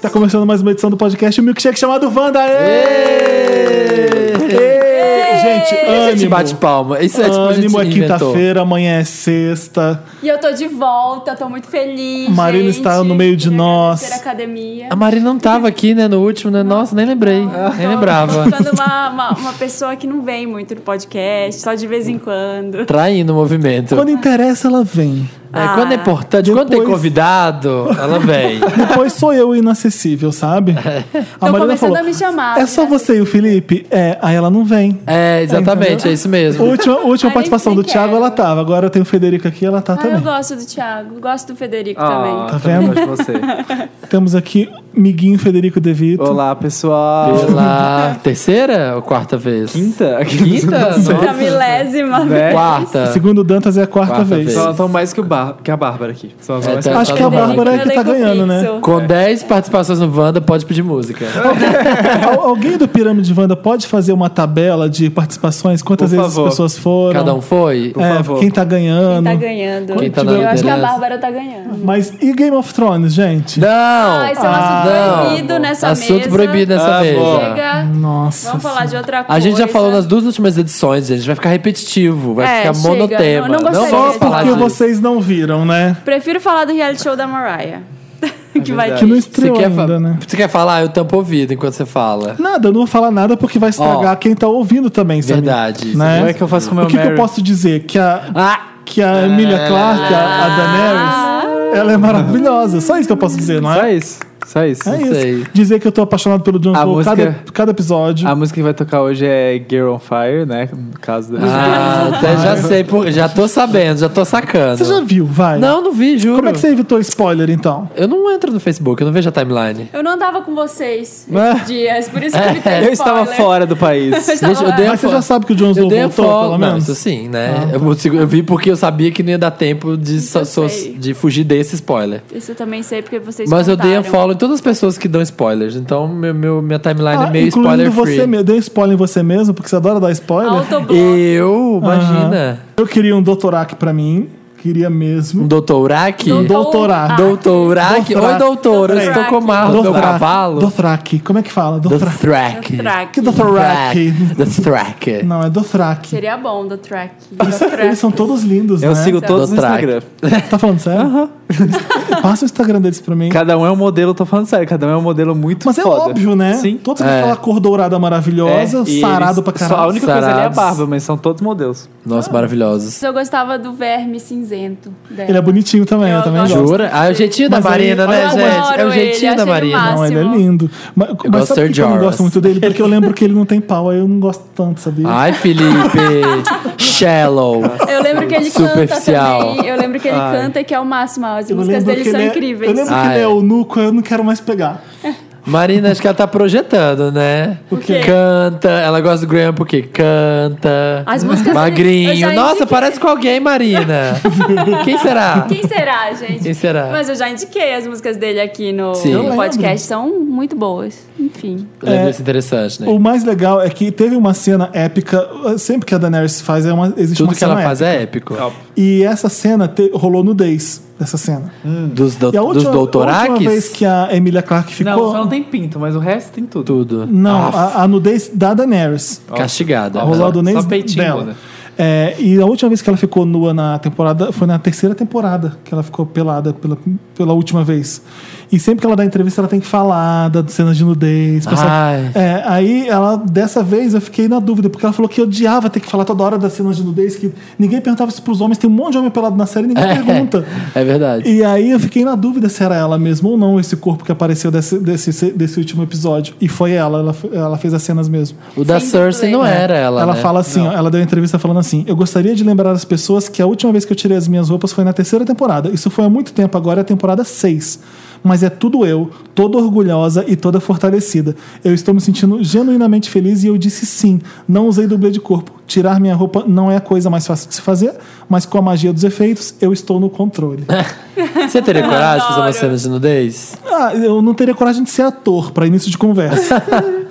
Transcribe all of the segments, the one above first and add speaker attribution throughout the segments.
Speaker 1: Tá começando mais uma edição do podcast o Milkshake chamado Wanda. Êêêê! Êêêê! Gente, ânimo.
Speaker 2: A gente bate palma. Isso é tipo
Speaker 1: Ânimo é quinta-feira, amanhã é sexta.
Speaker 3: E eu tô de volta, tô muito feliz.
Speaker 1: Marina
Speaker 3: gente.
Speaker 1: está no meio de
Speaker 3: Queria
Speaker 1: nós.
Speaker 3: agradecer a academia.
Speaker 2: A é Marina não tava aqui, né, no último, né? Nossa, nem lembrei. nem lembrava.
Speaker 3: Tô ficando uma, uma, uma pessoa que não vem muito no podcast, só de vez em quando.
Speaker 2: Traindo o movimento.
Speaker 1: Quando interessa, ela vem.
Speaker 2: É,
Speaker 3: Ah.
Speaker 2: quando é importante, quando tem
Speaker 1: Depois-
Speaker 2: convidado, ela vem.
Speaker 1: Depois sou eu inacessível, sabe? A Marina
Speaker 3: começando
Speaker 1: falou,
Speaker 3: a me chamar, né?"
Speaker 1: é só
Speaker 3: inacessível."
Speaker 1: você e o Felipe? É, aí ela não vem.
Speaker 2: É, exatamente, é isso mesmo.
Speaker 1: Última, última
Speaker 3: Aí
Speaker 1: participação
Speaker 3: nem
Speaker 1: do Thiago,
Speaker 3: quero.
Speaker 1: ela tava. Agora tem o Federico aqui, ela tá
Speaker 3: Ah, eu
Speaker 1: também.
Speaker 3: gosto do Thiago, gosto do Federico também.
Speaker 4: Ah,
Speaker 1: Tá vendo?
Speaker 4: gosto de você.
Speaker 1: Temos aqui Miguinho Federico De Vito.
Speaker 4: Olá, pessoal.
Speaker 2: Pela terceira ou quarta vez?
Speaker 4: Quinta?
Speaker 2: Quinta?
Speaker 3: Da
Speaker 2: Nossa.
Speaker 3: milésima
Speaker 4: Né?
Speaker 3: vez.
Speaker 2: Quarta.
Speaker 1: Segundo o Dantas, é a quarta,
Speaker 2: Quarta
Speaker 1: vez.
Speaker 2: vez.
Speaker 4: Só estão mais que, o Bar que a Bárbara aqui. Só
Speaker 2: É,
Speaker 4: é, mais
Speaker 2: tá-
Speaker 4: que...
Speaker 1: Acho que a
Speaker 3: Federico,
Speaker 1: Bárbara é que tá
Speaker 3: elenco
Speaker 1: ganhando, né?
Speaker 3: fixo.
Speaker 2: Com 10 participações no Wanda, pode pedir música.
Speaker 1: Al- alguém do Pirâmide Wanda pode fazer uma tabela de participações? Quantas
Speaker 4: Por
Speaker 1: vezes
Speaker 4: favor.
Speaker 1: as pessoas foram?
Speaker 2: Cada um foi?
Speaker 4: Por
Speaker 1: É,
Speaker 4: favor.
Speaker 1: quem tá ganhando.
Speaker 3: Tá ganhando.
Speaker 2: Quem tá na
Speaker 3: eu acho que a
Speaker 2: liderança?
Speaker 3: Bárbara tá ganhando.
Speaker 1: Mas e Game of Thrones, gente?
Speaker 2: Não!
Speaker 3: Ah, esse é um assunto
Speaker 2: não.
Speaker 3: proibido nessa
Speaker 2: Assunto
Speaker 3: mesa.
Speaker 2: proibido nessa
Speaker 1: Tá
Speaker 4: Ah,
Speaker 2: mesa.
Speaker 4: boa.
Speaker 3: Chega.
Speaker 1: Nossa.
Speaker 3: Vamos falar de outra coisa.
Speaker 2: A gente já falou nas duas últimas edições, gente. Vai ficar repetitivo, vai
Speaker 3: né? É,
Speaker 2: ficar
Speaker 3: chega.
Speaker 2: monotema.
Speaker 3: Não- não gostaria
Speaker 2: vamos
Speaker 3: de-
Speaker 2: falar
Speaker 1: Porque
Speaker 2: disso.
Speaker 1: vocês não viram, né?
Speaker 3: Prefiro falar do reality show da Mariah. que vai
Speaker 1: É Que não
Speaker 3: ter.
Speaker 2: Você
Speaker 1: estreou
Speaker 2: quer, fa-
Speaker 1: ainda, né?
Speaker 2: você quer falar? Eu tampo o ouvido enquanto você fala.
Speaker 1: Nada, eu não vou falar nada porque vai estragar quem tá ouvindo também, sabe?
Speaker 2: Verdade, isso
Speaker 1: Né?
Speaker 4: Como é que eu faço com o
Speaker 1: O
Speaker 4: meu
Speaker 1: que, que eu
Speaker 4: Mary?
Speaker 1: posso dizer? Que a,
Speaker 2: Ah!
Speaker 1: que a Emilia Clarke, a, a Daenerys, ela é maravilhosa. Só isso que eu posso dizer, não
Speaker 4: Só
Speaker 1: é?
Speaker 4: isso. Só isso.
Speaker 1: É isso.
Speaker 2: sei.
Speaker 1: Dizer que eu tô apaixonado pelo Jon
Speaker 4: A
Speaker 1: Snow
Speaker 4: música-
Speaker 1: cada, cada episódio.
Speaker 4: A música que vai tocar hoje é Girl on Fire, né? No caso da...
Speaker 2: Ah, até já sei, por- já tô sabendo, já tô sacando.
Speaker 1: Você já viu, vai.
Speaker 2: Não, não vi, juro.
Speaker 1: Como é que você evitou spoiler, então?
Speaker 2: Eu não entro no Facebook, eu não vejo a timeline.
Speaker 3: Eu não andava com vocês
Speaker 1: É.
Speaker 4: Ah.
Speaker 3: esses dias, por isso que eu me
Speaker 4: Eu estava fora do país.
Speaker 3: Eu
Speaker 2: Gente, eu dei a
Speaker 1: Mas você
Speaker 2: fo-
Speaker 1: já sabe que o Jon Snow
Speaker 2: Eu dei a
Speaker 1: voltou,
Speaker 2: folga.
Speaker 1: pelo
Speaker 2: Não,
Speaker 1: menos? Ah, tá.
Speaker 2: isso sim, né? eu, sigo- eu vi porque eu sabia que não ia dar tempo de, so- so-
Speaker 3: sei.
Speaker 2: de fugir desse spoiler.
Speaker 1: um-
Speaker 3: Isso eu também sei, porque vocês
Speaker 2: Mas eu dei a
Speaker 3: contaram.
Speaker 2: follow em todas as pessoas que dão spoilers. Então meu, meu- minha timeline
Speaker 1: Ah,
Speaker 2: é meio
Speaker 1: incluindo
Speaker 2: spoiler
Speaker 1: você
Speaker 2: free.
Speaker 1: mesmo. Deu spoiler em você mesmo, porque você adora dar spoiler.
Speaker 3: Autoblog.
Speaker 2: Eu, imagina.
Speaker 1: Eu queria um doutorac pra mim. Queria
Speaker 2: Um
Speaker 1: mesmo.
Speaker 2: doutorac?
Speaker 1: Um doutorac.
Speaker 3: Ah,
Speaker 2: Doutorac?
Speaker 1: Doutorac.
Speaker 2: Oi, doutora, eu estou
Speaker 3: Doutorac.
Speaker 2: com o Marro, meu
Speaker 1: Dothrak.
Speaker 2: cavalo.
Speaker 1: Dothrak. Ah, Como é que fala? Dothrak.
Speaker 2: Doutorac.
Speaker 3: Track.
Speaker 1: Que Dothrak.
Speaker 2: Doutorac.
Speaker 1: Não, é Dothrak.
Speaker 3: Seria bom do track.
Speaker 1: Eles são todos lindos, né?
Speaker 4: Eu sigo todos no
Speaker 2: Track.
Speaker 4: Instagram.
Speaker 1: Você tá falando sério? Passa o Instagram deles pra mim.
Speaker 4: Cada um é um modelo, tô falando sério, cada um é um modelo muito
Speaker 1: Mas é
Speaker 4: foda.
Speaker 1: óbvio, né?
Speaker 4: Sim. É,
Speaker 1: Todos com aquela cor dourada maravilhosa,
Speaker 4: e
Speaker 1: sarado
Speaker 4: eles-
Speaker 1: pra
Speaker 4: só A
Speaker 1: caralho.
Speaker 4: única coisa ali é a
Speaker 2: Sarados.
Speaker 4: barba, mas são todos modelos.
Speaker 2: Nossa, maravilhosos.
Speaker 3: Eu gostava do verme cinzento dela.
Speaker 1: Ele é bonitinho também, eu,
Speaker 3: Eu
Speaker 1: também
Speaker 3: gosto.
Speaker 1: gosto.
Speaker 2: Jura? Ah, é o jeitinho da
Speaker 1: Mas
Speaker 2: Marina,
Speaker 1: ele-
Speaker 2: né,
Speaker 1: Eu
Speaker 2: gente?
Speaker 3: adoro
Speaker 2: É o
Speaker 3: ele,
Speaker 2: jeitinho da
Speaker 3: achei
Speaker 2: Marina.
Speaker 3: demais.
Speaker 1: Não, ele é
Speaker 3: Máximo.
Speaker 1: lindo. Mas, mas
Speaker 2: gosto
Speaker 1: sabe por
Speaker 2: de
Speaker 1: que eu não
Speaker 2: Jorah.
Speaker 1: gosto muito dele? Porque eu lembro que ele não tem pau, aí eu não gosto tanto, sabia?
Speaker 2: Ai, Felipe. Shallow.
Speaker 3: Eu lembro que ele canta
Speaker 2: Superficial.
Speaker 3: também. Eu lembro que ele canta e que é o máximo. As
Speaker 1: Eu
Speaker 3: músicas
Speaker 1: lembro
Speaker 3: dele
Speaker 1: que
Speaker 3: são
Speaker 1: ele é-
Speaker 3: incríveis.
Speaker 1: Eu lembro
Speaker 2: Ah,
Speaker 1: que ele
Speaker 2: é.
Speaker 1: é eunuco, eu não quero mais pegar.
Speaker 2: Marina, acho que ela tá projetando, né? O
Speaker 3: quê?
Speaker 2: Canta. Ela gosta do Graham porque canta.
Speaker 3: As músicas dele- eu
Speaker 2: Magrinho.
Speaker 3: já
Speaker 2: Nossa,
Speaker 3: indiquei.
Speaker 2: parece com alguém, Marina. Quem será?
Speaker 3: Quem será, gente?
Speaker 2: Quem será?
Speaker 3: Mas eu já indiquei as músicas dele aqui no,
Speaker 2: Sim.
Speaker 3: no
Speaker 2: Eu
Speaker 1: lembro.
Speaker 3: podcast. São muito boas. Enfim.
Speaker 2: Lembra isso interessante, né?
Speaker 1: O mais legal é que teve uma cena épica, sempre que a Daenerys faz, é uma, existe
Speaker 2: Tudo
Speaker 1: uma
Speaker 2: que
Speaker 1: cena
Speaker 2: ela faz
Speaker 1: épica.
Speaker 2: é épico.
Speaker 1: E essa cena te, rolou nudez, essa cena.
Speaker 2: Dos, do,
Speaker 1: E
Speaker 2: dos
Speaker 1: a última, a última vez
Speaker 2: doutoraques?
Speaker 1: que a Emilia Clarke
Speaker 4: Não,
Speaker 1: ficou...
Speaker 4: só não tem pinto, mas o resto tem tudo.
Speaker 2: Tudo.
Speaker 1: Não,
Speaker 2: Ah,
Speaker 1: a, a nudez da Daenerys.
Speaker 2: Castigada.
Speaker 1: rolou a
Speaker 2: Ela-
Speaker 1: nudez
Speaker 4: só peitinho,
Speaker 1: dela.
Speaker 4: né?
Speaker 1: É, e a última vez que ela ficou nua na temporada foi na terceira temporada que ela ficou pelada pela, pela última vez. E sempre que ela dá entrevista, ela tem que falar das cenas de nudez. pessoal-
Speaker 2: Ai.
Speaker 1: É, aí ela, dessa vez, eu fiquei na dúvida, porque ela falou que odiava ter que falar toda hora das cenas de nudez, que ninguém perguntava isso pros homens, tem um monte de homem pelado na série e ninguém pergunta.
Speaker 2: É verdade.
Speaker 1: E aí eu fiquei na dúvida se era ela mesmo ou não, esse corpo que apareceu desse, desse, desse último episódio. E foi ela, ela, fe- ela fez as cenas mesmo.
Speaker 2: O da
Speaker 3: Sem
Speaker 2: Cersei não
Speaker 3: dublê.
Speaker 2: era ela. né?
Speaker 1: fala assim, ó, ela deu uma entrevista falando assim: Eu gostaria de lembrar as pessoas que a última vez que eu tirei as minhas roupas foi na terceira temporada. Isso foi há muito tempo, agora é a temporada 6. Mas é tudo eu, toda orgulhosa e toda fortalecida. Eu estou me sentindo genuinamente feliz e eu disse sim. Não usei dublê de corpo. Tirar minha roupa não é a coisa mais fácil de se fazer, mas com a magia dos efeitos, eu estou no controle.
Speaker 2: Você teria coragem de fazer uma
Speaker 3: Adoro.
Speaker 2: cena de nudez?
Speaker 1: Ah, eu não teria coragem de ser ator para início de conversa.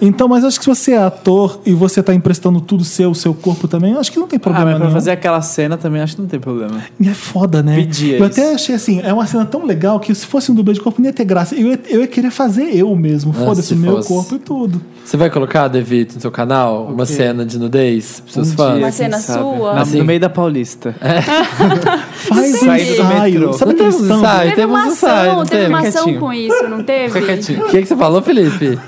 Speaker 1: então, mas acho que se você é ator e você tá emprestando tudo seu, o seu corpo também, eu acho que não tem
Speaker 4: Ah,
Speaker 1: problema
Speaker 4: mas pra
Speaker 1: nenhum.
Speaker 4: fazer aquela cena também acho que não tem problema.
Speaker 1: E é foda, né?
Speaker 4: Pedia
Speaker 1: eu
Speaker 4: isso.
Speaker 1: até achei assim, é uma cena tão legal que se fosse um dublê de corpo não ia ter graça. Eu ia, eu ia querer fazer eu mesmo.
Speaker 2: Ah,
Speaker 1: Foda-se,
Speaker 2: se
Speaker 1: o meu
Speaker 2: fosse.
Speaker 1: corpo e tudo.
Speaker 2: Você vai colocar, Devito, no seu canal, uma cena de nudez pros seus fãs?
Speaker 3: Uma
Speaker 4: Um quem
Speaker 3: cena
Speaker 4: sabe.
Speaker 3: sua?
Speaker 4: Na-
Speaker 2: Assim. É.
Speaker 4: No meio da Paulista.
Speaker 1: Faz
Speaker 4: Sim.
Speaker 1: um
Speaker 4: Sair do
Speaker 1: ensaio.
Speaker 4: metrô.
Speaker 1: Sabe
Speaker 2: Não
Speaker 1: aquele
Speaker 2: teve uns
Speaker 1: stand?
Speaker 2: ensaios?
Speaker 3: Teve
Speaker 2: Teve
Speaker 3: uma
Speaker 2: uns ensaios,
Speaker 3: ação,
Speaker 2: não
Speaker 3: teve uma
Speaker 2: teve?
Speaker 3: ação
Speaker 4: Quietinho.
Speaker 3: com isso, não teve?
Speaker 4: Fica quietinho.
Speaker 2: O que, que você falou, Felipe?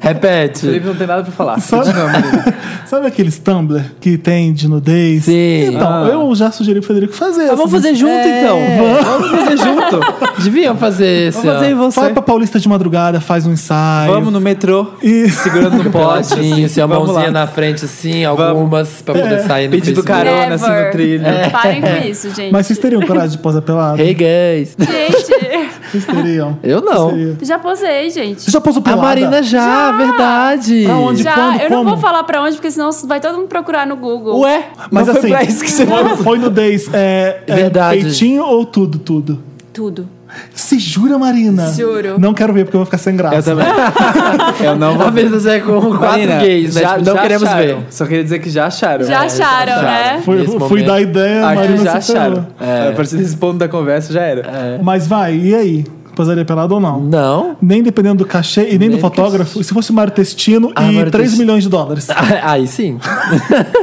Speaker 2: Repete.
Speaker 4: Felipe não tem nada pra falar. Então,
Speaker 1: Sabe, sabe aqueles Tumblr que tem de nudez?
Speaker 2: Sim.
Speaker 1: Então,
Speaker 4: Ah.
Speaker 1: eu já sugeri pro Federico fazer. assim,
Speaker 4: Ah, vamos fazer junto,
Speaker 2: É.
Speaker 4: então. Vamos fazer junto.
Speaker 2: Deviam fazer esse.
Speaker 4: Vamos fazer em
Speaker 2: ó.
Speaker 4: você.
Speaker 1: Vai pra Paulista de madrugada, faz um ensaio.
Speaker 4: Vamos no metrô.
Speaker 1: Isso.
Speaker 4: Segurando no poste.
Speaker 2: Peladinho, assim, a
Speaker 4: Vamos
Speaker 2: mãozinha
Speaker 4: lá.
Speaker 2: na frente, assim, algumas, pra poder sair no
Speaker 4: Pedindo
Speaker 2: Facebook.
Speaker 4: carona, assim,
Speaker 3: Never. É,
Speaker 4: no trilho.
Speaker 3: Parem com isso, gente.
Speaker 1: Mas vocês teriam coragem de posar pelado?
Speaker 2: Hey, guys.
Speaker 3: Gente,
Speaker 1: Vocês teriam?
Speaker 2: Eu não.
Speaker 1: Vocês teriam?
Speaker 3: já posei, gente.
Speaker 1: Você já posou
Speaker 2: A
Speaker 1: pelada?
Speaker 2: Marina já, verdade.
Speaker 1: tá. Pra onde?
Speaker 3: Já,
Speaker 1: quando,
Speaker 3: eu não
Speaker 1: como?
Speaker 3: vou falar pra onde, porque senão vai todo mundo procurar no Google.
Speaker 4: Ué,
Speaker 1: Mas
Speaker 4: não
Speaker 1: assim,
Speaker 4: foi pra isso que você
Speaker 1: foi, foi nudez. É, é
Speaker 2: Verdade.
Speaker 1: Peitinho ou tudo, tudo?
Speaker 3: Tudo.
Speaker 1: Se jura, Marina?
Speaker 3: Juro.
Speaker 1: Não quero ver, porque eu vou ficar sem graça.
Speaker 4: Eu também. Eu não vou.
Speaker 2: Uma vez você é com quatro
Speaker 4: Marina,
Speaker 2: gays, né?
Speaker 4: já-
Speaker 2: Tipo, não
Speaker 4: já
Speaker 2: queremos
Speaker 4: acharam.
Speaker 2: ver.
Speaker 4: Só queria dizer que já acharam. É.
Speaker 3: Já acharam,
Speaker 2: já.
Speaker 3: né?
Speaker 1: Fui,
Speaker 2: Nesse
Speaker 1: fui
Speaker 2: momento.
Speaker 1: dar ideia, a
Speaker 4: Aqui
Speaker 1: Marina
Speaker 4: já
Speaker 1: se ferrou.
Speaker 4: acharam.
Speaker 2: É.
Speaker 4: A partir desse ponto da conversa já era.
Speaker 1: Mas vai, e aí? Posaria pelado ou não?
Speaker 2: Não.
Speaker 1: Nem dependendo do cachê e nem, do
Speaker 2: do
Speaker 1: fotógrafo. Se fosse Mário Testino
Speaker 2: Ah,
Speaker 1: e
Speaker 2: Mário
Speaker 1: 3
Speaker 2: Testino.
Speaker 1: milhões de dólares.
Speaker 2: Aí sim.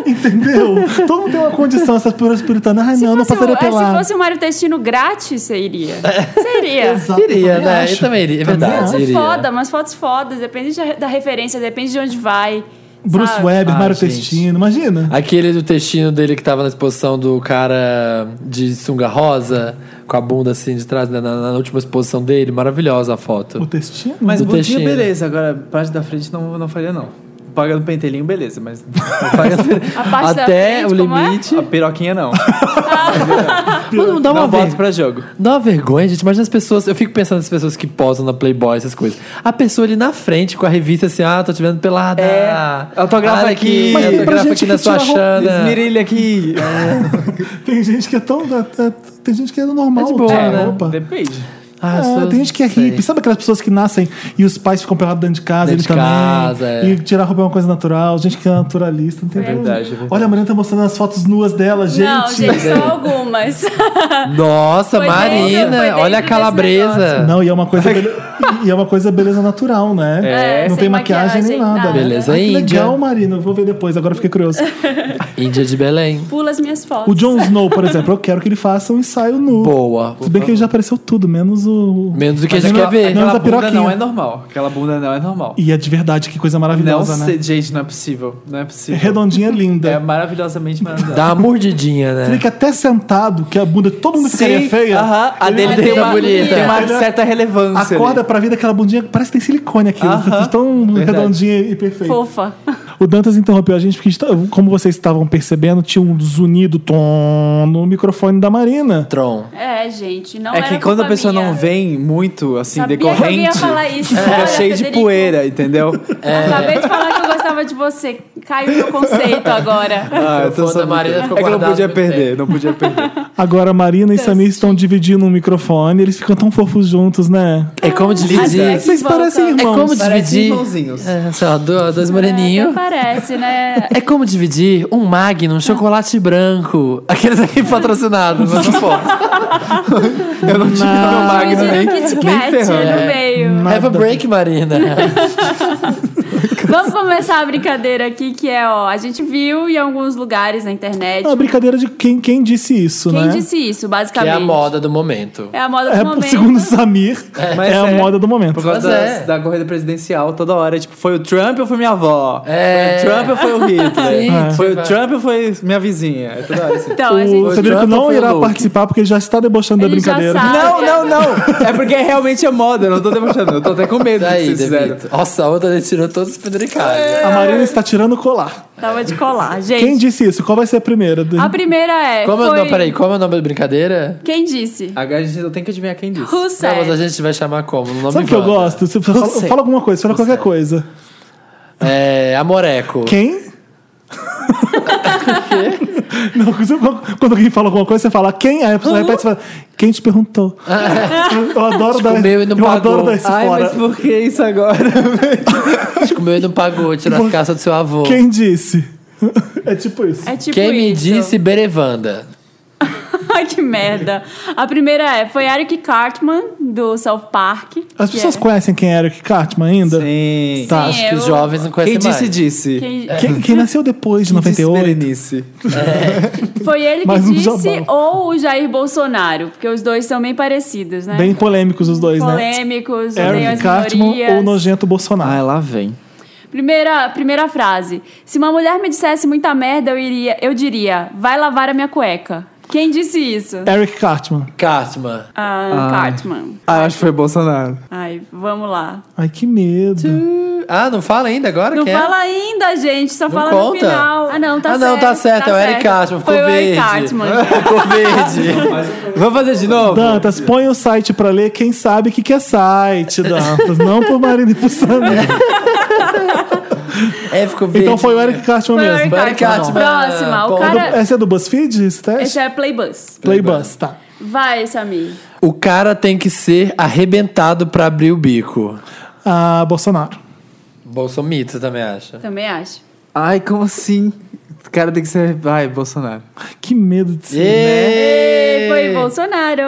Speaker 1: Entendeu? Todo mundo tem uma condição, essas pessoas puritanas. Ai,
Speaker 3: Se,
Speaker 1: não, não
Speaker 3: fosse,
Speaker 1: passaria
Speaker 3: o, é, se
Speaker 1: pelado.
Speaker 3: fosse um- o Mário Testino grátis, você iria. Seria.
Speaker 1: Exato, eu
Speaker 2: Iria,
Speaker 1: também
Speaker 2: né?
Speaker 1: acho.
Speaker 2: Eu também iria. É
Speaker 1: Também
Speaker 2: verdade.
Speaker 1: acho.
Speaker 2: iria.
Speaker 3: Foda, umas fotos fodas. Depende de- da referência, depende de onde vai.
Speaker 1: Bruce
Speaker 3: sabe?
Speaker 1: Webber,
Speaker 2: Ah,
Speaker 1: Mário
Speaker 2: gente.
Speaker 1: Testino, imagina.
Speaker 2: Aquele do textinho dele que tava na exposição do cara de sunga rosa, com a bunda assim de trás, né? na, na última exposição dele. Maravilhosa a
Speaker 1: O
Speaker 2: foto.
Speaker 1: Testino?
Speaker 4: Mas
Speaker 2: Do
Speaker 4: bundinha,
Speaker 2: Teixeira.
Speaker 4: beleza. Agora, parte da frente não, não faria, não. Pagando pentelinho, beleza, mas
Speaker 3: A parte da
Speaker 2: Até
Speaker 3: frente,
Speaker 2: o
Speaker 3: como é?
Speaker 2: limite.
Speaker 4: a piroquinha não.
Speaker 2: Mano, dá uma
Speaker 4: Não
Speaker 2: ver-
Speaker 4: boto pra jogo.
Speaker 2: Dá uma vergonha, gente. Imagina as pessoas. Eu fico pensando nas pessoas que posam na Playboy, essas coisas. A pessoa ali na frente com a revista assim, ah, tô te vendo pelada.
Speaker 4: É, autografa
Speaker 2: Olha
Speaker 4: aqui.
Speaker 1: Mas tem pra
Speaker 2: autografa
Speaker 1: gente
Speaker 2: aqui
Speaker 1: que
Speaker 2: na sua
Speaker 1: tira roupa,
Speaker 2: chana.
Speaker 4: Esmirilha aqui.
Speaker 1: Tem gente que é tão. é- é- Tem gente que é normal.
Speaker 2: É de boa,
Speaker 1: tirar
Speaker 2: né?
Speaker 1: roupa.
Speaker 4: Depende.
Speaker 2: Ah,
Speaker 1: É,
Speaker 2: sou-
Speaker 1: tem gente que é
Speaker 2: sei.
Speaker 1: hippie. Sabe aquelas pessoas que nascem e os pais ficam pelados dentro de casa,
Speaker 2: Dentro
Speaker 1: ele
Speaker 2: de
Speaker 1: também.
Speaker 2: casa, é.
Speaker 1: E tirar roupa é uma coisa natural. Gente que é naturalista, não tem problema.
Speaker 4: verdade, é verdade.
Speaker 1: Olha, a Marina tá mostrando as fotos nuas dela, gente. é.
Speaker 3: Não, gente, só algumas.
Speaker 2: Nossa,
Speaker 3: Foi dentro- foi
Speaker 2: Marina,
Speaker 3: dentro
Speaker 2: olha a
Speaker 3: desse
Speaker 2: calabresa.
Speaker 1: Não, e é uma coisa bele- e é uma coisa beleza natural, né?
Speaker 3: É,
Speaker 1: não
Speaker 3: sem
Speaker 1: tem maquiagem, nem
Speaker 3: maquiagem,
Speaker 1: nada.
Speaker 3: nada.
Speaker 1: né?
Speaker 2: Beleza,
Speaker 1: Ai, que
Speaker 2: Índia.
Speaker 1: legal, Marina. Eu vou ver depois, agora eu fiquei curioso.
Speaker 2: Índia de Belém.
Speaker 3: Pula as minhas fotos.
Speaker 1: O Jon Snow, por exemplo, eu quero que ele faça um ensaio nu.
Speaker 2: Boa.
Speaker 1: Se bem que ele já apareceu tudo, menos o.
Speaker 2: Menos o que a gente
Speaker 1: Mas
Speaker 2: quer
Speaker 1: aquela-
Speaker 2: ver.
Speaker 1: Não,
Speaker 4: Aquela
Speaker 1: usa
Speaker 4: bunda
Speaker 1: piroquinha.
Speaker 4: não é normal. Aquela bunda não é normal.
Speaker 1: E é de verdade, que coisa
Speaker 4: Não,
Speaker 1: maravilhosa, né?
Speaker 4: sei, gente, não é possível. Não é possível.
Speaker 1: Redondinha linda.
Speaker 4: É maravilhosamente maravilhosa.
Speaker 2: Dá uma mordidinha,
Speaker 1: Você vê
Speaker 2: né?
Speaker 1: que até sentado, que a bunda todo mundo ficaria feia.
Speaker 4: aham, a dele
Speaker 2: Ele
Speaker 4: tem
Speaker 2: é
Speaker 4: uma,
Speaker 2: bonita.
Speaker 4: tem uma
Speaker 1: Ele é-
Speaker 4: certa relevância.
Speaker 1: Acorda pra vida aquela bundinha, parece que tem silicone aqui. né?
Speaker 4: Aham.
Speaker 1: Tão
Speaker 4: Verdade.
Speaker 1: redondinha e perfeita.
Speaker 3: Fofa.
Speaker 1: O Dantas interrompeu a gente porque, a gente tá- como vocês estavam percebendo, tinha um zunido tom no microfone da Marina.
Speaker 2: Tron.
Speaker 3: É, gente, não
Speaker 4: É
Speaker 3: era
Speaker 4: que quando a
Speaker 3: culpa
Speaker 4: pessoa
Speaker 3: minha.
Speaker 4: não vem muito, assim,
Speaker 3: Sabia que eu ia
Speaker 4: decorrente,
Speaker 3: falar isso.
Speaker 4: fica
Speaker 3: Olha,
Speaker 4: cheio de
Speaker 3: Federico.
Speaker 4: poeira, entendeu?
Speaker 3: Acabei de falar que eu gostava de você. Caiu meu conceito agora.
Speaker 4: Ah,
Speaker 2: O microfone da Marina ficou
Speaker 4: é que não
Speaker 2: guardado
Speaker 4: podia
Speaker 2: muito
Speaker 4: perder, não podia perder.
Speaker 1: Agora a Marina e Samir estão dividindo um microfone, eles ficam tão fofos juntos, né?
Speaker 2: É como dividir.
Speaker 3: Mas
Speaker 1: Vocês
Speaker 3: volta.
Speaker 1: parecem
Speaker 3: É
Speaker 1: irmãos.
Speaker 2: como
Speaker 4: Parece
Speaker 2: dividir.
Speaker 4: irmãozinhos.
Speaker 2: É, só do- dois
Speaker 3: Até
Speaker 2: moreninhos.
Speaker 3: parece, né?
Speaker 2: É como dividir um Magnum, um chocolate branco. Aqueles aqui patrocinados, mas não pode.
Speaker 4: Eu não tive meu magno
Speaker 3: Dividindo
Speaker 4: nem,
Speaker 3: Kit
Speaker 4: nem
Speaker 3: Kat
Speaker 2: tá
Speaker 4: ferrando.
Speaker 3: no meio.
Speaker 2: é Have a break, Marina.
Speaker 3: Vamos começar a brincadeira aqui, que é, ó, a gente viu em alguns lugares na internet.
Speaker 1: É uma brincadeira de quem, quem disse isso,
Speaker 3: tipo? Quem
Speaker 1: né?
Speaker 3: disse isso,
Speaker 2: Que
Speaker 3: basicamente?
Speaker 2: é a moda do momento.
Speaker 3: É a moda do
Speaker 1: É,
Speaker 3: momento.
Speaker 1: segundo o Samir, é,
Speaker 4: Mas
Speaker 1: a
Speaker 4: é.
Speaker 1: moda do momento.
Speaker 4: Por causa
Speaker 2: Mas
Speaker 4: das-
Speaker 2: é.
Speaker 4: da corrida presidencial, toda hora. Tipo, foi o Trump ou foi minha avó?
Speaker 2: É.
Speaker 4: Foi o Trump ou foi o Hitler?
Speaker 2: Sim,
Speaker 4: É. Foi o
Speaker 2: tipo,
Speaker 4: Trump ou foi minha vizinha? É toda hora assim.
Speaker 3: Então, a
Speaker 1: O
Speaker 3: gente...
Speaker 1: Samir
Speaker 4: Trump
Speaker 1: não
Speaker 4: foi o
Speaker 1: irá
Speaker 4: Luke.
Speaker 1: participar porque ele já está debochando da
Speaker 3: Ele já
Speaker 1: brincadeira.
Speaker 3: sabe.
Speaker 4: Não, não, não. É porque realmente é moda. Eu não tô debochando. Eu tô até com
Speaker 2: Isso
Speaker 4: medo do que
Speaker 2: aí,
Speaker 4: vocês fizeram.
Speaker 2: Devito. Nossa, a outra ele tirou todos os penduricalhos.
Speaker 1: A Marina está tirando o colar.
Speaker 3: Tava de colar,
Speaker 1: Quem
Speaker 3: gente.
Speaker 1: disse isso? Qual vai ser a primeira?
Speaker 3: A primeira é...
Speaker 2: Como é o
Speaker 3: foi...
Speaker 2: nome, peraí, como é o nome da brincadeira?
Speaker 3: Quem disse?
Speaker 1: Ah,
Speaker 4: Agora a gente não tem que adivinhar quem disse.
Speaker 3: Who
Speaker 2: Não, mas a
Speaker 3: said?
Speaker 2: gente vai chamar como? No nome
Speaker 1: Sabe o que eu
Speaker 2: Wanda.
Speaker 1: gosto? Você fala,
Speaker 4: Você.
Speaker 1: fala alguma coisa, fala qualquer coisa.
Speaker 2: É, Amoreco.
Speaker 1: Quem? Não, você- quando alguém fala alguma coisa, você fala quem? Aí a
Speaker 3: Uhum.
Speaker 1: pessoa repete e fala, quem te perguntou? Eu
Speaker 3: Tipo,
Speaker 1: adoro dar,
Speaker 2: comeu e não
Speaker 1: eu adoro
Speaker 2: pagou.
Speaker 1: dar esse
Speaker 4: Ai,
Speaker 1: fora.
Speaker 4: mas por que isso agora?
Speaker 2: Tipo, meu não pagou, tirou as caças do seu avô. Quem,
Speaker 1: Quem disse? é tipo isso.
Speaker 3: É tipo
Speaker 2: me
Speaker 3: isso.
Speaker 2: disse Berevanda?
Speaker 3: Ai, que merda. A primeira é... Foi Eric Cartman, do South Park.
Speaker 1: As
Speaker 3: que
Speaker 1: pessoas
Speaker 3: é-
Speaker 1: conhecem quem é Eric Cartman ainda?
Speaker 4: Sim.
Speaker 1: Tá.
Speaker 3: Sim,
Speaker 2: Acho que os
Speaker 3: eu-
Speaker 2: jovens não conhecem
Speaker 4: Quem disse,
Speaker 2: mais.
Speaker 4: disse.
Speaker 3: Quem-
Speaker 1: Quem, quem nasceu depois de
Speaker 4: Quem disse
Speaker 1: 98?
Speaker 4: Berenice.
Speaker 3: Foi ele que
Speaker 1: Mais um
Speaker 3: disse
Speaker 1: jabá.
Speaker 3: ou o Jair Bolsonaro? Porque os dois são bem parecidos, né?
Speaker 1: Bem polêmicos os dois, né?
Speaker 3: Polêmicos, odeiam as
Speaker 1: Eric Cartman
Speaker 3: minorias.
Speaker 1: ou Nojento Bolsonaro?
Speaker 4: Ai, lá vem.
Speaker 3: Primeira, primeira frase. Se uma mulher me dissesse muita merda, eu, iria, eu diria, vai lavar a minha cueca. Quem disse isso?
Speaker 1: Eric Cartman.
Speaker 2: Cartman.
Speaker 3: Ah,
Speaker 4: Ah.
Speaker 3: Cartman.
Speaker 4: Ah, acho que foi Bolsonaro.
Speaker 3: Ai, vamos lá.
Speaker 1: Ai, que medo.
Speaker 2: Ah, não fala ainda agora?
Speaker 3: Não
Speaker 2: quem é?
Speaker 3: fala ainda, gente. Só fala no
Speaker 2: conta?
Speaker 3: final. Ah, não, tá
Speaker 2: Ah,
Speaker 3: certo.
Speaker 2: não, tá certo, é o Eric Cartman, ficou
Speaker 3: Foi o Eric
Speaker 2: verde.
Speaker 3: Cartman.
Speaker 2: Ficou verde.
Speaker 4: Vamos fazer de novo?
Speaker 1: Dantas, põe o site pra ler. Quem sabe o que, que é site, Dantas. Não por Marina e por Samir.
Speaker 2: é, ficou verde.
Speaker 1: Então foi o
Speaker 4: né?
Speaker 1: Eric Cartman
Speaker 3: Foi o
Speaker 1: mesmo.
Speaker 3: Eric
Speaker 2: Foi o Eric
Speaker 3: Cartman.
Speaker 2: Cartman.
Speaker 3: Próxima. O
Speaker 2: Bom,
Speaker 1: É do-
Speaker 3: cara...
Speaker 1: Essa é do BuzzFeed, esse teste?
Speaker 3: Esse é Playbus.
Speaker 1: Playbus, tá.
Speaker 3: Vai, Samir.
Speaker 2: O cara tem que ser arrebentado pra abrir o bico.
Speaker 1: Ah, Bolsonaro.
Speaker 2: Bolsomito também acha.
Speaker 3: Também acho.
Speaker 4: Ai, como assim? O cara tem que ser. Ai, Bolsonaro.
Speaker 1: Que medo de ser.
Speaker 3: Ei,
Speaker 2: Ei,
Speaker 3: foi Bolsonaro.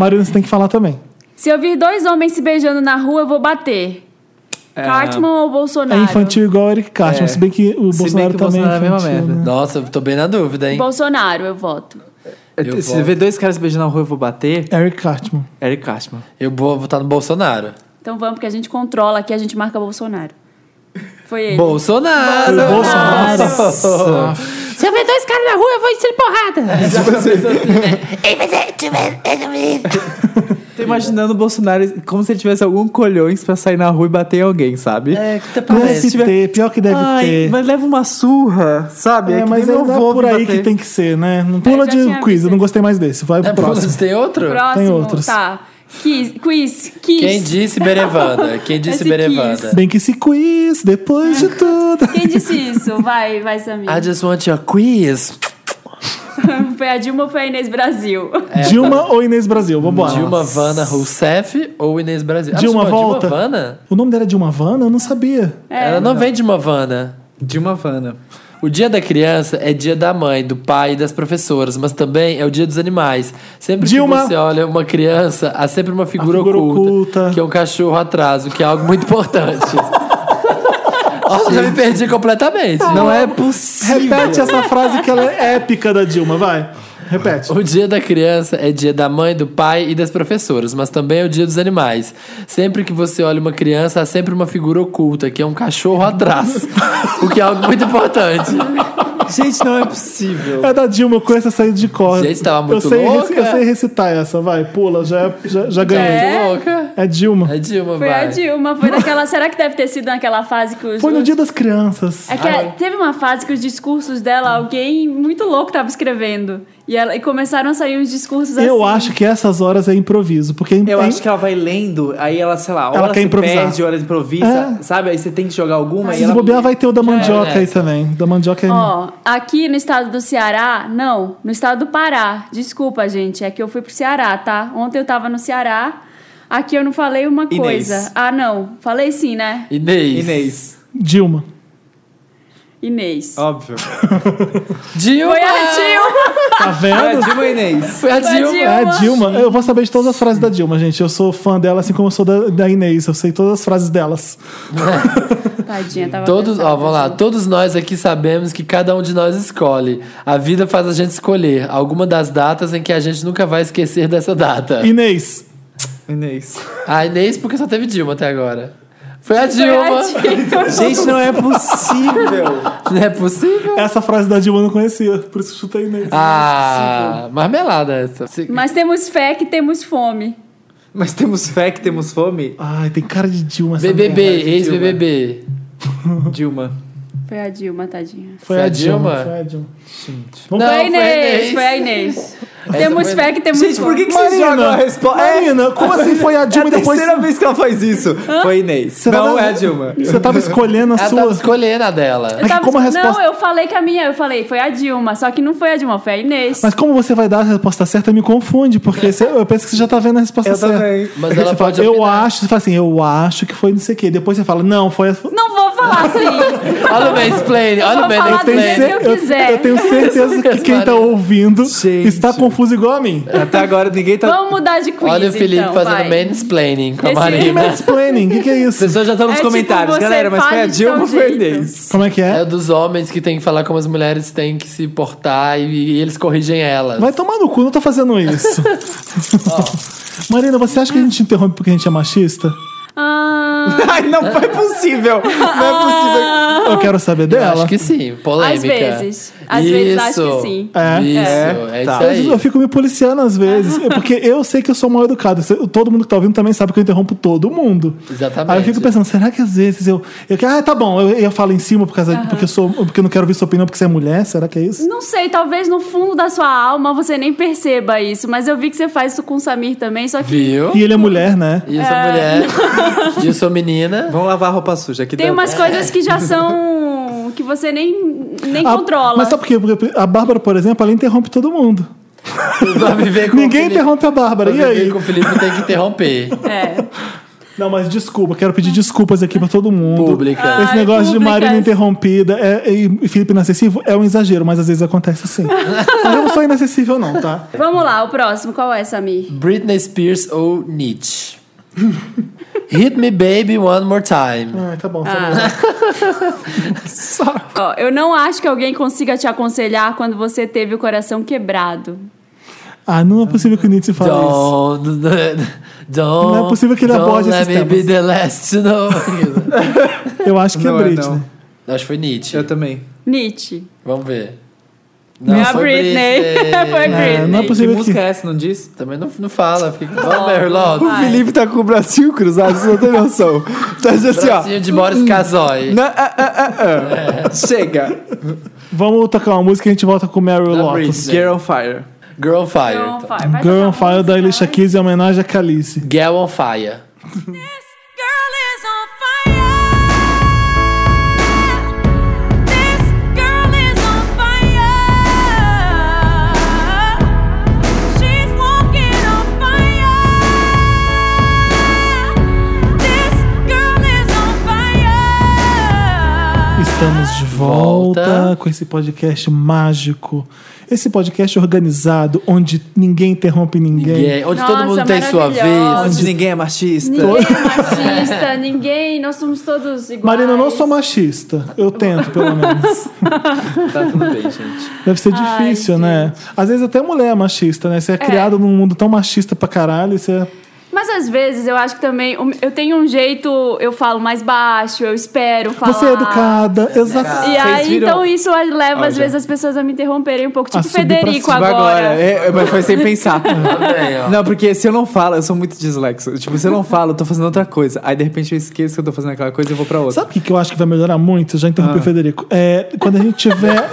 Speaker 1: Marina, você tem que falar também. É
Speaker 3: se eu vir dois homens se beijando na rua, eu vou bater.
Speaker 4: É.
Speaker 3: Cartman ou
Speaker 1: É
Speaker 3: Bolsonaro?
Speaker 1: infantil igual o Eric Cartman,
Speaker 4: É.
Speaker 1: se bem que o
Speaker 4: Se
Speaker 1: Bolsonaro
Speaker 4: bem que o
Speaker 1: também
Speaker 4: Bolsonaro é a
Speaker 1: é
Speaker 4: mesma
Speaker 1: infantil,
Speaker 4: merda.
Speaker 1: né?
Speaker 2: Nossa, eu tô bem na dúvida, hein?
Speaker 3: Bolsonaro, eu voto.
Speaker 2: Eu
Speaker 4: Se
Speaker 2: voto.
Speaker 4: ver dois caras beijando na rua, eu vou bater.
Speaker 1: né? Eric Cartman.
Speaker 4: Eric Cashman.
Speaker 2: Eu vou votar no Bolsonaro.
Speaker 3: Então vamos, porque a gente controla aqui, a gente marca Bolsonaro. Foi ele.
Speaker 2: Bolsonaro!
Speaker 1: Foi o Bolsonaro.
Speaker 2: Nossa.
Speaker 3: se eu ver dois caras na rua, eu vou encher porrada.
Speaker 4: Tô imaginando o Bolsonaro como se ele tivesse algum colhões pra sair na rua e bater em alguém, sabe?
Speaker 2: É, que tá
Speaker 1: Deve
Speaker 2: parece.
Speaker 1: ter, pior que deve
Speaker 4: Ai,
Speaker 1: ter.
Speaker 4: mas leva uma surra, sabe?
Speaker 1: É,
Speaker 4: que
Speaker 1: mas
Speaker 4: nem
Speaker 1: é
Speaker 4: meu avô
Speaker 1: por
Speaker 4: me
Speaker 1: aí
Speaker 4: bater.
Speaker 1: que tem que ser, né? Não pula
Speaker 3: É, Eu já
Speaker 1: de
Speaker 3: tinha
Speaker 1: quiz,
Speaker 3: visto.
Speaker 1: eu não gostei mais desse. Vai pro
Speaker 2: É,
Speaker 1: próximo.
Speaker 2: Bolsonaro, tem outro?
Speaker 3: Próximo,
Speaker 1: Tem outros.
Speaker 3: tá. Quiz, quiz, quiz.
Speaker 2: Quem disse Berevanda? Quem disse
Speaker 3: Esse
Speaker 2: Berevanda?
Speaker 1: Bem que esse quiz, depois
Speaker 3: É.
Speaker 1: de tudo.
Speaker 3: Quem disse isso? Vai, vai, Samir.
Speaker 2: I just want your quiz.
Speaker 3: Foi a Dilma ou foi a Inês Brasil?
Speaker 1: Dilma ou Inês Brasil? Vambora.
Speaker 2: Dilma Vana Rousseff ou Inês Brasil? Ah,
Speaker 1: Dilma
Speaker 2: chama
Speaker 1: volta.
Speaker 2: Dilma Vana?
Speaker 1: O nome dela é Dilma Vana? Eu não sabia.
Speaker 2: Ela não vem Dilma Vana.
Speaker 4: Dilma
Speaker 1: né?
Speaker 4: Vana.
Speaker 2: né? O dia da criança é dia da mãe, do pai e das professoras, mas também é o dia dos animais. Sempre
Speaker 1: Dilma.
Speaker 2: que você olha uma criança, há sempre uma figura,
Speaker 1: figura
Speaker 2: oculta,
Speaker 1: oculta.
Speaker 2: que é um cachorro atrás, o que é algo muito importante. Nossa, já me perdi completamente.
Speaker 4: Não é possível.
Speaker 1: Repete essa frase que ela é épica da Dilma, vai. Repete.
Speaker 2: O dia da criança é dia da mãe, do pai e das professoras, mas também é o dia dos animais. Sempre que você olha uma criança, há sempre uma figura oculta, que é um cachorro atrás, o que é algo muito importante.
Speaker 4: Gente, não é possível.
Speaker 1: É da Dilma, eu conheço essa aí de cor.
Speaker 2: Gente, tava muito
Speaker 1: eu sei,
Speaker 2: louca.
Speaker 1: eu sei recitar essa, vai, pula, já, já, já ganhei.
Speaker 2: Muito louca.
Speaker 1: É Dilma.
Speaker 2: É Dilma,
Speaker 3: Foi
Speaker 2: vai.
Speaker 3: a Dilma, foi naquela. Será que deve ter sido naquela fase que os.
Speaker 1: Foi no dia das crianças.
Speaker 3: É que teve uma fase que os discursos dela, alguém muito louco tava escrevendo. E, ela, e começaram a sair uns discursos assim.
Speaker 1: Eu acho que essas horas é improviso, porque
Speaker 4: Eu acho que ela vai lendo, aí ela, sei lá,
Speaker 1: Ela
Speaker 4: ela
Speaker 1: quer
Speaker 4: se
Speaker 1: improvisar. É.
Speaker 4: perde, ela improvisa, sabe? Aí você tem que jogar alguma é e
Speaker 1: se
Speaker 4: ela...
Speaker 1: bobear vai ter o da mandioca aí
Speaker 2: nessa.
Speaker 1: também. Da mandioca é...
Speaker 3: Ó, aqui no estado do Ceará, não, no estado do Pará. Desculpa, gente, é que eu fui pro Ceará, tá? Ontem eu tava no Ceará. Aqui eu não falei uma
Speaker 4: Inês.
Speaker 3: coisa. Ah, não. Falei sim, né?
Speaker 2: Inês.
Speaker 4: Inês.
Speaker 1: Dilma.
Speaker 3: Inês.
Speaker 4: Óbvio.
Speaker 2: Dilma.
Speaker 3: Foi a Dilma.
Speaker 1: Tá
Speaker 4: É,
Speaker 1: vendo?
Speaker 4: Dilma Inês.
Speaker 2: Foi a
Speaker 1: É
Speaker 2: Dilma.
Speaker 1: a Dilma. Eu vou saber de todas as frases da Dilma, gente. Eu sou fã dela, assim como eu sou da, da Inês. Eu sei todas as frases delas.
Speaker 3: Tadinha, tava
Speaker 2: Todos,
Speaker 3: pensando,
Speaker 2: ó, vamos lá.
Speaker 3: gente.
Speaker 2: Todos nós aqui sabemos que cada um de nós escolhe. A vida faz a gente escolher alguma das datas em que a gente nunca vai esquecer dessa data.
Speaker 1: Inês,
Speaker 4: Inês.
Speaker 2: A Inês, porque só teve Dilma até agora. Foi a
Speaker 3: Foi
Speaker 2: Dilma.
Speaker 3: a Dilma.
Speaker 4: Gente, não é possível.
Speaker 2: Não é possível.
Speaker 1: essa frase da Dilma eu não conhecia, por isso chutei Inês.
Speaker 2: Ah, marmelada essa. Se-
Speaker 3: Mas temos fé que temos fome.
Speaker 4: Mas temos fé que temos fome?
Speaker 1: Ai, tem cara de Dilma essa
Speaker 2: BBB,
Speaker 1: merda.
Speaker 2: ex-BBB.
Speaker 4: Dilma.
Speaker 3: Foi a Dilma, tadinha.
Speaker 1: Foi a Dilma. Foi a Dilma. Vamos
Speaker 2: Não,
Speaker 3: foi
Speaker 2: foi
Speaker 3: a
Speaker 2: a
Speaker 3: Inês,
Speaker 2: Inês.
Speaker 3: foi a Inês.
Speaker 2: Essa
Speaker 3: temos
Speaker 2: foi-
Speaker 3: fé que temos
Speaker 4: Gente,
Speaker 3: fome.
Speaker 4: por que, que vocês jogam a É,
Speaker 1: Marina,
Speaker 4: resposta?
Speaker 1: Marina, como assim foi a
Speaker 4: É
Speaker 1: Dilma
Speaker 4: a
Speaker 1: e depois...
Speaker 4: terceira vez que ela faz isso. Foi Inês.
Speaker 1: Você
Speaker 4: não
Speaker 1: tava-
Speaker 4: é a Dilma.
Speaker 1: Você tava escolhendo a
Speaker 2: Ela
Speaker 1: sua...
Speaker 2: tava escolhendo a dela.
Speaker 1: Mas como a
Speaker 3: Não,
Speaker 1: resposta-
Speaker 3: eu falei que a minha, eu falei, foi a Dilma, só que não foi a Dilma, foi a Inês.
Speaker 1: Mas como você vai dar a resposta certa me confunde, porque você- eu penso que você já tá vendo a resposta
Speaker 4: Eu
Speaker 1: certa.
Speaker 4: também.
Speaker 2: Mas
Speaker 1: Você
Speaker 2: ela
Speaker 1: fala,
Speaker 2: pode
Speaker 1: eu
Speaker 2: opinar."
Speaker 1: acho, você fala assim, eu acho que foi não sei o quê. Depois você fala, não, foi a.
Speaker 3: Não vou falar assim.
Speaker 2: Olha o mansplaining, olha o
Speaker 3: vou falar
Speaker 1: Tenho
Speaker 3: dele.
Speaker 2: mansplaining.
Speaker 3: eu quiser.
Speaker 1: eu tenho certeza que quem tá ouvindo
Speaker 4: Gente.
Speaker 1: está confuso igual a mim.
Speaker 4: Até agora ninguém tá.
Speaker 3: Vamos mudar de quiz,
Speaker 2: Olha o Felipe
Speaker 3: então,
Speaker 2: fazendo
Speaker 3: vai.
Speaker 2: mansplaining com a
Speaker 3: Esse-
Speaker 1: E
Speaker 2: Marina. As
Speaker 1: mansplaining, o que, que é isso?
Speaker 4: pessoas já estão nos
Speaker 3: É tipo,
Speaker 4: comentários,
Speaker 3: você
Speaker 4: galera. Mas
Speaker 3: fale
Speaker 4: foi a
Speaker 3: de
Speaker 4: Dilma
Speaker 3: tal
Speaker 4: ou foi a
Speaker 3: jeito.
Speaker 4: Inês?
Speaker 1: Como é que é?
Speaker 2: É dos homens que tem que falar como as mulheres têm que se portar e, e eles corrigem elas.
Speaker 1: Vai tomar no cu, não tô fazendo isso. Marina, você acha que a gente interrompe porque a gente é machista?
Speaker 3: Ah,
Speaker 4: Ai, não foi possível. Não é possível.
Speaker 1: Eu quero saber
Speaker 2: Eu
Speaker 1: dela.
Speaker 2: Acho que sim, polêmica.
Speaker 3: às vezes. Às vezes acho que sim.
Speaker 1: É.
Speaker 2: Isso, é,
Speaker 4: É, tá.
Speaker 1: Às vezes
Speaker 2: isso
Speaker 1: Eu
Speaker 2: aí.
Speaker 1: fico me policiando às vezes, é porque eu sei que eu sou mal educado. Cê- Todo mundo que tá ouvindo também sabe que eu interrompo todo mundo.
Speaker 2: Exatamente.
Speaker 1: Aí eu fico pensando, será que às vezes eu. eu ah, tá bom, eu, eu falo em cima por causa, porque, eu sou, porque eu não quero ouvir sua opinião porque você é mulher? Será que é isso?
Speaker 3: Não sei, talvez no fundo da sua alma você nem perceba isso, mas eu vi que você faz isso com o Samir também, só que
Speaker 2: Viu?
Speaker 1: E ele é mulher, né?
Speaker 2: E eu sou mulher. e eu sou menina.
Speaker 4: Vamos lavar a roupa suja aqui
Speaker 3: tem
Speaker 4: deu-
Speaker 3: umas coisas que já são que você nem, nem
Speaker 4: Ah,
Speaker 1: A-
Speaker 3: controla.
Speaker 1: Mas sabe por quê? Porque a Bárbara, por exemplo, ela interrompe todo mundo.
Speaker 2: Pra viver com o
Speaker 1: Ninguém
Speaker 2: Felipe-
Speaker 1: interrompe a Bárbara.
Speaker 2: pra
Speaker 1: E
Speaker 2: viver
Speaker 1: aí?
Speaker 2: com o Felipe tem que interromper.
Speaker 3: É.
Speaker 1: Não, mas desculpa, quero pedir desculpas aqui pra todo mundo.
Speaker 2: Pública.
Speaker 1: Esse
Speaker 3: Ai,
Speaker 1: negócio de
Speaker 3: públicas.
Speaker 1: Marina interrompida é- e Felipe inacessível é um exagero, mas às vezes acontece assim. mas eu não sou inacessível, não, tá?
Speaker 3: Vamos lá, o próximo, qual é, Samir?
Speaker 2: Britney Spears ou Nietzsche? Hit me baby one more time.
Speaker 1: Ah, tá bom, tá
Speaker 3: Ó, eu não acho que alguém consiga te aconselhar quando você teve o coração quebrado.
Speaker 1: bom. Ah, não é possível que o Nietzsche fale isso.
Speaker 2: Don't, don't,
Speaker 1: Não é possível que ele
Speaker 2: don't
Speaker 1: aborde
Speaker 2: let
Speaker 1: esses
Speaker 2: me
Speaker 1: temas.
Speaker 2: be the last to know.
Speaker 1: Eu acho que
Speaker 4: Não,
Speaker 1: é
Speaker 4: é,
Speaker 1: Britney.
Speaker 4: não.
Speaker 2: Acho que foi Nietzsche.
Speaker 4: Eu também.
Speaker 3: Nietzsche.
Speaker 2: Vamos ver. Não,
Speaker 3: é a
Speaker 2: foi
Speaker 3: Britney. foi a Britney.
Speaker 1: É, não é
Speaker 4: Que
Speaker 1: possível
Speaker 4: música
Speaker 1: que-
Speaker 4: é essa, não diz?
Speaker 2: Também não, não fala. Fica... Vamos, Mary Love.
Speaker 3: Ai.
Speaker 4: Felipe tá com o bracinho cruzado, você não tem noção. Tá assim, ó.
Speaker 2: Bracinho Um de Boris
Speaker 1: Hum.
Speaker 2: Casoy.
Speaker 4: Na- ah, ah, ah, ah. Chega.
Speaker 1: Vamos tocar uma música e a gente volta com Mary
Speaker 2: Da
Speaker 1: Lotus.
Speaker 2: Britney.
Speaker 4: Girl on Fire.
Speaker 2: Girl on Fire.
Speaker 3: Então,
Speaker 2: então.
Speaker 3: vai, vai
Speaker 1: Girl
Speaker 3: tocar
Speaker 1: on Fire da
Speaker 3: música,
Speaker 1: Alicia
Speaker 3: vai.
Speaker 1: Keys em homenagem a Calice.
Speaker 2: Girl on Fire.
Speaker 5: girl is on fire. This girl is on fire. She's walking on fire. This girl is on fire.
Speaker 1: Estamos de volta,
Speaker 2: Volta.
Speaker 1: com esse podcast mágico. Esse podcast organizado, onde ninguém interrompe ninguém.
Speaker 2: Gay, onde todo
Speaker 3: Nossa,
Speaker 2: mundo tem sua
Speaker 3: maravilhosa.
Speaker 2: vez.
Speaker 4: Onde ninguém é machista.
Speaker 3: Ninguém é machista, ninguém, nós somos todos iguais.
Speaker 1: Marina, eu não sou machista. Eu tento, pelo menos.
Speaker 2: Tá tudo bem, gente.
Speaker 1: Deve ser
Speaker 3: Ai,
Speaker 1: difícil, né? Às vezes até mulher é machista, né? Você é, criado num mundo tão machista pra caralho, você é...
Speaker 3: Mas às vezes eu acho que também o- eu tenho um jeito, eu falo mais baixo, eu espero falar.
Speaker 1: Você é educada,
Speaker 3: Né?
Speaker 1: exato.
Speaker 3: E
Speaker 4: Vocês
Speaker 3: aí,
Speaker 4: viram?
Speaker 3: então isso leva
Speaker 4: Ó,
Speaker 3: às
Speaker 4: já.
Speaker 3: vezes as pessoas a me interromperem um pouco,
Speaker 1: A
Speaker 3: tipo
Speaker 1: subir pra
Speaker 3: Federico
Speaker 1: cima
Speaker 4: Vai
Speaker 3: agora.
Speaker 4: É, é, mas foi sem pensar.
Speaker 2: Também, ó.
Speaker 4: Não, porque se eu não falo, eu sou muito dislexo. Tipo, se eu não falo, eu tô fazendo outra coisa. Aí, de repente, eu esqueço que eu tô fazendo aquela coisa e eu vou pra outra.
Speaker 1: Sabe o que, que eu acho que vai melhorar muito? Já
Speaker 4: Ah.
Speaker 1: interrompi o Federico. É, quando a gente tiver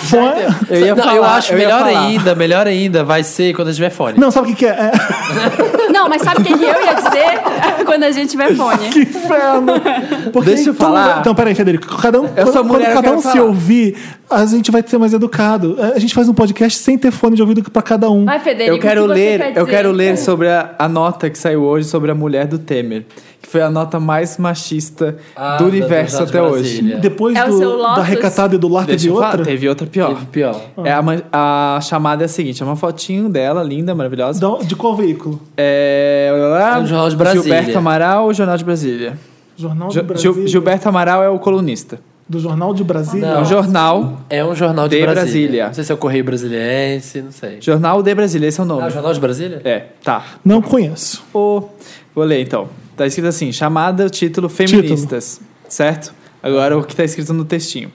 Speaker 1: fone.
Speaker 4: Eu ia
Speaker 2: Não,
Speaker 4: falar,
Speaker 2: eu acho
Speaker 4: eu ia
Speaker 2: melhor
Speaker 4: falar.
Speaker 2: ainda, melhor ainda vai ser quando eu tiver fone.
Speaker 1: Não, sabe o que, que é? É,
Speaker 3: Não, mas sabe o que que eu ia dizer quando a gente tiver fone?
Speaker 1: É, que inferno! Porque
Speaker 4: Deixa eu
Speaker 1: então-
Speaker 4: falar.
Speaker 1: Então, peraí, Federico. Cada um,
Speaker 4: Eu sou
Speaker 1: quando
Speaker 4: mulher, eu
Speaker 1: cada
Speaker 4: quero
Speaker 1: um se
Speaker 4: falar.
Speaker 1: ouvir, a gente vai ser mais educado. A gente faz um podcast sem ter fone de ouvido pra cada um.
Speaker 3: Vai, Federico.
Speaker 4: Eu quero
Speaker 3: o que você
Speaker 4: ler,
Speaker 3: quer
Speaker 4: eu
Speaker 3: dizer?
Speaker 4: quero ler sobre a, a nota que saiu hoje sobre a mulher do Temer, que foi a nota mais machista
Speaker 2: Ah,
Speaker 4: do
Speaker 2: da-
Speaker 4: universo
Speaker 2: da-
Speaker 4: até
Speaker 2: de
Speaker 4: hoje.
Speaker 2: Brasília.
Speaker 1: Depois
Speaker 3: É o
Speaker 1: do-
Speaker 3: seu Lotus?
Speaker 1: da recatada e do lar,
Speaker 4: Deixa
Speaker 1: teve
Speaker 4: eu falar,
Speaker 1: outra.
Speaker 4: teve outra pior.
Speaker 2: Teve pior.
Speaker 4: É a, ma- a chamada é a seguinte: é uma fotinho dela, linda, maravilhosa.
Speaker 1: Da- De qual veículo?
Speaker 4: É, olha lá,
Speaker 2: É o Jornal de Brasília.
Speaker 4: Gilberto Amaral ou Jornal de Brasília?
Speaker 1: Jornal
Speaker 4: Gil-
Speaker 1: de Brasília.
Speaker 4: Gil- Gilberto Amaral é o colunista.
Speaker 1: Do Jornal de Brasília.
Speaker 4: É
Speaker 2: Não.
Speaker 4: um jornal.
Speaker 2: É um jornal de,
Speaker 4: De
Speaker 2: Brasília.
Speaker 4: Brasília.
Speaker 2: Não sei se é o Correio Brasiliense, não sei.
Speaker 4: Jornal de Brasília, esse é o
Speaker 2: Ah,
Speaker 4: nome.
Speaker 2: o Jornal de Brasília?
Speaker 4: É, tá.
Speaker 1: Não conheço.
Speaker 4: Ô, vou ler então. Tá escrito assim: chamada, título feministas. Certo? Agora o que tá escrito no textinho.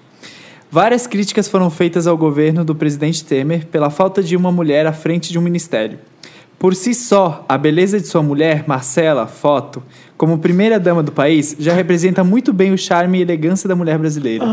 Speaker 4: Várias críticas foram feitas ao governo do presidente Temer pela falta de uma mulher à frente de um ministério. Por si só, a beleza de sua mulher, Marcela, foto, como primeira-dama do país, já representa muito bem o charme e elegância da mulher brasileira.
Speaker 3: Ah,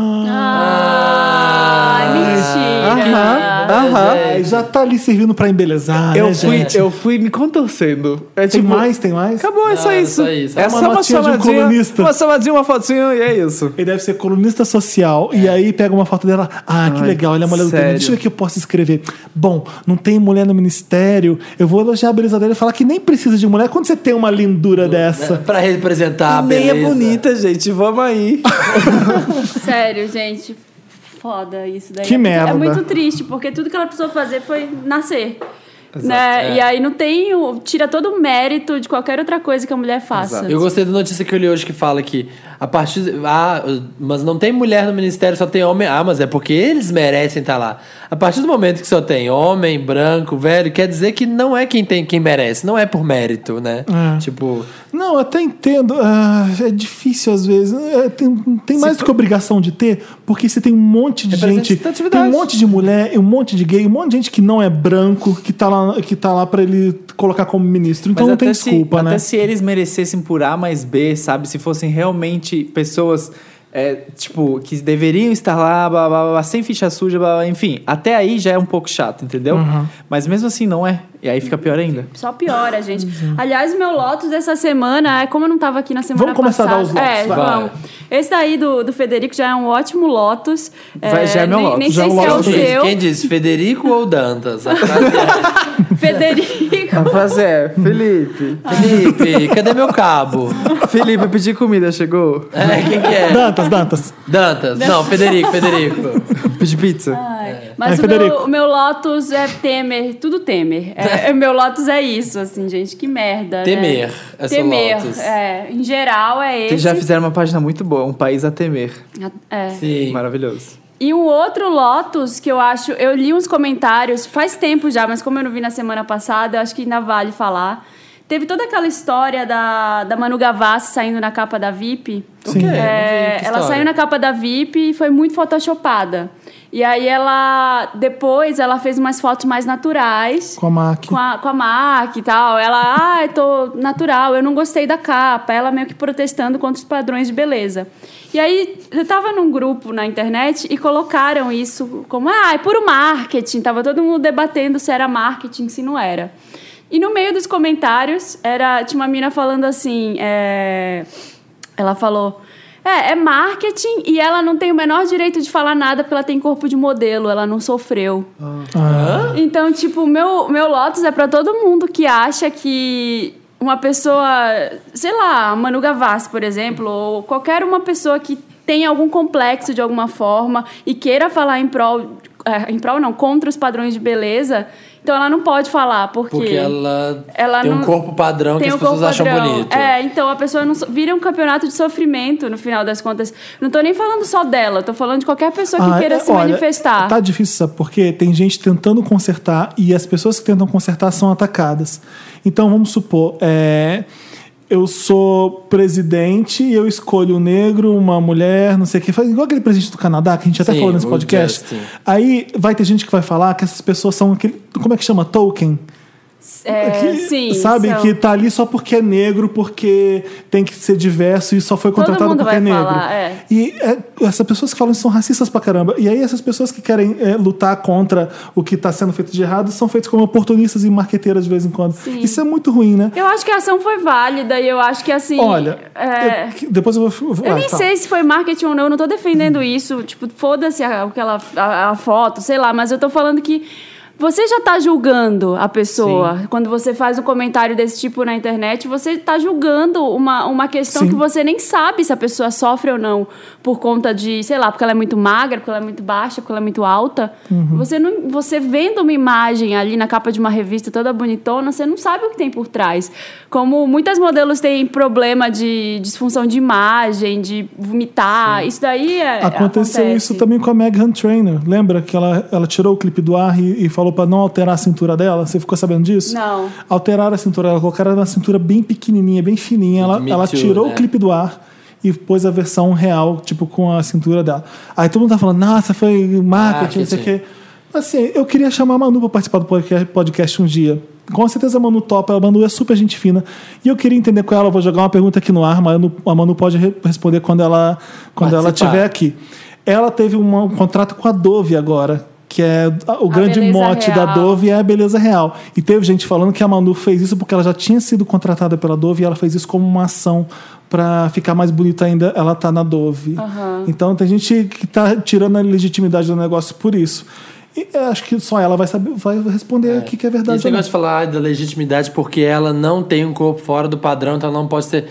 Speaker 3: mentira.
Speaker 4: Aham, aham.
Speaker 1: Ai, já tá ali servindo pra embelezar, né,
Speaker 4: é. Eu fui,
Speaker 1: gente?
Speaker 4: eu fui me contorcendo. É
Speaker 1: Tem
Speaker 4: tipo,
Speaker 1: mais? Tem mais?
Speaker 4: Acabou, é só
Speaker 2: Não, é
Speaker 4: isso.
Speaker 2: só isso.
Speaker 4: É
Speaker 2: É
Speaker 1: uma
Speaker 4: só uma
Speaker 1: notinha de um
Speaker 4: chamadinha.
Speaker 1: colunista.
Speaker 4: uma chamadinha, uma fotinha e é isso.
Speaker 1: Ele deve ser colunista social. E aí pega uma foto dela. Ah, que
Speaker 4: Ai,
Speaker 1: legal, ela é mulher do
Speaker 4: sério.
Speaker 1: Temer. Deixa eu ver o que eu posso escrever. Bom, não tem mulher no ministério. Eu vou elogiar a beleza dela e falar que nem precisa de mulher quando você tem uma lindura
Speaker 4: né?
Speaker 1: dessa.
Speaker 2: Pra representar a
Speaker 4: Nem
Speaker 2: Ah, beleza.
Speaker 4: é bonita, gente. Vamos aí.
Speaker 3: Sério, gente. Foda isso daí.
Speaker 1: Que
Speaker 3: é, muito-
Speaker 1: merda.
Speaker 3: É muito triste, porque tudo que ela precisou fazer foi nascer.
Speaker 4: é.
Speaker 3: Né? E aí não tem. o- Tira todo o mérito de qualquer outra coisa que a mulher faça.
Speaker 2: Eu gostei da notícia que eu li hoje que fala que a partir. Ah, mas não tem mulher no ministério, só tem homem. Ah, mas é porque eles merecem estar lá. A partir do momento que só tem homem, branco, velho, quer dizer que não é quem tem quem merece, não é por mérito, né?
Speaker 4: É.
Speaker 2: Tipo,
Speaker 1: Não, até entendo. Ah, é difícil às vezes. É, tem tem mais do que obrigação de ter, porque você tem um monte de gente. Tem
Speaker 4: Representatividade.
Speaker 1: um monte de mulher, e um monte de gay, um monte de gente que não é branco, que tá lá, que tá lá pra ele colocar como ministro. Então não tem desculpa,
Speaker 4: se,
Speaker 1: né?
Speaker 4: Até se eles merecessem por A mais B, sabe? Se fossem realmente pessoas. é, tipo, que deveriam estar lá, blá, blá, blá, blá, sem ficha suja, blá, blá, enfim. Até aí já é um pouco chato, entendeu?
Speaker 1: Uhum.
Speaker 4: Mas mesmo assim não é. E aí fica pior ainda.
Speaker 3: Só piora, gente. Aliás, meu Lotus dessa semana, é como eu não tava aqui na semana
Speaker 1: Vamos começar a
Speaker 3: passada.
Speaker 1: dar os Lotus,
Speaker 3: é,
Speaker 1: vai.
Speaker 3: vamos. Esse daí do, do Federico já é um ótimo Lotus.
Speaker 4: Vai, já é meu
Speaker 3: nem,
Speaker 4: Lotus,
Speaker 3: Nem
Speaker 4: já
Speaker 3: sei
Speaker 4: é um
Speaker 3: se é o
Speaker 4: Lotus.
Speaker 2: quem,
Speaker 3: seu.
Speaker 2: quem disse? Federico ou Dantas? A frase
Speaker 3: Federico.
Speaker 4: Mas é, Felipe.
Speaker 2: é, Felipe, cadê meu cabo?
Speaker 4: Felipe, pedir comida, chegou?
Speaker 2: É, quem que é?
Speaker 1: Dantas, Dantas.
Speaker 2: Dantas. Não, Federico, Federico.
Speaker 4: Pedir
Speaker 2: Ah,
Speaker 4: pizza.
Speaker 1: Vai,
Speaker 3: Mas
Speaker 2: É,
Speaker 3: o,
Speaker 1: Federico.
Speaker 3: meu, o meu Lotus é Temer, tudo Temer. É, é, meu Lotus é isso, assim, gente, que merda.
Speaker 2: Temer
Speaker 3: né?
Speaker 2: é seu
Speaker 3: Temer,
Speaker 2: Lotus.
Speaker 3: é. Em geral é esse.
Speaker 4: Eles já fizeram uma página muito boa, um país a temer.
Speaker 3: É.
Speaker 2: Sim.
Speaker 4: Maravilhoso.
Speaker 3: E um outro Lotus que eu acho, eu li uns comentários faz tempo já, mas como eu não vi na semana passada, eu acho que ainda vale falar. Teve toda aquela história da, da Manu Gavassi saindo na capa da VIP.
Speaker 1: Sim.
Speaker 2: É, não vi, que
Speaker 3: É, ela
Speaker 2: história.
Speaker 3: saiu na capa da VIP e foi muito photoshopada. E aí ela depois ela fez umas fotos mais naturais
Speaker 1: Com a Mac.
Speaker 3: com a, com a Mac e tal. Ela, ah, eu tô natural, eu não gostei da capa. Ela meio que protestando contra os padrões de beleza. E aí, eu tava num grupo na internet e colocaram isso como, ah, é puro marketing. Tava todo mundo debatendo se era marketing, se não era. E no meio dos comentários, era, tinha uma mina falando assim, é, ela falou. É, é marketing e ela não tem o menor direito de falar nada porque ela tem corpo de modelo, ela não sofreu.
Speaker 1: Ah,
Speaker 3: Então, tipo, meu, meu Lotus é pra todo mundo que acha que uma pessoa, sei lá, a Manu Gavassi, por exemplo, ou qualquer uma pessoa que tem algum complexo de alguma forma e queira falar em prol, eh, em prol não, contra os padrões de beleza, então ela não pode falar, porque...
Speaker 2: Porque ela,
Speaker 3: Ela
Speaker 2: tem um
Speaker 3: não-
Speaker 2: corpo padrão que
Speaker 3: Tem
Speaker 2: as
Speaker 3: o
Speaker 2: pessoas
Speaker 3: corpo
Speaker 2: acham
Speaker 3: padrão.
Speaker 2: bonito.
Speaker 3: É, então a pessoa não so- vira um campeonato de sofrimento no final das contas. Não tô nem falando só dela, eu tô falando de qualquer pessoa que
Speaker 1: Ah,
Speaker 3: queira
Speaker 1: é,
Speaker 3: se
Speaker 1: olha,
Speaker 3: manifestar.
Speaker 1: Tá difícil, sabe? Porque tem gente tentando consertar e as pessoas que tentam consertar são atacadas. Então vamos supor, é, eu sou presidente e eu escolho um negro, uma mulher, não sei o que. Igual aquele presidente do Canadá, que a gente até
Speaker 2: Sim,
Speaker 1: falou nesse
Speaker 2: o
Speaker 1: podcast.
Speaker 2: Justin.
Speaker 1: Aí vai ter gente que vai falar que essas pessoas são aquele. Como é que chama? Token?
Speaker 3: É,
Speaker 1: que,
Speaker 3: sim. um
Speaker 1: sabe,
Speaker 3: são.
Speaker 1: que tá ali só porque é negro, porque tem que ser diverso e só foi contratado
Speaker 3: mundo
Speaker 1: porque
Speaker 3: vai
Speaker 1: é negro.
Speaker 3: falar, é.
Speaker 1: E é, essas pessoas que falam isso são racistas pra caramba. E aí essas pessoas que querem é, lutar contra o que tá sendo feito de errado são feitas como oportunistas e marqueteiras de vez em quando. Isso é muito ruim, né?
Speaker 3: Eu acho que a ação foi válida e eu acho que assim.
Speaker 1: Olha,
Speaker 3: é,
Speaker 1: eu- que- depois eu Ah, tá. vou.
Speaker 3: Eu nem sei se foi marketing ou não, eu não tô defendendo isso. Tipo, foda-se a- aquela a, a foto, sei lá, mas eu tô falando que você já tá julgando a pessoa. Quando você faz um comentário desse tipo na internet, você tá julgando uma, uma questão
Speaker 1: Sim.
Speaker 3: que você nem sabe se a pessoa sofre ou não por conta de, sei lá, porque ela é muito magra, porque ela é muito baixa, porque ela é muito alta.
Speaker 1: Uhum.
Speaker 3: Você não você vendo uma imagem ali na capa de uma revista toda bonitona, você não sabe o que tem por trás. Como muitas modelos têm problema de disfunção de imagem, de vomitar, isso daí é,
Speaker 1: Aconteceu
Speaker 3: acontece.
Speaker 1: isso também com a Meghan Trainor. Lembra que ela, ela tirou o clipe do ar e, e falou pra não alterar a cintura dela? Você ficou sabendo disso?
Speaker 3: Não.
Speaker 1: Alteraram a cintura, ela colocaram uma cintura bem pequenininha, bem fininha. Ela,
Speaker 2: Me
Speaker 1: ela
Speaker 2: Too,
Speaker 1: tirou
Speaker 2: né?
Speaker 1: o clipe do ar e pôs a versão real, tipo, com a cintura dela. Aí todo mundo tá falando, nossa, foi marketing, não sei o
Speaker 2: Marketing.
Speaker 1: quê. Assim, eu queria chamar a Manu pra participar do podca- podcast um dia. Com certeza a Manu topa, a Manu é super gente fina. E eu queria entender com ela, eu vou jogar uma pergunta aqui no ar, mas a Manu- a Manu pode re- responder quando ela, quando ela
Speaker 2: Participar.
Speaker 1: tiver aqui. Ela teve uma- um contrato com a Dove agora, que é a- o grande
Speaker 3: beleza
Speaker 1: mote da
Speaker 3: real.
Speaker 1: Dove é a beleza real. E teve gente falando que a Manu fez isso porque ela já tinha sido contratada pela Dove e ela fez isso como uma ação pra ficar mais bonita ainda. Ela tá na Dove. Então tem gente que tá tirando a legitimidade do negócio por isso. E eu acho que só ela vai saber, vai responder o que, que é
Speaker 2: E
Speaker 1: verdade.
Speaker 2: Esse
Speaker 1: ou não.
Speaker 2: negócio de falar da legitimidade porque ela não tem um corpo fora do padrão, então ela não pode ser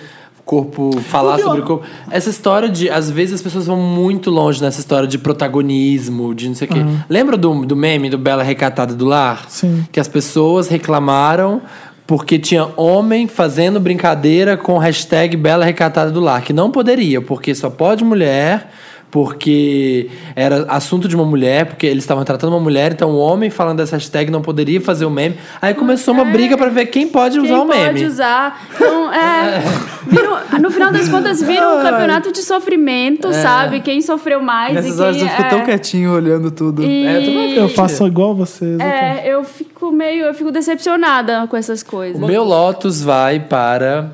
Speaker 2: corpo, falar
Speaker 1: Porque, ó,
Speaker 2: sobre o corpo. Essa história de, às vezes as pessoas vão muito longe nessa história de protagonismo, de não sei o quê.
Speaker 3: Uhum.
Speaker 2: Lembra do, do meme do Bela Recatada do Lar?
Speaker 1: Sim.
Speaker 2: Que as pessoas reclamaram porque tinha homem fazendo brincadeira com hashtag Bela Recatada do Lar, que não poderia, porque só pode mulher, porque era assunto de uma mulher, porque eles estavam tratando uma mulher, então o homem falando dessa hashtag não poderia fazer o meme. Aí começou uma briga pra ver quem pode
Speaker 3: Quem
Speaker 2: usar
Speaker 4: um
Speaker 2: o
Speaker 3: pode
Speaker 2: meme.
Speaker 3: usar. Então, é, vira um- no final das contas, vira um campeonato de sofrimento, sabe? Quem sofreu mais e
Speaker 4: É. Nessas
Speaker 3: quem.
Speaker 4: horas eu fico
Speaker 3: é.
Speaker 4: tão quietinho olhando tudo.
Speaker 3: E-
Speaker 2: É, tu vai-
Speaker 1: Eu faço igual vocês.
Speaker 3: É, eu fico meio, eu fico decepcionada com essas coisas.
Speaker 2: O meu Lotus vai para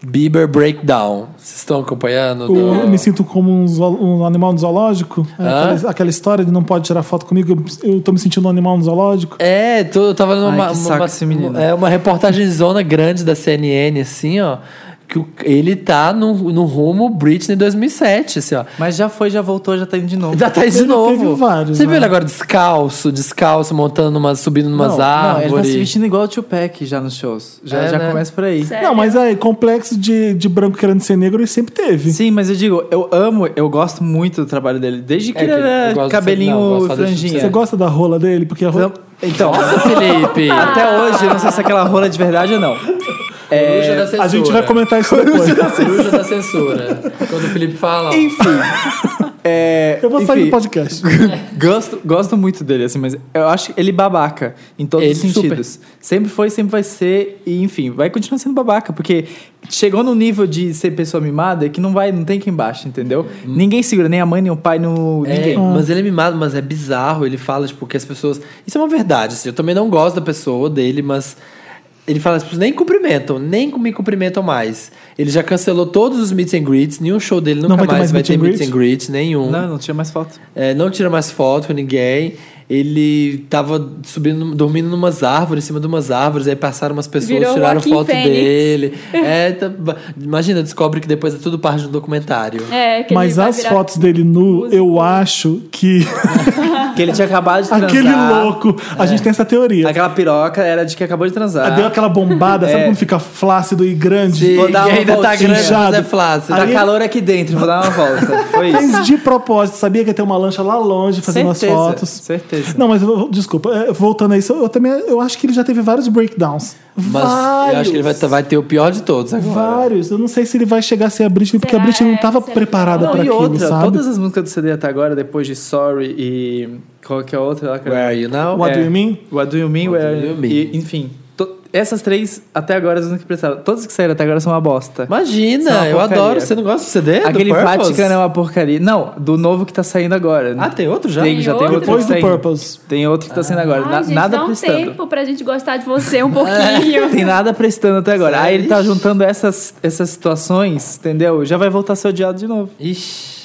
Speaker 2: Bieber Breakdown. Vocês estão acompanhando?
Speaker 1: O-
Speaker 2: Do-
Speaker 1: eu me sinto como um, zool- um animal no zoológico. É
Speaker 2: Hã?
Speaker 1: Aquela, aquela história de não pode tirar foto comigo. Eu, eu tô me sentindo um animal no zoológico.
Speaker 2: É, tô, eu tava lendo
Speaker 4: Ai,
Speaker 2: uma,
Speaker 4: que
Speaker 2: uma-
Speaker 4: saco
Speaker 2: uma-
Speaker 4: esse menino.
Speaker 2: É uma reportagem zona grande da CNN, assim, ó. Que o- ele tá no, no rumo Britney 2007, assim, ó.
Speaker 4: Mas já foi, já voltou, já tá indo de novo.
Speaker 2: Já tá aí de
Speaker 1: Ele
Speaker 2: novo.
Speaker 1: teve vários,
Speaker 2: Você
Speaker 1: né?
Speaker 2: viu ele agora descalço, descalço, montando umas, subindo
Speaker 4: Não,
Speaker 2: umas
Speaker 4: não, ele tá se
Speaker 2: árvores.
Speaker 4: vestindo igual o Tupac já nos shows. Já,
Speaker 2: É,
Speaker 4: já
Speaker 2: né?
Speaker 4: começa por aí.
Speaker 3: Sério.
Speaker 1: Não, mas aí, complexo de, de branco querendo ser negro, ele sempre teve.
Speaker 4: Sim, mas eu digo, eu amo, eu gosto muito do trabalho dele. Desde que
Speaker 2: É
Speaker 4: ele
Speaker 2: que eu gosto
Speaker 4: era
Speaker 2: de-
Speaker 4: cabelinho
Speaker 2: não, eu gosto só desse
Speaker 4: franjinha.
Speaker 1: Você gosta da rola dele? Porque a rola.
Speaker 4: Então- Então,
Speaker 2: Nossa, Felipe!
Speaker 4: até hoje, eu não sei se aquela rola é de verdade ou não. É,
Speaker 2: Coruja da censura.
Speaker 1: a gente vai comentar isso depois.
Speaker 2: Coruja da censura. Quando o Felipe fala. ó,
Speaker 4: Enfim. é,
Speaker 1: Eu vou sair
Speaker 4: enfim,
Speaker 1: do podcast.
Speaker 4: Gosto, gosto muito dele, assim, mas eu acho ele babaca em todos
Speaker 2: Ele
Speaker 4: os sentidos. Sempre foi, sempre vai ser, e enfim, vai continuar sendo babaca, porque chegou no nível de ser pessoa mimada que não vai, não tem quem baixe, entendeu?
Speaker 1: Uhum.
Speaker 4: Ninguém segura, nem a mãe, nem o pai, no,
Speaker 2: É,
Speaker 3: Ah.
Speaker 4: ninguém.
Speaker 2: Mas ele é mimado, mas é bizarro. Ele fala, tipo, que as pessoas. Isso é uma verdade, assim. Eu também não gosto da pessoa dele, mas. Ele fala, as pessoas nem cumprimentam, nem me cumprimentam mais. Ele já cancelou todos os meet and greets, nenhum show dele nunca
Speaker 1: vai ter
Speaker 2: mais,
Speaker 1: mais
Speaker 2: vai
Speaker 1: meet
Speaker 2: ter
Speaker 1: and
Speaker 2: meet
Speaker 1: greet?
Speaker 2: and greet, nenhum.
Speaker 4: Não, não tinha mais foto.
Speaker 2: É, não tira mais foto com ninguém. Ele tava subindo, dormindo numas árvores, em cima de umas árvores, aí passaram umas pessoas,
Speaker 3: Virou
Speaker 2: tiraram
Speaker 3: Joaquim
Speaker 2: foto
Speaker 3: Fênix.
Speaker 2: dele. É, tá- imagina, descobre que depois é tudo parte de um documentário.
Speaker 3: É, que ele
Speaker 1: Mas
Speaker 3: vai
Speaker 1: as
Speaker 3: virar-
Speaker 1: fotos dele nu, eu acho que
Speaker 3: É.
Speaker 4: Que ele tinha acabado de transar.
Speaker 1: aquele louco. A
Speaker 2: É.
Speaker 1: gente tem essa teoria.
Speaker 4: Aquela piroca era de que acabou de transar.
Speaker 1: Deu aquela bombada, sabe quando fica flácido e grande?
Speaker 2: Tá É. Sim.
Speaker 4: Vou dar
Speaker 2: E
Speaker 4: uma
Speaker 2: ainda tá
Speaker 4: voltinha.
Speaker 2: grande, mas é
Speaker 1: Inchado.
Speaker 2: flácido.
Speaker 4: Tá
Speaker 1: Aí-
Speaker 4: calor aqui dentro, vou dar uma volta. Foi isso.
Speaker 1: Fez de propósito, sabia que ia ter uma lancha lá longe fazendo
Speaker 4: certeza,
Speaker 1: as fotos.
Speaker 4: Certeza.
Speaker 1: Não, mas eu- desculpa, é, voltando a isso, eu também eu acho que ele já teve vários breakdowns.
Speaker 2: Mas
Speaker 1: é vários.
Speaker 2: eu acho que ele vai, tá, vai ter o pior de todos agora. É,
Speaker 1: Vários. Eu não sei se ele vai chegar a ser a Britney, porque a
Speaker 3: Será?
Speaker 1: Britney não tava
Speaker 3: Será?
Speaker 1: preparada
Speaker 4: Não,
Speaker 1: pra
Speaker 4: e
Speaker 1: aquilo,
Speaker 4: outra,
Speaker 1: sabe?
Speaker 4: todas as músicas do CD até agora, depois de Sorry e. Qual que é a outra lá? cara?
Speaker 2: Where are you now?
Speaker 4: É,
Speaker 1: What do you mean?
Speaker 4: What Do You Mean?
Speaker 2: What
Speaker 4: Where
Speaker 2: Do You
Speaker 4: é, e,
Speaker 2: Mean?
Speaker 4: enfim, to- essas três, até agora, as únicas que prestaram. Todas que saíram até agora são uma bosta. Isso é
Speaker 2: Imagina,
Speaker 4: uma
Speaker 2: eu
Speaker 4: porcaria.
Speaker 2: adoro. Você não gosta do CD?
Speaker 4: Aquele
Speaker 2: do Purpose?
Speaker 4: Vatican é uma porcaria. Não, do novo que tá saindo agora.
Speaker 2: Ah, tem outro já?
Speaker 4: Tem, já tem
Speaker 3: Tem
Speaker 4: outro
Speaker 1: Depois
Speaker 4: que
Speaker 1: do
Speaker 4: tá saindo.
Speaker 1: Purpose.
Speaker 4: Tem outro que tá saindo agora.
Speaker 3: Ai,
Speaker 4: Na-
Speaker 3: gente,
Speaker 4: nada
Speaker 3: dá um
Speaker 4: prestando.
Speaker 3: tempo pra gente gostar de você
Speaker 1: É,
Speaker 3: um pouquinho.
Speaker 4: Tem nada prestando até agora. Aí ele tá
Speaker 2: Sério?
Speaker 4: juntando essas, essas situações, entendeu? Já vai voltar a ser odiado de novo.
Speaker 2: Ixi.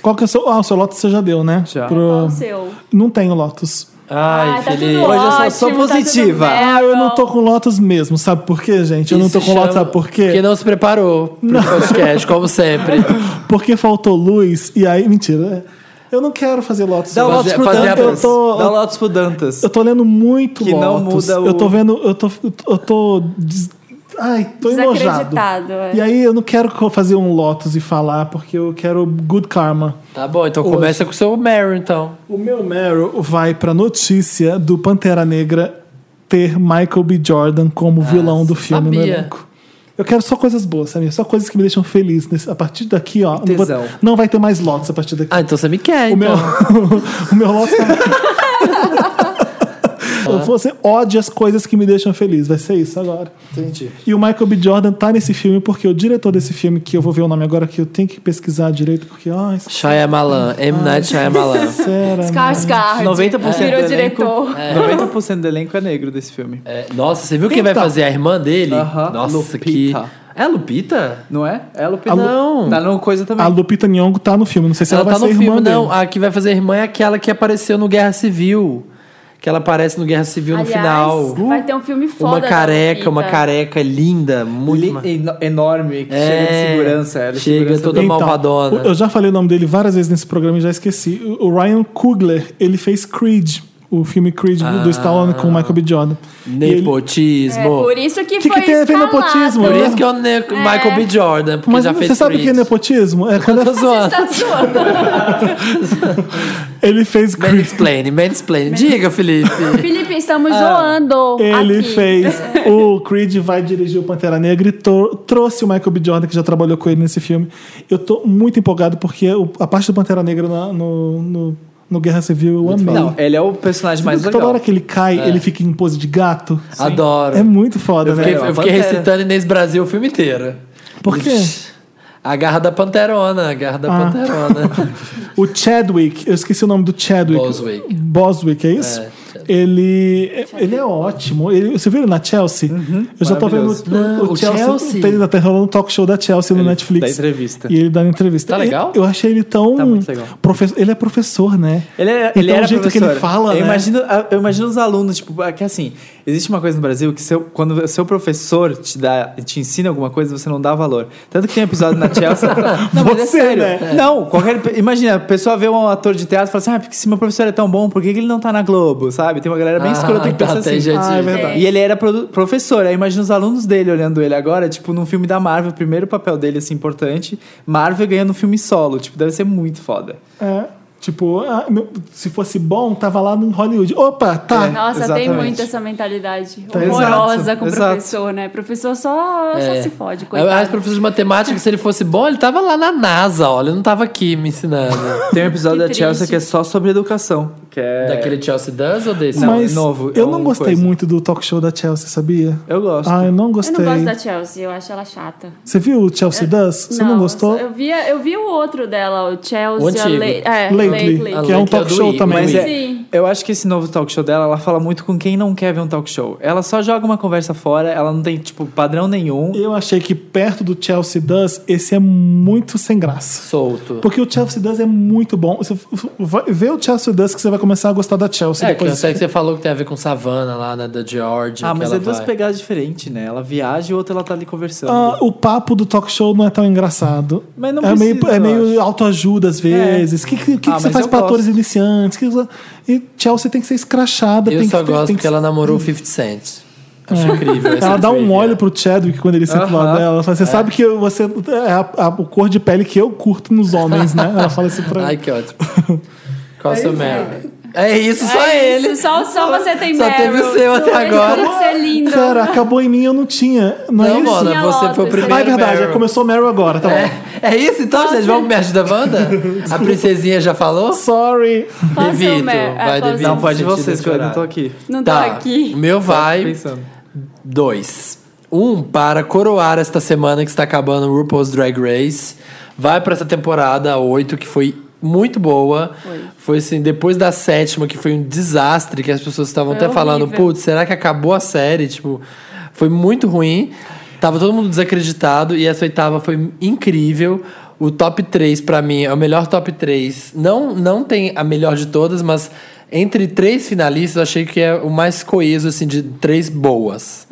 Speaker 1: Qual que é o seu. Ah, o seu Lotus você já deu, né?
Speaker 4: Já.
Speaker 3: Qual
Speaker 1: Pro...
Speaker 3: o seu?
Speaker 1: Não tenho Lotus.
Speaker 2: Ai,
Speaker 3: Ah, tá
Speaker 2: Felipe.
Speaker 3: tudo
Speaker 4: Hoje eu sou- sou
Speaker 3: ótimo, tá tudo
Speaker 4: positiva.
Speaker 3: belo.
Speaker 1: Ah, eu não tô com Lotus mesmo. Sabe por quê, gente? Eu não tô
Speaker 2: Isso
Speaker 1: com
Speaker 2: chama-
Speaker 1: Lotus, sabe por
Speaker 2: Porque
Speaker 1: quê?
Speaker 2: não se preparou pro podcast, como sempre.
Speaker 1: Porque faltou luz e aí. Mentira. né? Eu não quero fazer Lotus.
Speaker 4: Dá o
Speaker 1: hoje.
Speaker 4: Lotus
Speaker 2: Fazer-
Speaker 4: pro
Speaker 2: fazer a
Speaker 4: Dantas.
Speaker 1: eu tô-
Speaker 4: Dá o Lotus pro Dantas.
Speaker 1: Eu tô lendo muito
Speaker 4: Que não
Speaker 1: Lotus.
Speaker 4: muda o-
Speaker 1: Eu tô vendo. Eu tô. Eu tô. des- Ai, tô enojado.
Speaker 3: Desacreditado. é.
Speaker 1: E aí eu não quero co- fazer um Lotus e falar, porque eu quero good karma.
Speaker 2: Tá bom, então começa com o seu Mary, então.
Speaker 1: O meu Meryl vai pra notícia do Pantera Negra ter Michael B. Jordan como
Speaker 4: Ah,
Speaker 1: vilão do filme no
Speaker 2: sabia.
Speaker 1: elenco. Eu quero só coisas boas, Samir. Só coisas que me deixam feliz. nesse- a partir daqui, ó. Não, vou-
Speaker 4: tesão.
Speaker 1: não vai ter mais Lotus a partir daqui.
Speaker 2: Ah, então você me quer,
Speaker 1: o, meu,
Speaker 2: então.
Speaker 1: o meu tá- Lotus tá... Você odia as coisas que me deixam feliz. Vai ser isso agora.
Speaker 4: Entendi.
Speaker 1: E o Michael B. Jordan tá nesse filme porque o diretor desse filme, que eu vou ver o nome agora, que eu tenho que pesquisar direito, porque, ai, né?
Speaker 2: Shyamalan, M. Night Shyamalan.
Speaker 1: sério.
Speaker 3: Skarsgård.
Speaker 4: 90%
Speaker 3: Virou
Speaker 4: do elenco.
Speaker 3: diretor.
Speaker 4: É. 90% do elenco é negro desse filme.
Speaker 2: É, nossa, você viu quem vai
Speaker 1: Então.
Speaker 2: fazer? A irmã dele?
Speaker 4: Aham,
Speaker 2: Nossa,
Speaker 4: Lupita.
Speaker 2: que... É a Lupita?
Speaker 4: Não é? É a Lupita.
Speaker 2: A Lu- Não.
Speaker 4: Tá numa coisa também.
Speaker 1: A Lupita Nyong'o tá no filme, não sei se ela,
Speaker 2: ela tá no
Speaker 1: vai ser
Speaker 2: filme,
Speaker 1: irmã dele.
Speaker 2: não. A que vai fazer a irmã é aquela que apareceu no Guerra Civil. Que ela aparece no Guerra Civil
Speaker 3: Aliás,
Speaker 2: no final.
Speaker 3: vai ter um filme foda.
Speaker 2: Uma
Speaker 3: da
Speaker 2: careca,
Speaker 3: Lupita.
Speaker 2: uma careca linda, muito.
Speaker 4: Li-
Speaker 2: ma-
Speaker 4: eno- enorme, que
Speaker 2: É.
Speaker 4: chega de segurança. Ela é
Speaker 2: Chega
Speaker 4: segurança
Speaker 2: toda
Speaker 4: dele.
Speaker 2: mal- malvadona.
Speaker 1: Então, o- Eu já falei o nome dele várias vezes nesse programa e já esqueci. O- O Ryan Coogler, ele fez Creed, o filme Creed do- do Stallone com o Michael B. Jordan. E ele-
Speaker 2: Ah. Nepotismo.
Speaker 3: É, por isso que,
Speaker 1: Que que
Speaker 3: foi
Speaker 1: tem a ver
Speaker 3: escalado.
Speaker 1: nepotismo?
Speaker 2: Por isso que é o ne- Michael B. Jordan, porque
Speaker 1: Mas
Speaker 2: já
Speaker 1: você
Speaker 2: fez
Speaker 1: sabe o que é
Speaker 2: Creed.
Speaker 1: nepotismo? É
Speaker 2: Eu
Speaker 1: cada-
Speaker 2: tô zoando.
Speaker 3: Tá zoando.
Speaker 1: ele fez Creed.
Speaker 2: Mansplaining, mansplaining. Diga, Felipe.
Speaker 3: Felipe, estamos
Speaker 4: Ah,
Speaker 3: zoando.
Speaker 1: Ele
Speaker 3: aqui.
Speaker 1: fez. O Creed vai dirigir o Pantera Negra e to- trouxe o Michael B. Jordan, que já trabalhou com ele nesse filme. Eu tô muito empolgado porque o- a parte do Pantera Negra na- no, no, no Guerra Civil eu amei.
Speaker 4: Não, ele é o personagem mais
Speaker 1: Toda
Speaker 4: legal. É.
Speaker 1: hora que ele cai, ele fica em pose de gato.
Speaker 2: Adoro.
Speaker 1: É muito foda,
Speaker 2: Eu fiquei,
Speaker 1: né?
Speaker 2: eu fiquei
Speaker 4: Pantera.
Speaker 2: recitando Inês Brasil o filme inteiro.
Speaker 1: Por quê?
Speaker 2: A garra da panterona, a garra da
Speaker 1: Ah.
Speaker 2: panterona.
Speaker 1: O Chadwick, eu esqueci o nome do Chadwick.
Speaker 2: Boswick.
Speaker 1: Boswick, é isso?
Speaker 2: É, Chadwick.
Speaker 1: ele, ele é ótimo. Ele, você viu ele na Chelsea? eu já tô vendo
Speaker 4: Uhum. maravilhoso.
Speaker 1: o,
Speaker 2: Não, o Chelsea.
Speaker 1: Tem, tá rolando um talk show da Chelsea no
Speaker 4: Ele
Speaker 1: Netflix.
Speaker 4: dá entrevista.
Speaker 1: E ele dá entrevista.
Speaker 2: Tá
Speaker 1: Ele-
Speaker 2: legal?
Speaker 1: eu achei ele tão.
Speaker 4: Tá muito legal.
Speaker 1: profe- ele é professor, né?
Speaker 4: Ele, é,
Speaker 1: então,
Speaker 4: ele era
Speaker 1: o jeito
Speaker 4: professor.
Speaker 1: que ele fala,
Speaker 4: eu
Speaker 1: né?
Speaker 4: Imagino, eu imagino os alunos, tipo, que assim, existe uma coisa no Brasil que seu, quando o seu professor te, dá, te ensina alguma coisa, você não dá valor. Tanto que tem episódio na Chelsea. não, mas é
Speaker 1: Você,
Speaker 4: sério.
Speaker 1: né?
Speaker 4: Não, qualquer. Imagina, a pessoa vê um ator de teatro e fala assim: ah, porque se meu professor é tão bom, por que que ele não tá na Globo, sabe? Tem uma galera bem
Speaker 2: Ah,
Speaker 4: escrota que
Speaker 2: tá,
Speaker 4: pensa
Speaker 2: tem
Speaker 4: assim.
Speaker 2: gente-
Speaker 1: Ah, é verdade.
Speaker 4: E ele era produ- professor, aí imagina os alunos dele olhando ele agora, tipo, num filme da Marvel, o primeiro papel dele, assim, importante. Marvel ganhando um filme solo, tipo, deve ser muito foda.
Speaker 1: É, tipo, ah, meu- se fosse bom, tava lá em Hollywood. Opa,
Speaker 4: É.
Speaker 1: tá.
Speaker 3: Nossa, tem
Speaker 4: Exatamente.
Speaker 3: muito essa mentalidade
Speaker 4: Tá,
Speaker 3: horrorosa
Speaker 4: exato,
Speaker 3: com o
Speaker 4: exato. É.
Speaker 3: professor, né? Professor só, só se fode, coitado.
Speaker 2: Mas É. professor de matemática, se ele fosse bom, ele tava lá na NASA, olha, ele não tava aqui me ensinando.
Speaker 4: Tem um episódio
Speaker 3: Que
Speaker 4: da
Speaker 3: triste.
Speaker 4: Chelsea que é só sobre educação. Que é...
Speaker 2: Daquele Chelsea Dance ou desse?
Speaker 4: Não,
Speaker 1: Mas
Speaker 4: é novo, é
Speaker 1: eu não
Speaker 4: uma
Speaker 1: gostei
Speaker 4: coisa.
Speaker 1: muito do talk show da Chelsea, sabia?
Speaker 4: Eu gosto.
Speaker 1: Ah, eu não
Speaker 3: Eu
Speaker 1: gostei.
Speaker 3: não gosto da Chelsea, eu acho ela chata.
Speaker 1: Você viu o Chelsea Dance? Você não, gostou?
Speaker 3: Eu vi, eu vi o outro dela, o Chelsea
Speaker 2: O antigo.
Speaker 3: Le- é,
Speaker 1: Lately,
Speaker 3: Lately.
Speaker 2: A
Speaker 1: que é
Speaker 4: Ah,
Speaker 1: um
Speaker 2: Lately é
Speaker 1: talk
Speaker 2: do
Speaker 1: show
Speaker 2: I,
Speaker 1: também.
Speaker 4: Mas
Speaker 2: Sim.
Speaker 4: é,
Speaker 3: Sim.
Speaker 4: eu acho que esse novo talk show dela, ela fala muito com quem não quer ver um talk show. Ela só joga uma conversa fora, ela não tem, tipo, padrão nenhum.
Speaker 1: Eu achei que perto do Chelsea Dance, esse é muito sem graça.
Speaker 2: Solto.
Speaker 1: Porque o Chelsea Dance é muito bom. Você vai ver o Chelsea Dance que você vai começar a gostar da Chelsea
Speaker 2: É, que eu
Speaker 1: depois.
Speaker 2: sei que você falou que tem a ver com savana lá, né, da Georgia.
Speaker 4: Ah,
Speaker 2: que
Speaker 4: mas
Speaker 2: ela
Speaker 4: é duas
Speaker 2: vai.
Speaker 4: pegadas diferentes, né? Ela viaja e o outro ela tá ali conversando.
Speaker 1: Ah, o papo do talk show não é tão engraçado.
Speaker 4: Mas não
Speaker 1: é meio,
Speaker 4: precisa,
Speaker 1: é
Speaker 4: eu
Speaker 1: meio
Speaker 4: acho. É.
Speaker 1: autoajuda às vezes. O que, que, que
Speaker 4: Ah,
Speaker 1: você
Speaker 4: mas
Speaker 1: faz
Speaker 4: eu
Speaker 1: pra
Speaker 4: gosto.
Speaker 1: atores iniciantes? Que- e Chelsea tem que ser escrachada.
Speaker 2: Eu
Speaker 1: tem
Speaker 2: só
Speaker 1: que, tem
Speaker 2: gosto
Speaker 1: que um É.
Speaker 2: porque ela namorou o 50 Cent. Acho incrível. essa
Speaker 1: Ela dá um
Speaker 2: trivia.
Speaker 1: olho pro Chadwick quando ele senta do lado
Speaker 4: Aham.
Speaker 1: dela. Ela fala, você sabe que você é a, a- o cor de pele que eu curto nos homens, né? Ela fala isso pra
Speaker 2: Ai,
Speaker 1: ele.
Speaker 2: que ótimo. Qual o seu Mary? É isso, só
Speaker 3: É
Speaker 2: ele.
Speaker 3: isso, Só, só você tem
Speaker 2: Só teve
Speaker 3: Meryl.
Speaker 2: o seu até
Speaker 3: Não vejo
Speaker 2: agora.
Speaker 3: como Você é lindo.
Speaker 1: Cara, acabou em mim, eu não tinha. Não, é
Speaker 2: Não,
Speaker 1: isso?
Speaker 2: Mona,
Speaker 3: Tinha
Speaker 2: você
Speaker 3: Lotus,
Speaker 2: foi o
Speaker 3: né?
Speaker 2: primeiro.
Speaker 1: Ah, é verdade.
Speaker 2: Meryl.
Speaker 1: é, Começou o Meryl agora, tá bom.
Speaker 2: É, é isso então, gente? Vamos me ajudar, Wanda? A princesinha já falou?
Speaker 1: Sorry.
Speaker 3: Qual o seu
Speaker 2: Devito.
Speaker 3: Meryl? É,
Speaker 2: Vai,
Speaker 3: qual o
Speaker 2: Devito.
Speaker 3: seu
Speaker 4: não, pode
Speaker 2: sentido
Speaker 4: vocês que eu
Speaker 2: chorar.
Speaker 4: ainda tô aqui.
Speaker 3: Não tô
Speaker 2: Tá,
Speaker 3: aqui.
Speaker 2: o meu vai
Speaker 4: Pensando.
Speaker 2: Dois. Um, para coroar esta semana que está acabando o RuPaul's Drag Race. Vai para essa temporada a oito que foi muito boa. Foi. assim, depois da sétima, que foi um desastre, que as pessoas estavam
Speaker 3: Foi
Speaker 2: até falando,
Speaker 3: horrível.
Speaker 2: putz, será que acabou a série? Tipo, foi muito ruim. Tava todo mundo desacreditado e essa oitava foi incrível. O top 3, pra mim, é o melhor top 3. Não, não tem a melhor de todas, mas entre três finalistas, eu achei que é o mais coeso, assim, de três boas.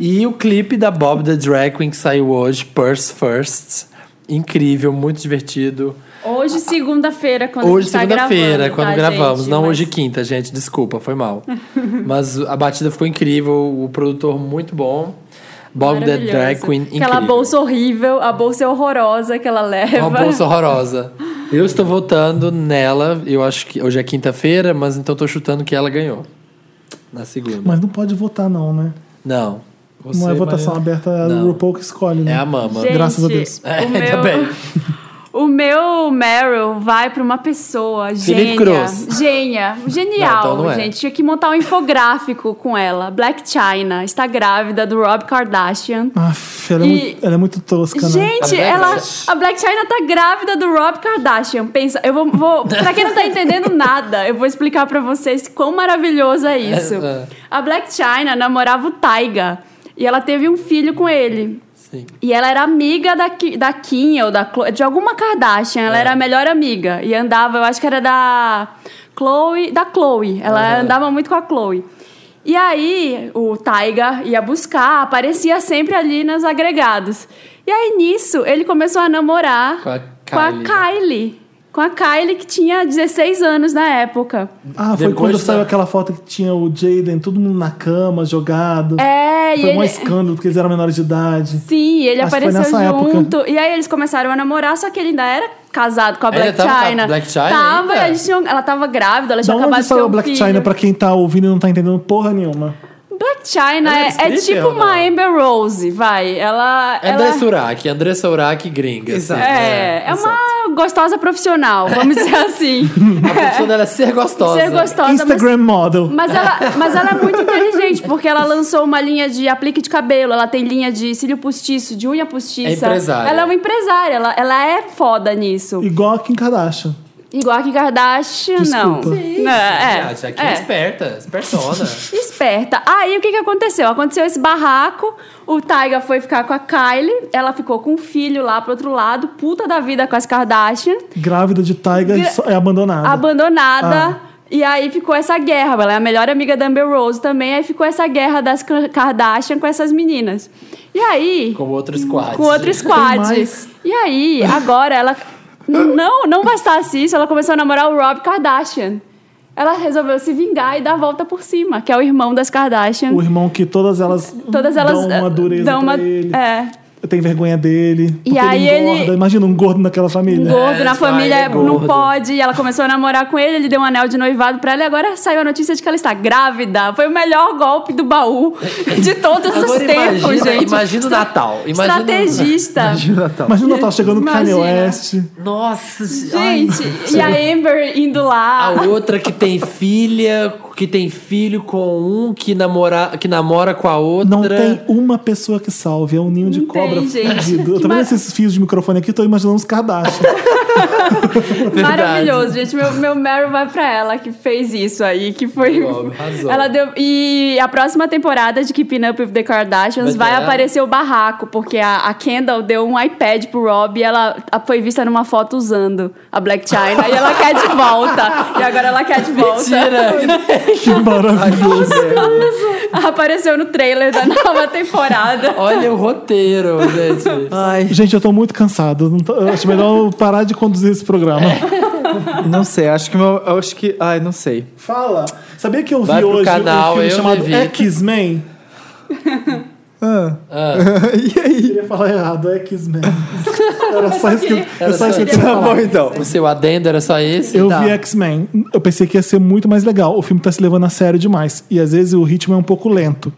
Speaker 2: E o clipe da Bob the Drag Queen que saiu hoje, Purse First. Incrível, muito divertido.
Speaker 3: Hoje, segunda-feira, quando
Speaker 2: Hoje,
Speaker 3: tá
Speaker 2: segunda-feira,
Speaker 3: gravando,
Speaker 2: quando
Speaker 3: tá,
Speaker 2: gravamos.
Speaker 3: gente?
Speaker 2: não
Speaker 3: Mas-
Speaker 2: hoje, quinta, gente. Desculpa, foi mal. Mas a batida ficou incrível. O produtor, muito bom. Bob the
Speaker 3: Maravilhoso.
Speaker 2: Drag Queen, incrível.
Speaker 3: Aquela bolsa horrível, a bolsa horrorosa que ela leva.
Speaker 2: Uma bolsa horrorosa. Eu estou votando nela. Eu acho que hoje é quinta-feira, mas então estou chutando que ela ganhou. Na segunda.
Speaker 1: Mas não pode votar, não, né?
Speaker 2: Não. Você,
Speaker 1: não é votação
Speaker 2: Mariana.
Speaker 1: aberta, é
Speaker 2: Não.
Speaker 1: o RuPaul que escolhe, né?
Speaker 2: É a mama.
Speaker 3: Gente,
Speaker 1: Graças a Deus.
Speaker 3: O
Speaker 2: É,
Speaker 3: meu,
Speaker 2: também.
Speaker 3: o meu Meryl vai pra uma pessoa
Speaker 2: Felipe
Speaker 3: gênia.
Speaker 2: Cruz.
Speaker 3: Gênia.
Speaker 2: Não,
Speaker 3: Genial,
Speaker 2: então não é.
Speaker 3: gente. Tinha que montar um infográfico com ela. Black China está grávida do Rob Kardashian.
Speaker 1: Aff, ela, é
Speaker 3: E-
Speaker 1: muito, ela é muito tosca, né?
Speaker 3: Gente,
Speaker 2: A Black
Speaker 3: ela,
Speaker 2: China.
Speaker 3: a Black China tá grávida do Rob Kardashian. Pensa, eu vou, vou. Pra quem não tá entendendo nada, eu vou explicar pra vocês quão maravilhoso é isso.
Speaker 2: É, é.
Speaker 3: A Black China namorava o Taiga e ela teve um filho com ele.
Speaker 2: Sim.
Speaker 3: E ela era amiga da, Ki- da Kim ou da Chloe, de alguma Kardashian.
Speaker 2: É.
Speaker 3: Ela era a melhor amiga. E andava, eu acho que era da Chloe. Da Chloe. Ela
Speaker 2: Aham.
Speaker 3: andava muito com a Chloe. E aí o Taiga ia buscar, aparecia sempre ali nos agregados. E aí nisso ele começou a namorar
Speaker 2: Com a
Speaker 3: com a
Speaker 2: Kylie. né?
Speaker 3: Kylie. Com a Kylie, que tinha 16 anos na época.
Speaker 1: Ah, foi
Speaker 2: Depois
Speaker 1: quando
Speaker 2: da-
Speaker 1: saiu aquela foto que tinha o Jaden, todo mundo na cama, jogado.
Speaker 3: É, e
Speaker 1: foi um
Speaker 3: ele...
Speaker 1: escândalo, porque eles eram menores de idade.
Speaker 3: Sim, ele
Speaker 1: Acho que foi
Speaker 3: apareceu
Speaker 1: nessa época.
Speaker 3: junto. E aí eles começaram a namorar, só que ele ainda era casado com a
Speaker 2: Ele
Speaker 3: Black
Speaker 2: tava com a
Speaker 3: China.
Speaker 2: Black China
Speaker 3: Tava,
Speaker 2: ainda?
Speaker 3: eles tinham- ela tava grávida, ela
Speaker 1: Da
Speaker 3: tinha acabado
Speaker 1: onde
Speaker 3: de ter
Speaker 1: saiu a
Speaker 3: um
Speaker 1: Black
Speaker 3: filho.
Speaker 1: China pra quem tá ouvindo e não tá entendendo porra nenhuma?
Speaker 3: Black China
Speaker 2: Ela é
Speaker 3: é, é
Speaker 2: stripper
Speaker 3: tipo
Speaker 2: ou não?
Speaker 3: uma Amber Rose, vai. Ela.
Speaker 2: É
Speaker 3: ela...
Speaker 2: da Suraki, Andressa Uraki gringa. assim.
Speaker 4: Exato.
Speaker 3: É, é
Speaker 2: exato.
Speaker 3: uma gostosa profissional, vamos dizer assim.
Speaker 2: A profissão dela é ser gostosa.
Speaker 3: Ser gostosa,
Speaker 1: Instagram model.
Speaker 3: mas... Mas ela, mas ela é muito inteligente, porque ela lançou uma linha de aplique de cabelo, ela tem linha de cílio postiço, de unha postiça.
Speaker 2: É empresária.
Speaker 3: Ela é uma empresária, ela, ela é foda nisso.
Speaker 1: Igual a Kim Kardashian.
Speaker 3: Igual a Kim Kardashian, não.
Speaker 1: Desculpa.
Speaker 3: Não, é,
Speaker 2: Aqui
Speaker 3: é.
Speaker 2: é esperta, espertona.
Speaker 3: Esperta. Aí o que, que aconteceu? Aconteceu esse barraco, o Taiga foi ficar com a Kylie, ela ficou com o filho lá pro outro lado, puta da vida com as Kardashian,
Speaker 1: Grávida de Tiger
Speaker 3: Gra-
Speaker 1: e só- é abandonada.
Speaker 3: abandonada. E aí ficou essa guerra. Ela é a melhor amiga da Amber Rose também, aí ficou essa guerra das Ka- Kardashian com essas meninas. E aí.
Speaker 2: Com outro squad.
Speaker 3: com outro squad.
Speaker 1: mais?
Speaker 3: E aí, agora ela. Não, não bastasse isso, ela começou a namorar o Rob Kardashian. Ela resolveu se vingar e dar a volta por cima, que é o irmão das Kardashian.
Speaker 1: O irmão que todas elas,
Speaker 3: Todas elas
Speaker 1: dão uma
Speaker 3: eh,
Speaker 1: dureza
Speaker 3: dão uma-
Speaker 1: pra ele.
Speaker 3: É,
Speaker 1: Tem vergonha dele. porque
Speaker 3: aí
Speaker 1: ele
Speaker 3: ele-
Speaker 1: engorda. Imagina um gordo naquela família.
Speaker 3: gordo na
Speaker 2: pai,
Speaker 3: família,
Speaker 2: é
Speaker 3: não
Speaker 2: gordo.
Speaker 3: pode. E ela começou a namorar com ele, ele deu um anel de noivado pra ela e agora saiu a notícia de que ela está grávida. Foi o melhor golpe do baú de todos os
Speaker 2: Agora
Speaker 3: tempos,
Speaker 2: imagina,
Speaker 3: gente.
Speaker 2: imagina o Natal. Imagina...
Speaker 3: Estrategista.
Speaker 1: Imagina o Natal chegando com Kanye
Speaker 3: Imagina.
Speaker 1: West.
Speaker 2: Nossa, ai.
Speaker 3: Gente, e a Amber indo lá.
Speaker 2: A outra que tem filha, que tem filho com um, que, namora, que namora com a outra.
Speaker 1: Não tem uma pessoa que salve. É um ninho de
Speaker 3: Não
Speaker 1: cobra
Speaker 3: tem, gente.
Speaker 1: fudido. Eu
Speaker 3: Que
Speaker 1: tô vendo
Speaker 3: mar-
Speaker 1: esses fios de microfone aqui, tô imaginando os Kardashian.
Speaker 2: Verdade.
Speaker 3: Maravilhoso, gente. Meu, meu Meryl vai pra ela que fez isso aí, que foi.
Speaker 2: Logo, arrasou.
Speaker 3: ela deu. E a próxima temporada de Keeping Up with the Kardashians
Speaker 2: Vai
Speaker 3: vai,
Speaker 2: ter ela?
Speaker 3: aparecer o barraco, porque a, a Kendall deu um iPad pro Rob e ela foi vista numa foto usando a Black China e ela quer de volta. E agora ela quer de volta.
Speaker 2: Mentira!
Speaker 1: que maravilhoso.
Speaker 3: Apareceu no trailer da nova temporada.
Speaker 2: Olha o roteiro, gente.
Speaker 4: Ai,
Speaker 1: Gente, eu tô muito cansado. Não tô- eu acho melhor eu parar de conduzir esse programa.
Speaker 4: não sei, acho que meu. eu Acho que. Ai, não sei.
Speaker 1: Fala. Sabia que eu vi
Speaker 2: Vai pro
Speaker 1: hoje
Speaker 2: canal,
Speaker 1: um filme
Speaker 2: eu
Speaker 1: chamado
Speaker 2: evito.
Speaker 1: X-Men? Ah.
Speaker 2: Ah.
Speaker 4: e aí?
Speaker 1: Eu ia falar errado, é X-Men. Era só isso que eu,
Speaker 2: Era
Speaker 1: era só isso que eu
Speaker 2: só-
Speaker 1: queria
Speaker 4: Tá
Speaker 1: falar.
Speaker 4: bom então.
Speaker 2: O seu adendo era só esse?
Speaker 1: Eu
Speaker 2: Tá.
Speaker 1: vi X-Men. Eu pensei que ia ser muito mais legal. O filme tá se levando a sério demais. E às vezes o ritmo é um pouco lento.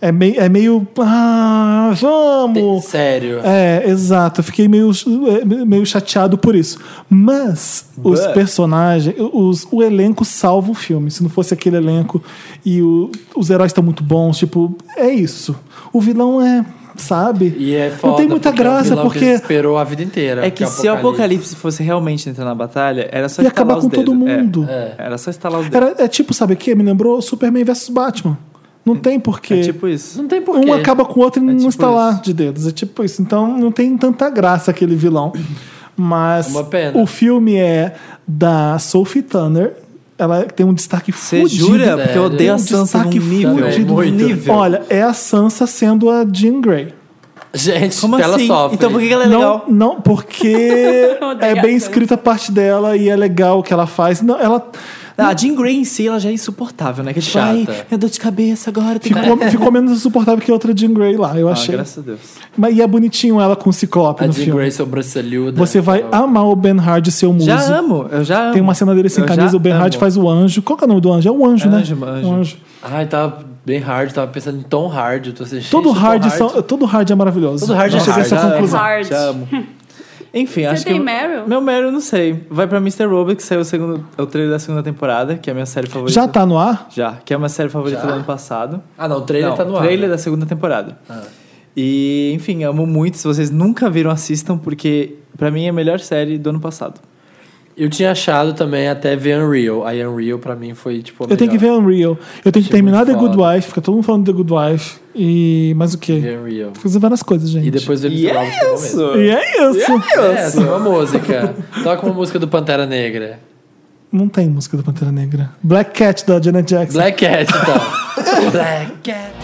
Speaker 1: É, mei, é meio. Ah, vamos!
Speaker 2: Sério.
Speaker 1: É, exato. Eu Fiquei meio, é, meio chateado por isso. Mas os
Speaker 4: But.
Speaker 1: personagens, os, o elenco salva o filme. Se não fosse aquele elenco e o- os heróis estão muito bons, tipo, é isso. O vilão é, sabe?
Speaker 2: E é foda.
Speaker 1: não tem muita
Speaker 2: porque é um
Speaker 1: graça,
Speaker 2: vilão que a
Speaker 1: porque.
Speaker 2: gente esperou a vida inteira.
Speaker 4: É que
Speaker 2: o
Speaker 4: se o Apocalipse fosse realmente entrar na batalha, era só
Speaker 1: Ia
Speaker 4: estalar
Speaker 1: acabar
Speaker 4: os
Speaker 1: com todo
Speaker 4: dedos. É,
Speaker 1: mundo.
Speaker 4: é. Era só estalar os dedos.
Speaker 1: Era, é tipo, sabe o que? Me lembrou Superman vs Batman. Não tem porquê.
Speaker 4: É tipo isso.
Speaker 2: Não tem porquê. É
Speaker 1: Um acaba com o outro e não
Speaker 4: tipo
Speaker 1: instalar
Speaker 4: isso.
Speaker 1: de dedos. É tipo isso. Então não tem tanta graça aquele vilão. Mas
Speaker 2: Uma pena.
Speaker 1: o filme é da Sophie Turner. Ela tem um destaque
Speaker 4: Você
Speaker 1: fudido.
Speaker 4: jura? Porque eu
Speaker 2: sério.
Speaker 1: Tem
Speaker 4: odeio
Speaker 1: um
Speaker 4: a Sansa num
Speaker 1: destaque
Speaker 4: nível.
Speaker 1: fudido.
Speaker 4: muito. nível.
Speaker 1: Olha, é a Sansa sendo a Jean Grey.
Speaker 2: Gente,
Speaker 4: Como
Speaker 2: ela
Speaker 4: assim?
Speaker 2: sofre.
Speaker 4: Então por que que ela é
Speaker 1: Não,
Speaker 4: legal?
Speaker 1: não, porque é
Speaker 3: Obrigada.
Speaker 1: bem escrita a parte dela e é legal o que ela faz. Não, ela
Speaker 4: Ah, a Jean Grey em si, ela já é insuportável, né? Que é tipo,
Speaker 2: Chata.
Speaker 4: ai, minha dor de cabeça agora. Tem
Speaker 1: ficou, ficou menos insuportável que a outra Jean Grey lá, eu
Speaker 4: Ah,
Speaker 1: achei.
Speaker 4: graças a Deus.
Speaker 1: Mas e é bonitinho ela com o Ciclope
Speaker 2: A
Speaker 1: no
Speaker 2: Jean
Speaker 1: filme.
Speaker 2: Grey Então- sobressalhuda.
Speaker 1: Você vai amar o Ben Hard ser o muso.
Speaker 4: Já amo, eu já amo.
Speaker 1: Tem uma cena dele sem
Speaker 4: Eu
Speaker 1: camisa,
Speaker 4: já
Speaker 1: o Ben Hard
Speaker 4: amo.
Speaker 1: faz o anjo. Qual que é o nome do anjo? É o anjo, né?
Speaker 4: Anjo, anjo.
Speaker 1: O anjo.
Speaker 2: Ai, tava bem hard. Tava pensando em Tom Hard. Eu tô assistindo.
Speaker 1: Todo hard,
Speaker 2: Tom
Speaker 1: são- todo hard é maravilhoso.
Speaker 4: Todo hard
Speaker 1: Eu
Speaker 4: é
Speaker 1: cheguei a
Speaker 4: hard.
Speaker 1: essa
Speaker 4: já
Speaker 1: conclusão.
Speaker 4: amo,
Speaker 3: Hard.
Speaker 4: Já amo. Enfim, acho que...
Speaker 3: tem Meryl?
Speaker 4: Meu Meryl, eu não sei. Vai pra Mr. Robot, que saiu o, segundo, é o trailer da segunda temporada, que é a minha série favorita.
Speaker 1: Já tá no ar?
Speaker 4: Já, que é uma série favorita
Speaker 2: Já?
Speaker 4: do ano passado.
Speaker 2: Ah, não. O trailer
Speaker 4: Não,
Speaker 2: tá no ar.
Speaker 4: trailer
Speaker 2: né?
Speaker 4: da segunda temporada. E, enfim, amo muito. Se vocês nunca viram, assistam, porque pra mim é a melhor série do ano passado.
Speaker 2: Eu tinha achado também até ver Unreal. Aí Unreal pra mim foi tipo. a
Speaker 1: Eu tenho que ver
Speaker 2: melhor.
Speaker 1: Unreal. Eu tenho que
Speaker 2: Achei
Speaker 1: terminar
Speaker 2: muito
Speaker 1: The Good
Speaker 2: foda.
Speaker 1: Wife. Fica todo mundo falando The Good Wife. E mais o quê?
Speaker 2: Ver Unreal.
Speaker 1: Fazer várias coisas, gente.
Speaker 2: E depois ver
Speaker 4: E
Speaker 2: Mr. Robot, que eu
Speaker 4: é
Speaker 2: vou mesmo.
Speaker 4: isso!
Speaker 1: E é isso.
Speaker 2: É, assim, uma música. Toca uma música do Pantera Negra.
Speaker 1: Não tem música do Pantera Negra. Black Cat da Janet Jackson.
Speaker 2: Black Cat, então. Black Cat.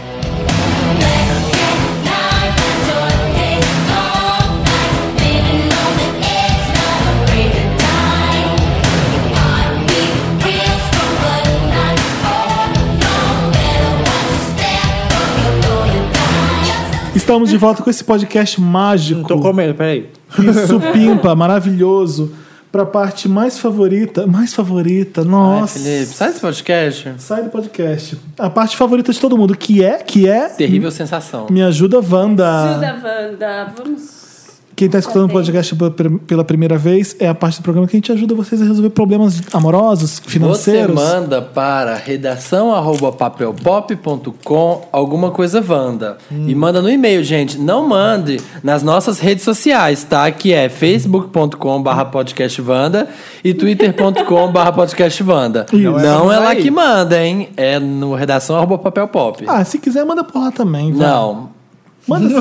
Speaker 1: Estamos de volta com esse podcast mágico.
Speaker 4: Tô com medo, peraí.
Speaker 1: Isso pimpa, maravilhoso. Pra parte mais favorita. Mais favorita, nossa.
Speaker 2: Ai, Felipe, sai desse podcast.
Speaker 1: Sai do podcast. A parte favorita de todo mundo, que é, que é.
Speaker 2: Terrível sensação.
Speaker 1: Me ajuda, Wanda.
Speaker 3: Ajuda, Wanda. Vamos.
Speaker 1: Quem tá escutando o
Speaker 3: Também.
Speaker 1: podcast pe- pela primeira vez é a parte do programa que a gente ajuda vocês a resolver problemas amorosos,
Speaker 2: Você
Speaker 1: financeiros.
Speaker 2: manda para redação arroba papelpop.com alguma coisa Wanda.
Speaker 1: Hum.
Speaker 2: E manda no e-mail, gente. Não mande nas nossas redes sociais, tá? Que é facebook.com barra podcastvanda e twitter.com barra podcastvanda. Não, é lá
Speaker 4: aí.
Speaker 2: que manda, hein? É no redação arroba papelpop.
Speaker 1: Ah, se quiser, manda por lá também. vai.
Speaker 2: Não.
Speaker 1: Manda sim.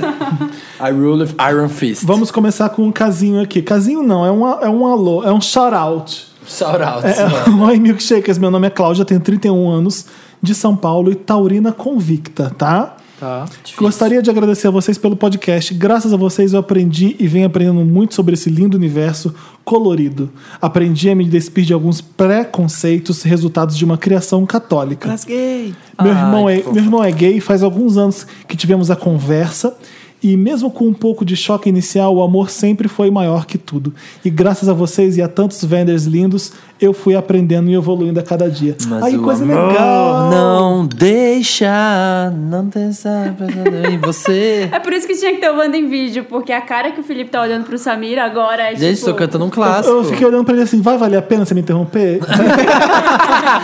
Speaker 2: I rule of Iron Fist.
Speaker 1: Vamos começar com um casinho aqui. Casinho não, é um, a- é um alô, é um shout-out.
Speaker 2: Shout out.
Speaker 1: É, é, Oi, milkshakers. Meu nome é Cláudia, tenho 31 anos, de São Paulo e taurina convicta, tá?
Speaker 4: Tá.
Speaker 1: Gostaria de agradecer a vocês pelo podcast. Graças a vocês eu aprendi e venho aprendendo muito sobre esse lindo universo colorido. Aprendi a me despir de alguns preconceitos resultados de uma criação católica.
Speaker 4: Rasguei!
Speaker 1: Meu,
Speaker 2: Ai,
Speaker 1: irmão é,
Speaker 2: que fofo.
Speaker 1: meu irmão é gay, faz alguns anos que tivemos a conversa. E mesmo com um pouco de choque inicial, o amor sempre foi maior que tudo. E graças a vocês e a tantos vendors lindos, eu fui aprendendo e evoluindo a cada dia.
Speaker 2: Mas
Speaker 1: Aí,
Speaker 2: o
Speaker 1: coisa
Speaker 2: amor
Speaker 1: legal!
Speaker 2: Não deixa, não deixa pensando em você.
Speaker 3: É por isso que tinha que ter o Wanda em vídeo, porque a cara que o Felipe tá olhando pro Samir agora é
Speaker 2: Gente,
Speaker 3: tipo...
Speaker 2: estou cantando um
Speaker 1: Eu
Speaker 2: clássico.
Speaker 1: fiquei olhando pra ele assim, vai valer a pena você me interromper?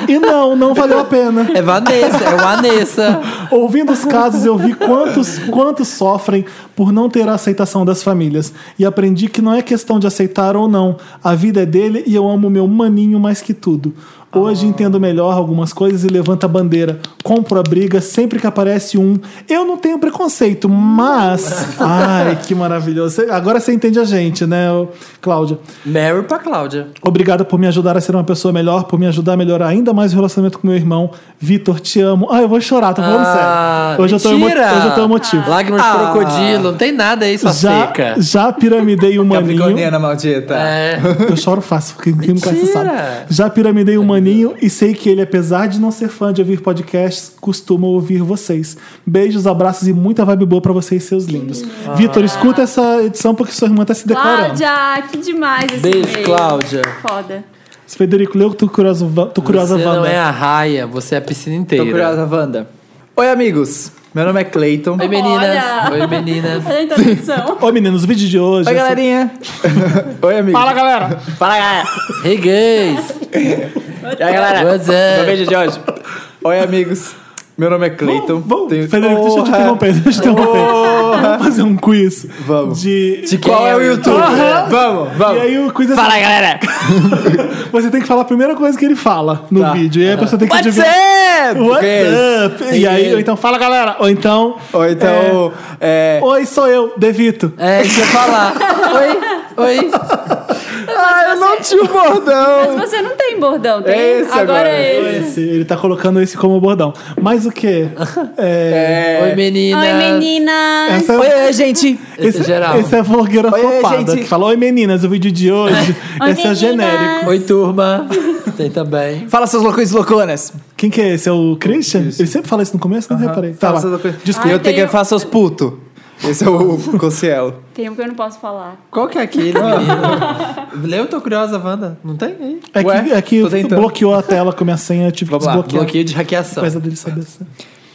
Speaker 1: e não, não valeu a pena.
Speaker 2: É Vanessa, é Vanessa.
Speaker 1: Um Ouvindo os casos, eu vi quantos, quantos sofrem por não ter a aceitação das famílias. E aprendi que não é questão de aceitar ou não. A vida é dele e eu amo meu maninho mais que tudo. Hoje entendo melhor algumas coisas e levanto a bandeira. Compro a briga sempre que aparece um. Eu não tenho preconceito, mas. Ai, que maravilhoso. Cê- Agora você entende a gente, né, ô, Cláudia?
Speaker 2: Mary pra Cláudia.
Speaker 1: Obrigado por me ajudar a ser uma pessoa melhor, por me ajudar a melhorar ainda mais o relacionamento com meu irmão. Vitor, te amo. Ah, eu vou chorar, tô falando
Speaker 2: Ah,
Speaker 1: sério. Hoje eu, tô emo-
Speaker 2: mentira.
Speaker 1: hoje eu tô emotivo. Ah.
Speaker 2: Lágrimas de crocodilo, não tem nada aí, só
Speaker 1: já,
Speaker 2: seca.
Speaker 1: já piramidei o maninho.
Speaker 4: Capricorniana maldita.
Speaker 2: É.
Speaker 1: Eu choro fácil, porque quem me conhece
Speaker 2: Mentira.
Speaker 1: sabe. Já piramidei o maninho e sei que ele, apesar de não ser fã de ouvir podcasts, costuma ouvir vocês. Beijos, abraços e muita vibe boa pra vocês, seus lindos. Vitor, escuta essa edição porque sua irmã tá se declarando.
Speaker 3: Cláudia, que demais esse
Speaker 2: Beijo,
Speaker 3: e-mail.
Speaker 2: Cláudia.
Speaker 3: Foda.
Speaker 1: Federico, leu que tu curiosa, tu curiosa
Speaker 2: você
Speaker 1: Wanda.
Speaker 2: não é a raia, você é a piscina inteira.
Speaker 4: Tô curiosa, Wanda. Oi, amigos. Meu nome é Clayton.
Speaker 2: Oi, meninas.
Speaker 3: Olha.
Speaker 2: Oi, meninas.
Speaker 3: Olha a introdução.
Speaker 1: Ô, meninos, o vídeo de hoje. é
Speaker 4: Oi, galerinha. Oi, amigos.
Speaker 6: Fala, galera!
Speaker 4: Fala, galera.
Speaker 2: Hey, gays.
Speaker 4: E aí, galera?
Speaker 2: What's
Speaker 4: Um
Speaker 2: up?
Speaker 4: beijo de hoje. Oi, amigos. Meu nome é Clayton.
Speaker 1: Vamos,
Speaker 4: Tenho-
Speaker 1: Federico, deixa eu te
Speaker 4: Porra.
Speaker 1: interromper. Deixa eu te interromper. Vamos fazer um quiz.
Speaker 4: Vamos.
Speaker 1: De.
Speaker 2: De
Speaker 4: Qual é o YouTube?
Speaker 1: Aham.
Speaker 4: Vamos,
Speaker 1: E
Speaker 4: vamos.
Speaker 1: aí o quiz é assim,
Speaker 6: Fala, galera!
Speaker 1: você tem que falar a primeira coisa que ele fala no vídeo. E aí a pessoa tem que
Speaker 4: Tá. What's
Speaker 1: adivinhar.
Speaker 4: up? é
Speaker 1: What's up? E aí, ou então fala, galera. Ou então.
Speaker 4: Ou então... É...
Speaker 1: é, Oi, sou eu, Devito.
Speaker 2: É, deixa eu falar. Oi, oi.
Speaker 4: Ah, eu não tinha o bordão.
Speaker 3: Mas você não tem bordão, tem?
Speaker 4: É esse agora.
Speaker 3: é esse.
Speaker 1: Esse, ele tá colocando esse como bordão. Mas o quê? É.
Speaker 2: Oi, meninas.
Speaker 3: Oi, meninas!
Speaker 1: Essa- é
Speaker 4: Oi, gente.
Speaker 2: Esse é geral.
Speaker 1: Esse é vlogueira
Speaker 4: Oi,
Speaker 1: flopada.
Speaker 4: gente.
Speaker 1: Que fala, oi meninas, o vídeo de hoje.
Speaker 3: Oi,
Speaker 1: esse é
Speaker 3: meninas.
Speaker 1: genérico.
Speaker 2: Oi, turma. Tem também.
Speaker 4: Fala, seus loucões e louconas.
Speaker 1: Quem que é esse? É o Christian? Ele sempre fala isso no começo, não reparei. Tá,
Speaker 4: Fala,
Speaker 1: lá.
Speaker 4: seus loucões.
Speaker 1: Desculpa.
Speaker 3: Ai,
Speaker 4: eu tenho
Speaker 3: tem um-
Speaker 4: que falar seus putos. Esse é o Concielo.
Speaker 3: Tem um que eu não posso falar.
Speaker 2: Qual que é aquele? menino? Leu, tô curiosa, Wanda. Não tem aí?
Speaker 1: É que,
Speaker 4: Ué,
Speaker 1: é que
Speaker 4: tô tentando.
Speaker 1: bloqueou a tela com a minha senha, eu tive que
Speaker 4: Vamos lá,
Speaker 1: desbloquear.
Speaker 2: Bloqueio de hackeação.
Speaker 1: Coisa dele saber assim.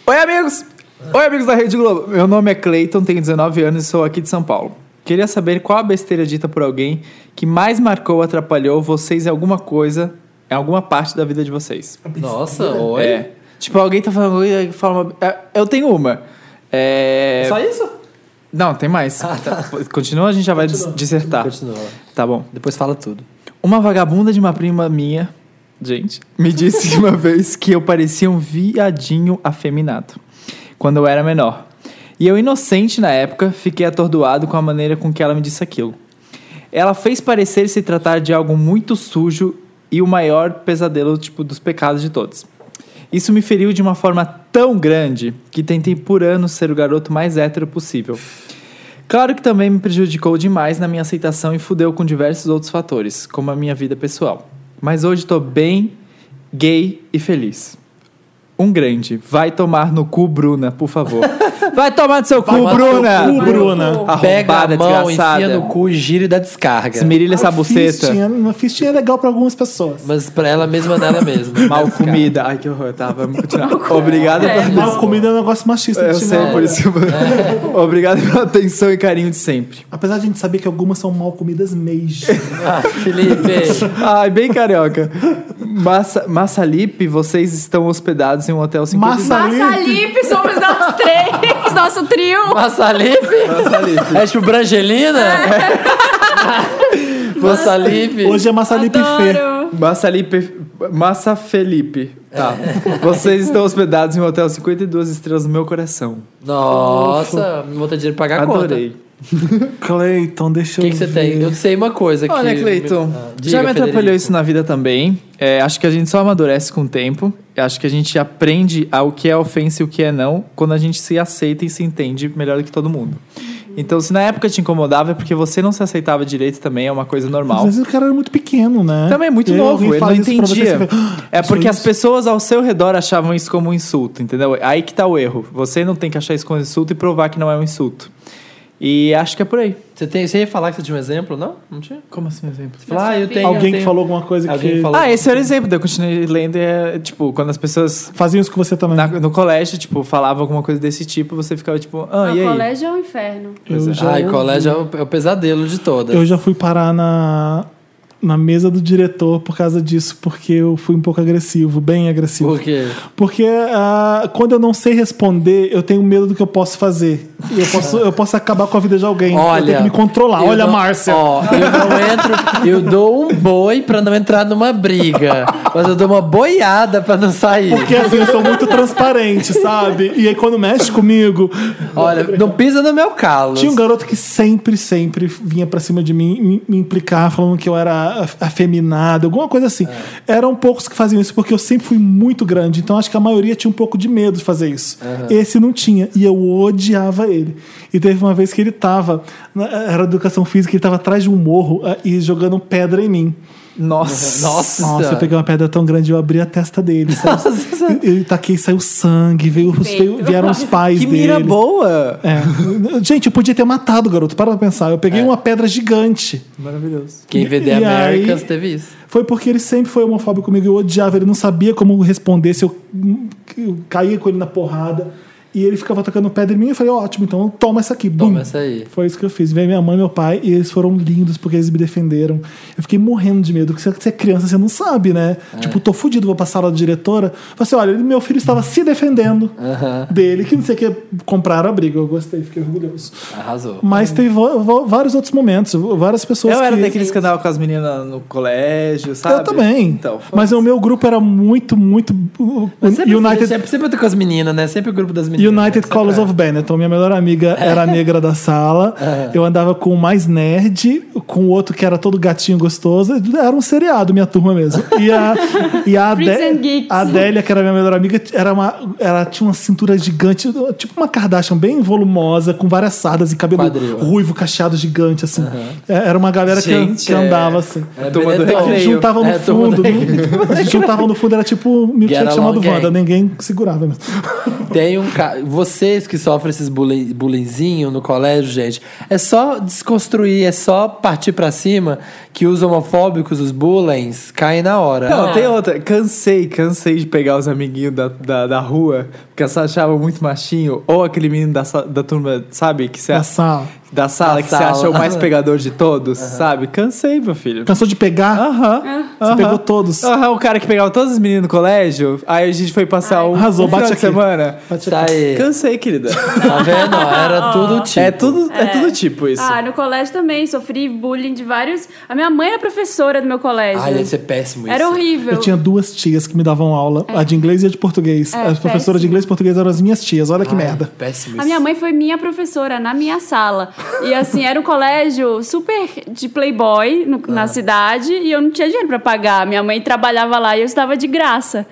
Speaker 4: Oi, amigos! Oi, amigos da Rede Globo. Meu nome é Clayton, tenho 19 anos e sou aqui de São Paulo. Queria saber qual a besteira dita por alguém que mais marcou ou atrapalhou vocês em alguma coisa, em alguma parte da vida de vocês.
Speaker 2: Nossa, oi.
Speaker 4: É. Tipo, alguém tá falando... "Oi", Fala uma... é, Eu tenho uma. É...
Speaker 2: Só isso? Ah, tá.
Speaker 4: Não, tem mais. Continua, a gente já vai dis- dissertar.
Speaker 2: Continua.
Speaker 4: Tá bom.
Speaker 2: Depois fala tudo.
Speaker 4: Uma vagabunda de uma prima minha, gente, me disse uma vez que eu parecia um viadinho afeminado quando eu era menor. E eu, inocente na época, fiquei atordoado com a maneira com que ela me disse aquilo. Ela fez parecer se tratar de algo muito sujo e o maior pesadelo tipo dos pecados de todos. Isso me feriu de uma forma tão grande que tentei por anos ser o garoto mais hétero possível. Claro que também me prejudicou demais na minha aceitação e fudeu com diversos outros fatores, como a minha vida pessoal. Mas hoje tô bem, gay e feliz. Um grande. Vai tomar no cu, Bruna, por favor. Vai tomar no seu cu,
Speaker 2: tomar no seu
Speaker 4: Bruna!
Speaker 1: cu, Bruna.
Speaker 4: Arrombada,
Speaker 2: Pega a mão,
Speaker 4: desgraçada.
Speaker 2: enfia no cu, Tá gira e dá descarga.
Speaker 4: Esmerilha essa buceta.
Speaker 1: Fistinha, uma fistinha é legal pra algumas pessoas.
Speaker 2: Mas pra ela mesma, nela mesma.
Speaker 4: Mal comida. Ai, que horror. Tá, vamos continuar. Obrigado
Speaker 3: É.
Speaker 4: pela
Speaker 1: Mal comida é um negócio machista.
Speaker 4: Eu
Speaker 1: gente,
Speaker 4: sei,
Speaker 1: não.
Speaker 4: por isso
Speaker 2: É.
Speaker 4: que eu... Obrigado pela atenção e carinho de sempre.
Speaker 1: Apesar de a gente saber que algumas são mal comidas mesmo.
Speaker 2: Ah, Felipe.
Speaker 4: Ai, bem carioca. Massa, Massalipe, vocês estão hospedados em um hotel 5
Speaker 1: Massalipe.
Speaker 3: Massalipe, somos nós três, nosso trio.
Speaker 2: Massalife?
Speaker 4: Massalipe.
Speaker 2: É tipo Brangelina?
Speaker 3: É.
Speaker 2: Massalife?
Speaker 1: Hoje é Massalipe Fê.
Speaker 3: Adoro.
Speaker 4: Massalipe. Massa Felipe. Tá. Vocês estão hospedados em um hotel 52 estrelas no meu coração.
Speaker 2: Nossa, não vou ter dinheiro pra pagar a conta.
Speaker 4: Adorei.
Speaker 2: O
Speaker 1: Clayton, deixa
Speaker 2: que
Speaker 1: eu
Speaker 2: que você
Speaker 1: ver.
Speaker 2: tem? Eu sei uma coisa
Speaker 4: Olha,
Speaker 2: que...
Speaker 4: Cleiton,
Speaker 2: Ah, diga,
Speaker 4: já me atrapalhou
Speaker 2: Federico.
Speaker 4: isso na vida também. É, acho que a gente só amadurece com o tempo. Eu Acho que a gente aprende ao que é ofensa e o que é não quando a gente se aceita e se entende melhor do que todo mundo. Então, se na época te incomodava, é porque você não se aceitava direito também, é uma coisa
Speaker 1: Às
Speaker 4: normal.
Speaker 1: vezes o cara era muito pequeno, né?
Speaker 4: Também é muito
Speaker 1: E aí
Speaker 4: novo,
Speaker 1: alguém
Speaker 4: ele
Speaker 1: fala
Speaker 4: não
Speaker 1: isso pra você,
Speaker 4: entendia.
Speaker 1: você fala, "Ah,
Speaker 4: É
Speaker 1: sou
Speaker 4: porque as
Speaker 1: isso."
Speaker 4: pessoas ao seu redor achavam isso como um insulto, entendeu? Aí que tá o erro. Você não tem que achar isso como um insulto e provar que não é um insulto. E acho que é por aí.
Speaker 2: Você, tem, você ia falar que você tinha um exemplo, não? Não tinha?
Speaker 4: Como
Speaker 1: um
Speaker 4: assim, exemplo?
Speaker 2: Você fala, ah, eu tenho... eu
Speaker 1: Alguém que
Speaker 2: tenho-
Speaker 1: falou alguma coisa
Speaker 2: Alguém
Speaker 1: que...
Speaker 2: falou.
Speaker 4: Ah, esse era o exemplo. daí Eu continuei lendo e é, tipo, quando as pessoas
Speaker 1: Faziam isso com você também.
Speaker 4: na- no colégio, tipo, falavam alguma coisa desse tipo, você ficava tipo, ah,
Speaker 3: O
Speaker 4: e aí?
Speaker 3: colégio é um inferno.
Speaker 1: Eu já,
Speaker 2: Ai, colégio é o, é o pesadelo de todas.
Speaker 1: eu já fui parar na, na mesa do diretor por causa disso, porque eu fui um pouco agressivo, bem agressivo.
Speaker 2: Por quê?
Speaker 1: Porque ah, quando eu não sei responder, eu tenho medo do que eu posso fazer. E Eu posso, eu posso acabar com a vida de alguém. eu
Speaker 2: Olha...
Speaker 1: tenho que me controlar.
Speaker 2: eu
Speaker 1: Olha,
Speaker 2: não-
Speaker 1: Márcia.
Speaker 2: Ó, eu não entro... Eu dou um boi pra não entrar numa briga. Mas eu dou uma boiada pra não sair.
Speaker 1: Porque assim, eu sou muito transparente, sabe? E aí quando mexe comigo,
Speaker 2: Olha, não pisa no meu calo.
Speaker 1: Tinha um garoto que sempre, sempre vinha pra cima de mim me, me implicar, falando que eu era af- afeminado, alguma coisa assim.
Speaker 4: É.
Speaker 1: Eram poucos que faziam isso, porque eu sempre fui muito grande, então acho que a maioria tinha um pouco de medo de fazer isso. Esse não tinha, e eu odiava ele. E teve uma vez que ele tava, na- era educação física, ele tava atrás de um morro ah, e jogando eh, pedra em mim.
Speaker 4: Nossa.
Speaker 2: Nossa.
Speaker 1: Nossa, eu peguei uma pedra tão grande, eu abri a testa dele. Saiu, eu taquei, saiu sangue, veio, os- veio- vieram os pais
Speaker 4: Que
Speaker 1: dele.
Speaker 4: mira boa.
Speaker 1: É. Gente, eu podia ter matado o garoto, para pra pensar. Eu
Speaker 2: É.
Speaker 1: peguei uma pedra gigante.
Speaker 4: Maravilhoso.
Speaker 2: Quem vê The
Speaker 1: E aí-
Speaker 2: Americans teve isso.
Speaker 1: Foi porque ele sempre foi homofóbico comigo, eu odiava, ele não sabia como responder se eu, eu caía com ele na porrada. E ele ficava tocando pedra em mim, eu falei, ótimo, então toma essa aqui.
Speaker 2: Toma
Speaker 1: Bum.
Speaker 2: essa aí.
Speaker 1: Foi isso que eu fiz. Veio minha mãe e meu pai e eles foram lindos porque eles me defenderam. Eu fiquei morrendo de medo, porque se você é criança, você não sabe, né?
Speaker 2: É.
Speaker 1: Tipo, tô fudido, vou pra sala da diretora. Falei assim, olha, meu filho estava se defendendo dele, que não sei o que, compraram a briga. Eu gostei, fiquei orgulhoso.
Speaker 2: Arrasou.
Speaker 1: Mas teve va- va- vários outros momentos, várias pessoas
Speaker 4: É. Eu
Speaker 1: que...
Speaker 4: era daqueles que andavam com as meninas no colégio, sabe?
Speaker 1: Eu também.
Speaker 4: Então,
Speaker 1: mas o meu grupo era muito, muito.
Speaker 2: Sempre,
Speaker 1: United,
Speaker 4: assim,
Speaker 2: sempre, sempre eu tô com as meninas, né? Sempre o grupo das meninas.
Speaker 1: United
Speaker 2: Sempre
Speaker 1: Colors
Speaker 2: é.
Speaker 1: of Benetton. Minha melhor amiga era a negra da sala. Eu andava com o mais nerd, com o outro que era todo gatinho gostoso. Era um seriado, minha turma mesmo. E a, e a,
Speaker 3: Freaks
Speaker 1: Adé-
Speaker 3: and Geeks.
Speaker 1: a Adélia, que era minha melhor amiga, era uma, ela tinha uma cintura gigante, tipo uma Kardashian, bem volumosa, com várias sardas e cabelo
Speaker 2: Quadril.
Speaker 1: ruivo, cacheado gigante, assim. É, Era uma galera que-
Speaker 4: Gente,
Speaker 1: que andava
Speaker 4: é-
Speaker 1: assim.
Speaker 2: É
Speaker 4: Turma do
Speaker 2: Benetton.
Speaker 1: Eles
Speaker 4: recreio.
Speaker 1: juntavam no
Speaker 2: É, todo
Speaker 1: fundo.
Speaker 2: mundo-
Speaker 1: né? Eles juntavam no fundo, era tipo um milkshake
Speaker 2: along,
Speaker 1: chamado
Speaker 2: gang.
Speaker 1: Wanda, ninguém segurava. mesmo.
Speaker 2: Tem um ca... Vocês que sofrem esses bullying- bullyingzinho no colégio, gente, é só desconstruir, é só partir pra cima que os homofóbicos, os bullies, caem na hora. Ah,
Speaker 4: Não, tem outra. Cansei, cansei de pegar os amiguinhos da, da, da rua, porque eu só achava muito machinho. Ou aquele menino da, sa- da turma, sabe? Que você
Speaker 1: Da sala.
Speaker 4: da sala
Speaker 2: Da
Speaker 4: que
Speaker 2: sala.
Speaker 4: você acha o mais pegador de todos, sabe? Cansei, meu filho.
Speaker 1: Cansou de pegar?
Speaker 4: Aham.
Speaker 1: Você pegou todos.
Speaker 4: Aham, o cara que pegava todos os meninos no colégio, aí a gente foi passar um,
Speaker 1: Arrasou,
Speaker 4: um
Speaker 1: bate
Speaker 4: final de
Speaker 1: aqui.
Speaker 4: semana.
Speaker 2: Tá aí.
Speaker 4: Cansei, querida.
Speaker 2: Tá vendo? Era tudo tipo.
Speaker 4: é, tudo, é. tudo tipo isso.
Speaker 3: Ah, no colégio também, sofri bullying de vários. A minha mãe era professora do meu colégio.
Speaker 2: Ai, deve ser péssimo isso.
Speaker 3: tipo. Era horrível.
Speaker 1: Eu tinha duas tias que me davam aula, a de inglês e a de português.
Speaker 3: É,
Speaker 1: As professoras de
Speaker 3: péssimo.
Speaker 1: inglês e português eram as minhas tias, olha que
Speaker 2: Ai,
Speaker 1: merda.
Speaker 2: é Péssimo isso.
Speaker 3: A minha mãe foi minha professora na minha sala. E assim, era um colégio super de playboy no-
Speaker 2: Ah.
Speaker 3: na cidade e eu não tinha dinheiro pra pagar. Minha mãe trabalhava lá e eu estava de graça.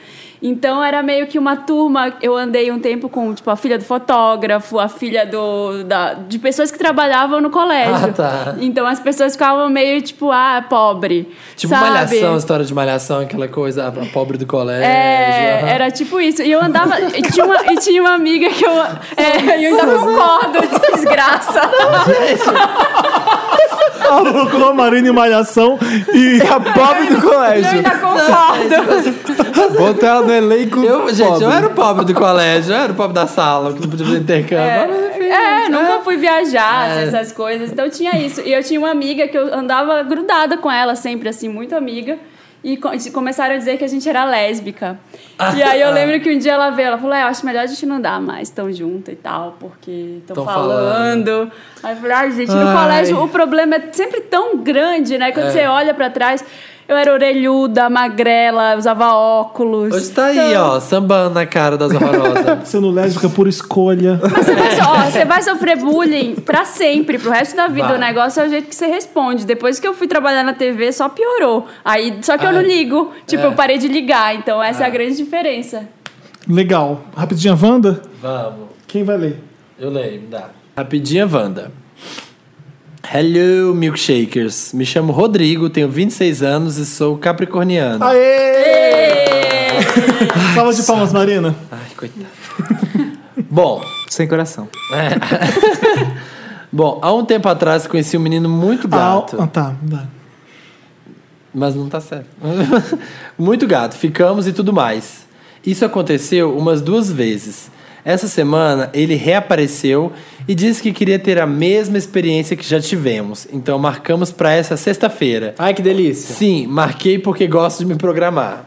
Speaker 3: Então era meio que uma turma. Eu andei um tempo com tipo a filha do fotógrafo, a filha do da- de pessoas que trabalhavam no colégio.
Speaker 2: Ah, tá.
Speaker 3: Então as pessoas ficavam meio tipo ah pobre,
Speaker 2: Tipo
Speaker 3: sabe?
Speaker 2: malhação, história de malhação, aquela coisa, a a pobre do colégio.
Speaker 3: É,
Speaker 2: aham.
Speaker 3: era tipo isso. E eu andava. E tinha uma, e tinha uma amiga que eu. É, eu ainda concordo, desgraça.
Speaker 1: Colocou a Marina em malhação e.
Speaker 4: É a pobre do
Speaker 3: Eu
Speaker 4: colégio.
Speaker 3: ainda concordo.
Speaker 4: Botou ela no elenco.
Speaker 2: Eu, gente,
Speaker 4: pobre.
Speaker 2: eu era o pobre do colégio, eu era o pobre da sala, que não podia fazer intercâmbio.
Speaker 3: É, nunca fui viajar,
Speaker 2: É.
Speaker 3: assim, essas coisas. Então tinha isso. E eu tinha uma amiga que eu andava grudada com ela sempre, assim, muito amiga. E co- e começaram a dizer que a gente era lésbica. E aí eu lembro que um dia ela veio, ela falou: é, eu acho melhor a gente não dar mais tão junto e tal, porque estão
Speaker 2: Tão
Speaker 3: falando. Aí eu falei, ai, gente, no
Speaker 4: Ai.
Speaker 3: colégio o problema é sempre tão grande, né?
Speaker 2: É.
Speaker 3: Quando você olha pra trás, eu era orelhuda, magrela, usava óculos.
Speaker 2: Hoje tá aí,
Speaker 3: Então,
Speaker 2: ó, sambando na cara das horrorosas.
Speaker 1: Sendo lésbica por escolha.
Speaker 3: Mas você vai, so- ó, você vai sofrer bullying pra sempre, pro resto da vida.
Speaker 2: Vai.
Speaker 3: O negócio é o jeito que você responde. Depois que eu fui trabalhar na TV, só piorou. Aí, só que
Speaker 2: Ah,
Speaker 3: eu não
Speaker 2: é.
Speaker 3: ligo. Tipo,
Speaker 2: É.
Speaker 3: eu parei de ligar. Então, essa é a grande diferença.
Speaker 1: Legal. Rapidinho, a Wanda?
Speaker 2: Vamos.
Speaker 1: Quem vai ler?
Speaker 2: Eu leio, me dá. Rapidinha, Wanda. Hello, milkshakers. Me chamo Rodrigo, tenho 26 anos e sou capricorniano.
Speaker 1: Aê! Salva de palmas, Marina.
Speaker 2: Ai, coitado. Bom,
Speaker 4: Sem coração.
Speaker 2: bom, há um tempo atrás conheci um menino muito gato.
Speaker 1: Ah, ah, tá. tá.
Speaker 2: Mas não tá certo. Muito gato, ficamos e tudo mais. Isso aconteceu umas duas vezes. Essa semana ele reapareceu e disse que queria ter a mesma experiência que já tivemos. Então marcamos pra essa sexta-feira.
Speaker 4: Ai, que delícia.
Speaker 2: Sim, marquei porque gosto de me programar.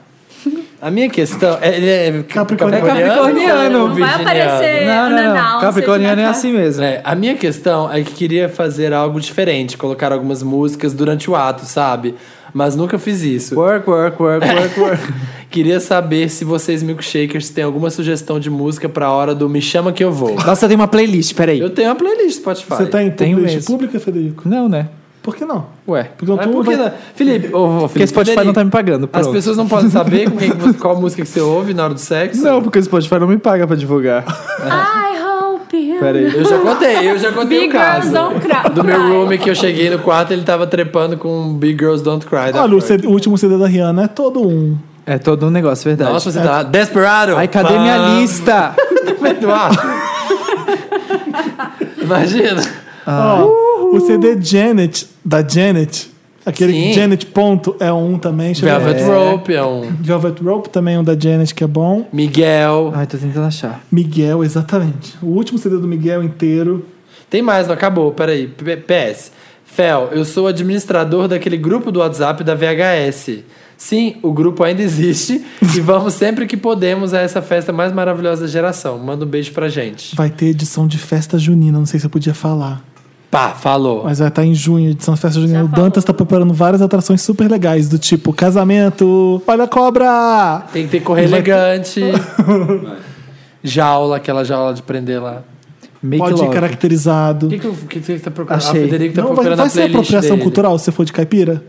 Speaker 2: A minha questão. é- Ele é
Speaker 1: Capricorniano.
Speaker 4: Capricorniano,
Speaker 3: Não vai
Speaker 2: virginiano?
Speaker 3: aparecer
Speaker 4: Não, não, não.
Speaker 3: Nanau,
Speaker 4: Capricorniano é
Speaker 3: sei
Speaker 4: assim mesmo.
Speaker 2: É, a minha questão é que queria fazer algo diferente, colocar algumas músicas durante o ato, sabe? Mas nunca fiz isso.
Speaker 4: Work, work, work, work, work.
Speaker 2: Queria saber se vocês, milkshakers, têm alguma sugestão de música pra hora do Me Chama Que Eu Vou.
Speaker 4: Nossa, tem uma playlist, peraí.
Speaker 2: Eu tenho uma playlist Spotify.
Speaker 1: Você tá em
Speaker 4: Tenho
Speaker 1: playlist
Speaker 4: mesmo.
Speaker 1: pública, Federico?
Speaker 4: Não, né?
Speaker 1: Por que não?
Speaker 4: Ué.
Speaker 1: Porque não
Speaker 2: Mas
Speaker 1: tu
Speaker 2: por que
Speaker 1: vai-
Speaker 2: não? é Felipe, ô, ô, Felipe,
Speaker 4: Porque Spotify
Speaker 2: peraí.
Speaker 4: não tá me pagando,
Speaker 2: As
Speaker 4: pronto.
Speaker 2: pessoas não podem saber com quem que você- qual música que você ouve na hora do sexo?
Speaker 4: Não, porque o Spotify não me paga pra divulgar.
Speaker 3: lá. I hope you
Speaker 4: Peraí.
Speaker 2: Eu já contei, eu já contei o
Speaker 3: Big
Speaker 2: caso.
Speaker 3: Girls Don't Cry.
Speaker 2: Do meu room que eu cheguei no quarto, ele tava trepando com Big Girls Don't
Speaker 4: Ah,
Speaker 2: Cry. da
Speaker 1: Olha, o,
Speaker 2: Fergie.
Speaker 1: CD o último CD da Rihanna é todo um.
Speaker 4: É todo um negócio, verdade.
Speaker 2: Nossa, você tá lá. Desperado!
Speaker 4: Ai, cadê
Speaker 2: Pá.
Speaker 4: minha lista?
Speaker 2: Eduardo. Imagina.
Speaker 1: Ó, o CD Janet, da Janet, aquele
Speaker 2: Sim.
Speaker 1: Janet ponto, é um também. Deixa eu ver.
Speaker 2: Velvet Rope é um.
Speaker 1: Velvet Rope também é um da Janet que é bom.
Speaker 2: Miguel.
Speaker 4: Ai, tô tentando achar.
Speaker 1: Miguel, exatamente. O último CD do Miguel inteiro.
Speaker 2: Tem mais, não acabou. Peraí. P- PS. Fel, eu sou administrador daquele grupo do WhatsApp da VHS. Sim, o grupo ainda existe e vamos sempre que podemos a essa festa mais maravilhosa da geração. Manda um beijo pra gente.
Speaker 1: Vai ter edição de festa junina, não sei se eu podia falar.
Speaker 2: Pá, falou.
Speaker 1: Mas vai estar em junho, edição de festa junina. o Dantas tá preparando várias atrações super legais, do tipo casamento, olha a cobra!
Speaker 2: Tem que ter correr elegante. Jaula, aquela jaula de prender lá.
Speaker 4: Make
Speaker 1: Pode ir
Speaker 4: love.
Speaker 1: caracterizado.
Speaker 2: O que, que, eu- o que você tá procurando? Ah,
Speaker 4: Achei.
Speaker 2: O Federico tá
Speaker 1: não, vai,
Speaker 2: procurando
Speaker 1: vai
Speaker 2: a
Speaker 1: ser
Speaker 2: playlist
Speaker 1: apropriação
Speaker 2: dele.
Speaker 1: cultural se você for de caipira?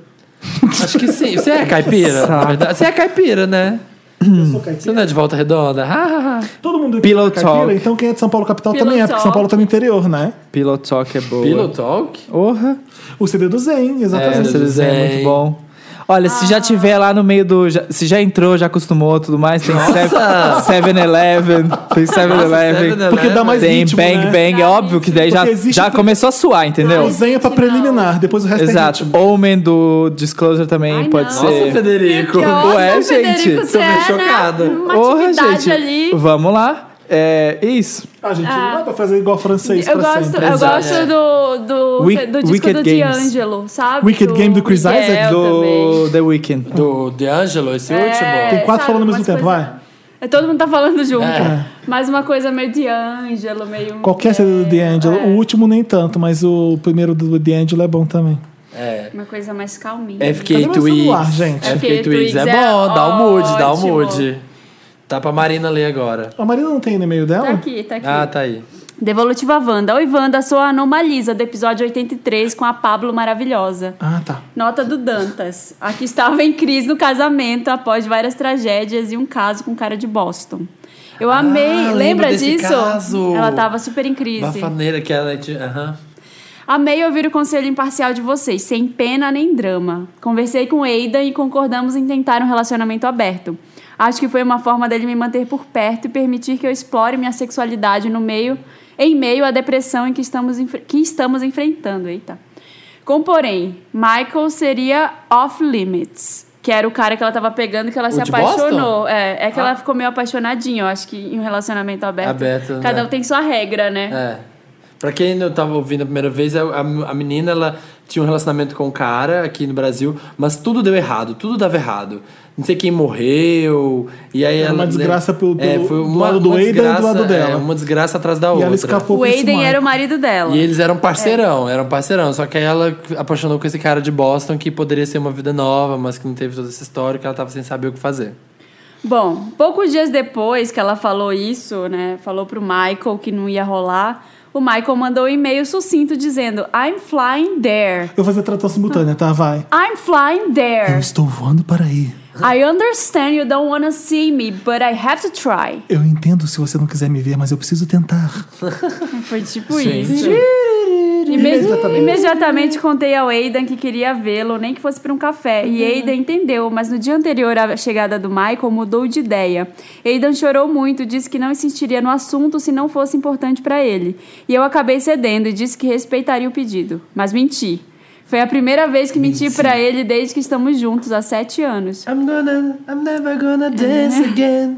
Speaker 2: Acho que sim. Você é caipira, na verdade. Você é caipira, né?
Speaker 1: Eu sou
Speaker 2: Você
Speaker 1: caipira.
Speaker 2: não é de volta redonda? Ha, ha, ha.
Speaker 1: Todo mundo é
Speaker 4: Pillow
Speaker 1: caipira,
Speaker 4: Talk.
Speaker 1: então quem é de São Paulo capital
Speaker 3: Pillow
Speaker 1: também é, porque São
Speaker 3: Talk.
Speaker 1: Paulo tá no interior, né?
Speaker 4: Pillow Talk é boa.
Speaker 2: Pillow Talk?
Speaker 4: Orra.
Speaker 1: O CD do Zen,
Speaker 2: É,
Speaker 1: exatamente.
Speaker 4: Essa desenho é
Speaker 2: desenho.
Speaker 4: muito bom. Olha, se já tiver lá no meio do. já- se já entrou, já acostumou tudo mais, tem
Speaker 2: Nossa!
Speaker 4: 7-Eleven. Tem 7-Eleven.
Speaker 2: 7-Eleven.
Speaker 1: Porque dá mais
Speaker 4: Tem
Speaker 1: ritmo,
Speaker 4: Bang
Speaker 1: né?
Speaker 4: Bang, é óbvio que daí já,
Speaker 1: Porque existe
Speaker 4: já
Speaker 1: tudo.
Speaker 4: começou a suar, entendeu?
Speaker 1: O Zen é pra preliminar, depois o resto é
Speaker 4: Exato.
Speaker 1: ritmo.
Speaker 4: Omen do Disclosure também
Speaker 3: Ai,
Speaker 4: pode
Speaker 3: não.
Speaker 2: Nossa,
Speaker 4: ser.
Speaker 2: Federico.
Speaker 4: Nossa,
Speaker 3: Ué,
Speaker 4: gente,
Speaker 3: Federico, você
Speaker 2: tô meio
Speaker 3: é, né,
Speaker 2: chocada.
Speaker 3: Uma
Speaker 4: Porra,
Speaker 3: atividade
Speaker 4: gente.
Speaker 3: ali.
Speaker 4: Vamos lá. É isso.
Speaker 1: Ah, gente, não dá pra fazer igual francês
Speaker 3: Eu
Speaker 1: pra
Speaker 3: gosto,
Speaker 1: sempre.
Speaker 3: eu
Speaker 2: Exato.
Speaker 3: gosto do, do,
Speaker 4: Wick-
Speaker 3: do disco
Speaker 4: Wicked
Speaker 3: do
Speaker 4: Games.
Speaker 3: D'Angelo, sabe?
Speaker 1: Wicked Game do Chris
Speaker 3: Miguel
Speaker 1: Isaac?
Speaker 4: Do
Speaker 3: também.
Speaker 4: The Weeknd.
Speaker 2: Do D'Angelo, esse
Speaker 3: É,
Speaker 1: Tem
Speaker 2: último.
Speaker 1: quatro
Speaker 3: sabe,
Speaker 1: falando ao
Speaker 3: umas
Speaker 1: mesmo tempo,
Speaker 3: coisas-
Speaker 1: vai.
Speaker 3: É, Todo mundo tá falando junto.
Speaker 2: É.
Speaker 3: Mas uma coisa meio D'Angelo, meio...
Speaker 1: Qualquer CD do D'Angelo,
Speaker 3: é.
Speaker 1: o último nem tanto, mas o primeiro do D'Angelo é bom também.
Speaker 2: É.
Speaker 3: Uma coisa mais calminha.
Speaker 1: Cadê
Speaker 2: FK
Speaker 1: meu celular,
Speaker 2: Twigs.
Speaker 1: gente?
Speaker 2: FK
Speaker 3: FK
Speaker 2: Twigs é
Speaker 3: Twigs
Speaker 2: bom,
Speaker 3: é
Speaker 2: dá o mood, dá o
Speaker 3: ótimo.
Speaker 2: mood. Tá pra Marina ler agora.
Speaker 1: A Marina não tem no e-mail
Speaker 3: Tá
Speaker 1: dela?
Speaker 3: aqui, tá aqui.
Speaker 2: Ah, tá aí.
Speaker 3: Devolutiva Wanda. Oi, Wanda, sou a Anomalisa, do episódio 83, com a Pablo maravilhosa.
Speaker 1: Ah, tá.
Speaker 3: Nota do Dantas. Aqui estava em crise no casamento após várias tragédias e um caso com cara de Boston. Eu amei.
Speaker 2: Ah, lembro
Speaker 3: Lembra
Speaker 2: desse
Speaker 3: disso?
Speaker 2: caso.
Speaker 3: Ela estava super em crise.
Speaker 2: Bafaneira que ela tinha. Aham.
Speaker 3: Amei ouvir o conselho imparcial de vocês, sem pena nem drama. Conversei com Eida e concordamos em tentar um relacionamento aberto. Acho que foi uma forma dele me manter por perto e permitir que eu explore minha sexualidade no meio, em meio à depressão em que estamos, enfre- que estamos enfrentando. Eita. Com porém, Michael seria off limits. Que era o cara que ela tava pegando que ela se
Speaker 2: de Ah.
Speaker 3: apaixonou. É, é que ela ficou meio apaixonadinha, eu acho que em um relacionamento aberto.
Speaker 2: Aberto,
Speaker 3: Cada
Speaker 2: né?
Speaker 3: um tem sua regra, né?
Speaker 2: É. Pra quem não tava ouvindo a primeira vez, é a, a- a menina, ela tinha um relacionamento com o cara aqui no Brasil, mas tudo deu errado, tudo dava errado. Não sei quem morreu, e aí
Speaker 1: Era
Speaker 2: ela...
Speaker 1: uma desgraça pelo- pelo-
Speaker 2: é, foi
Speaker 1: do
Speaker 2: uma,
Speaker 1: lado do
Speaker 2: uma
Speaker 1: Aiden e do
Speaker 2: desgraça-
Speaker 1: lado dela.
Speaker 2: É, uma desgraça atrás da
Speaker 1: E
Speaker 2: outra.
Speaker 1: ela escapou
Speaker 3: O
Speaker 1: por esse
Speaker 3: Aiden
Speaker 1: mar.
Speaker 3: era o marido dela.
Speaker 2: E eles
Speaker 1: É.
Speaker 2: eram parceirão, eram parceirão. Só que aí ela apaixonou com esse cara de Boston que poderia ser uma vida nova, mas que não teve toda essa história, que ela tava sem saber o que fazer.
Speaker 3: Bom, poucos dias depois que ela falou isso, né? Falou pro Michael que não ia rolar. O Michael mandou um e-mail sucinto dizendo: I'm flying there.
Speaker 1: Eu vou fazer tradução simultânea, tá? Vai.
Speaker 3: I'm flying
Speaker 1: Eu
Speaker 3: there.
Speaker 1: estou voando para aí.
Speaker 3: I understand you don't wanna see me, but I have to try.
Speaker 1: Eu entendo se você não quiser me ver, mas eu preciso tentar.
Speaker 3: Foi tipo
Speaker 2: Gente.
Speaker 3: isso. Ime- Imediatamente. contei ao Aidan que queria vê-lo, nem que fosse para um café. E Aidan entendeu, mas no dia anterior à chegada do Michael, mudou de ideia. Aidan chorou muito, disse que não insistiria no assunto se não fosse importante para ele. E eu acabei cedendo e disse que respeitaria o pedido. Mas menti. Foi a primeira vez que menti para ele desde que estamos juntos há sete anos.
Speaker 2: I'm gonna, I'm never gonna
Speaker 3: É.
Speaker 2: dance again.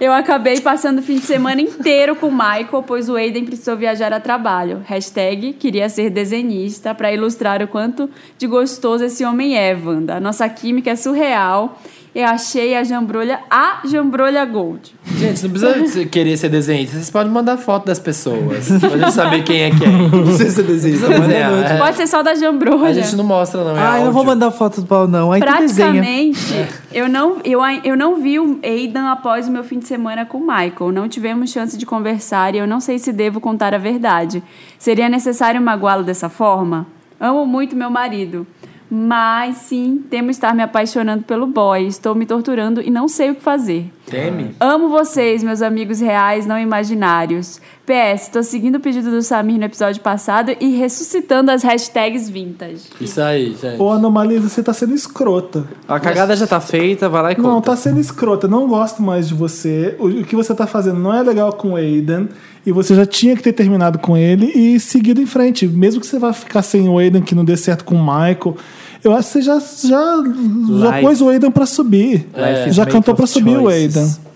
Speaker 3: Eu acabei passando o fim de semana inteiro com o Michael, pois o Aiden precisou viajar a trabalho. Hashtag queria ser desenhista para ilustrar o quanto de gostoso esse homem é, Wanda. A nossa química é surreal. Eu achei a jambrolha, a jambrolha gold.
Speaker 2: Gente, não precisa querer ser desenhista. Vocês podem mandar foto das pessoas. Pra gente saber quem é quem. Não
Speaker 4: precisa ser desenhista, manda
Speaker 2: desenhar,
Speaker 4: nude.
Speaker 2: é.
Speaker 3: Pode ser só da jambrolha.
Speaker 2: A gente não mostra, não. É
Speaker 4: Ai, não
Speaker 2: áudio.
Speaker 4: vou mandar foto do pau, não. Ai, É que desenha.
Speaker 3: Praticamente, eu não, eu, ai- eu não vi o Aidan após o meu fim de semana com o Michael. Não tivemos chance de conversar e eu não sei se devo contar a verdade. Seria necessário magoá-lo dessa forma? Amo muito meu marido. Mas sim, temo estar me apaixonando pelo boy. Estou me torturando e não sei o que fazer.
Speaker 2: Teme?
Speaker 3: Amo vocês, meus amigos reais, não imaginários. PS, tô seguindo o pedido do Samir no episódio passado e ressuscitando as hashtags vintage.
Speaker 2: Isso aí, gente.
Speaker 1: Ô, Anomalia, você tá sendo escrota.
Speaker 4: A cagada já tá feita, vai lá e conta.
Speaker 1: Não, tá sendo escrota. Não gosto mais de você. O, o que você tá fazendo não é legal com o Aiden. E você já tinha que ter terminado com ele e seguido em frente. Mesmo que você vá ficar sem o Aiden, que não dê certo com o Michael. Eu acho que você já, já, já
Speaker 4: Life. É.
Speaker 1: pôs o Aiden pra subir.
Speaker 4: Life is
Speaker 1: já
Speaker 4: made
Speaker 1: cantou
Speaker 4: of
Speaker 1: pra subir o
Speaker 4: choices. É.
Speaker 1: Aiden.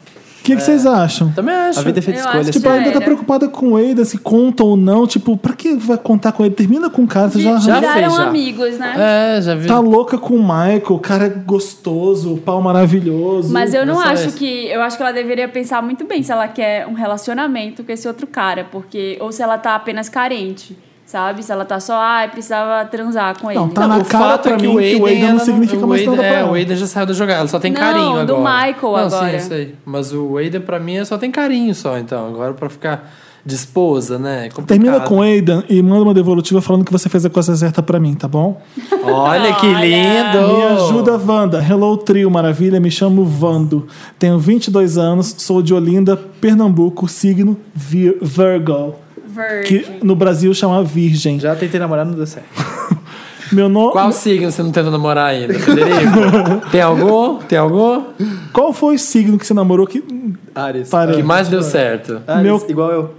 Speaker 1: O que, que vocês acham?
Speaker 2: Também acho.
Speaker 4: A vida é feita de
Speaker 3: Eu
Speaker 4: escolhas.
Speaker 3: acho que
Speaker 1: Tipo, a Aiden tá
Speaker 3: Sério?
Speaker 1: preocupada com o Aiden, se conta ou não. Tipo, pra que vai contar com ele? Termina com o cara, você já,
Speaker 2: Já
Speaker 3: Viraram
Speaker 2: fez, já.
Speaker 3: amigos, né?
Speaker 2: É, já vi.
Speaker 1: tá louca com o Michael, o cara é gostoso, o pau maravilhoso.
Speaker 3: Mas eu não
Speaker 2: Dessa
Speaker 3: acho
Speaker 2: vez.
Speaker 3: que. Eu acho que ela deveria pensar muito bem se ela quer um relacionamento com esse outro cara, porque. Ou se ela tá apenas carente, sabe? Se ela tá só, ai, precisava transar com ele.
Speaker 1: Não, tá na
Speaker 2: o
Speaker 1: cara
Speaker 2: fato
Speaker 1: pra
Speaker 2: é que
Speaker 1: mim
Speaker 2: o
Speaker 1: que
Speaker 2: Aiden,
Speaker 1: o Aiden
Speaker 2: ela
Speaker 1: não significa
Speaker 2: o
Speaker 1: mais
Speaker 2: Aiden-
Speaker 1: nada pra
Speaker 2: É,
Speaker 1: ela.
Speaker 2: o Aiden já saiu da jogada, ela só tem
Speaker 3: Não,
Speaker 2: carinho agora.
Speaker 3: do Michael
Speaker 2: não,
Speaker 3: agora.
Speaker 2: Sim, eu sei. Mas o Aiden pra mim é só tem carinho só, então. Agora pra ficar de esposa, né? é complicado.
Speaker 1: Termina com o Aiden e manda uma devolutiva falando que você fez a coisa certa pra mim, tá bom?
Speaker 2: Olha que lindo!
Speaker 1: Me ajuda, Wanda. Hello, trio, maravilha. Me chamo Vando. Tenho 22 anos, sou de Olinda, Pernambuco, signo Vir- Virgo.
Speaker 3: Virgin.
Speaker 1: Que no Brasil chama Virgem.
Speaker 4: Já tentei namorar, não deu certo.
Speaker 1: Meu nome.
Speaker 2: Qual signo você não tenta namorar ainda, Federico? tem algum? Tem algum?
Speaker 1: Qual foi o signo que você namorou que.
Speaker 4: Ares.
Speaker 1: Para-
Speaker 2: Que mais deu certo?
Speaker 4: Ares,
Speaker 1: Meu-
Speaker 4: igual eu.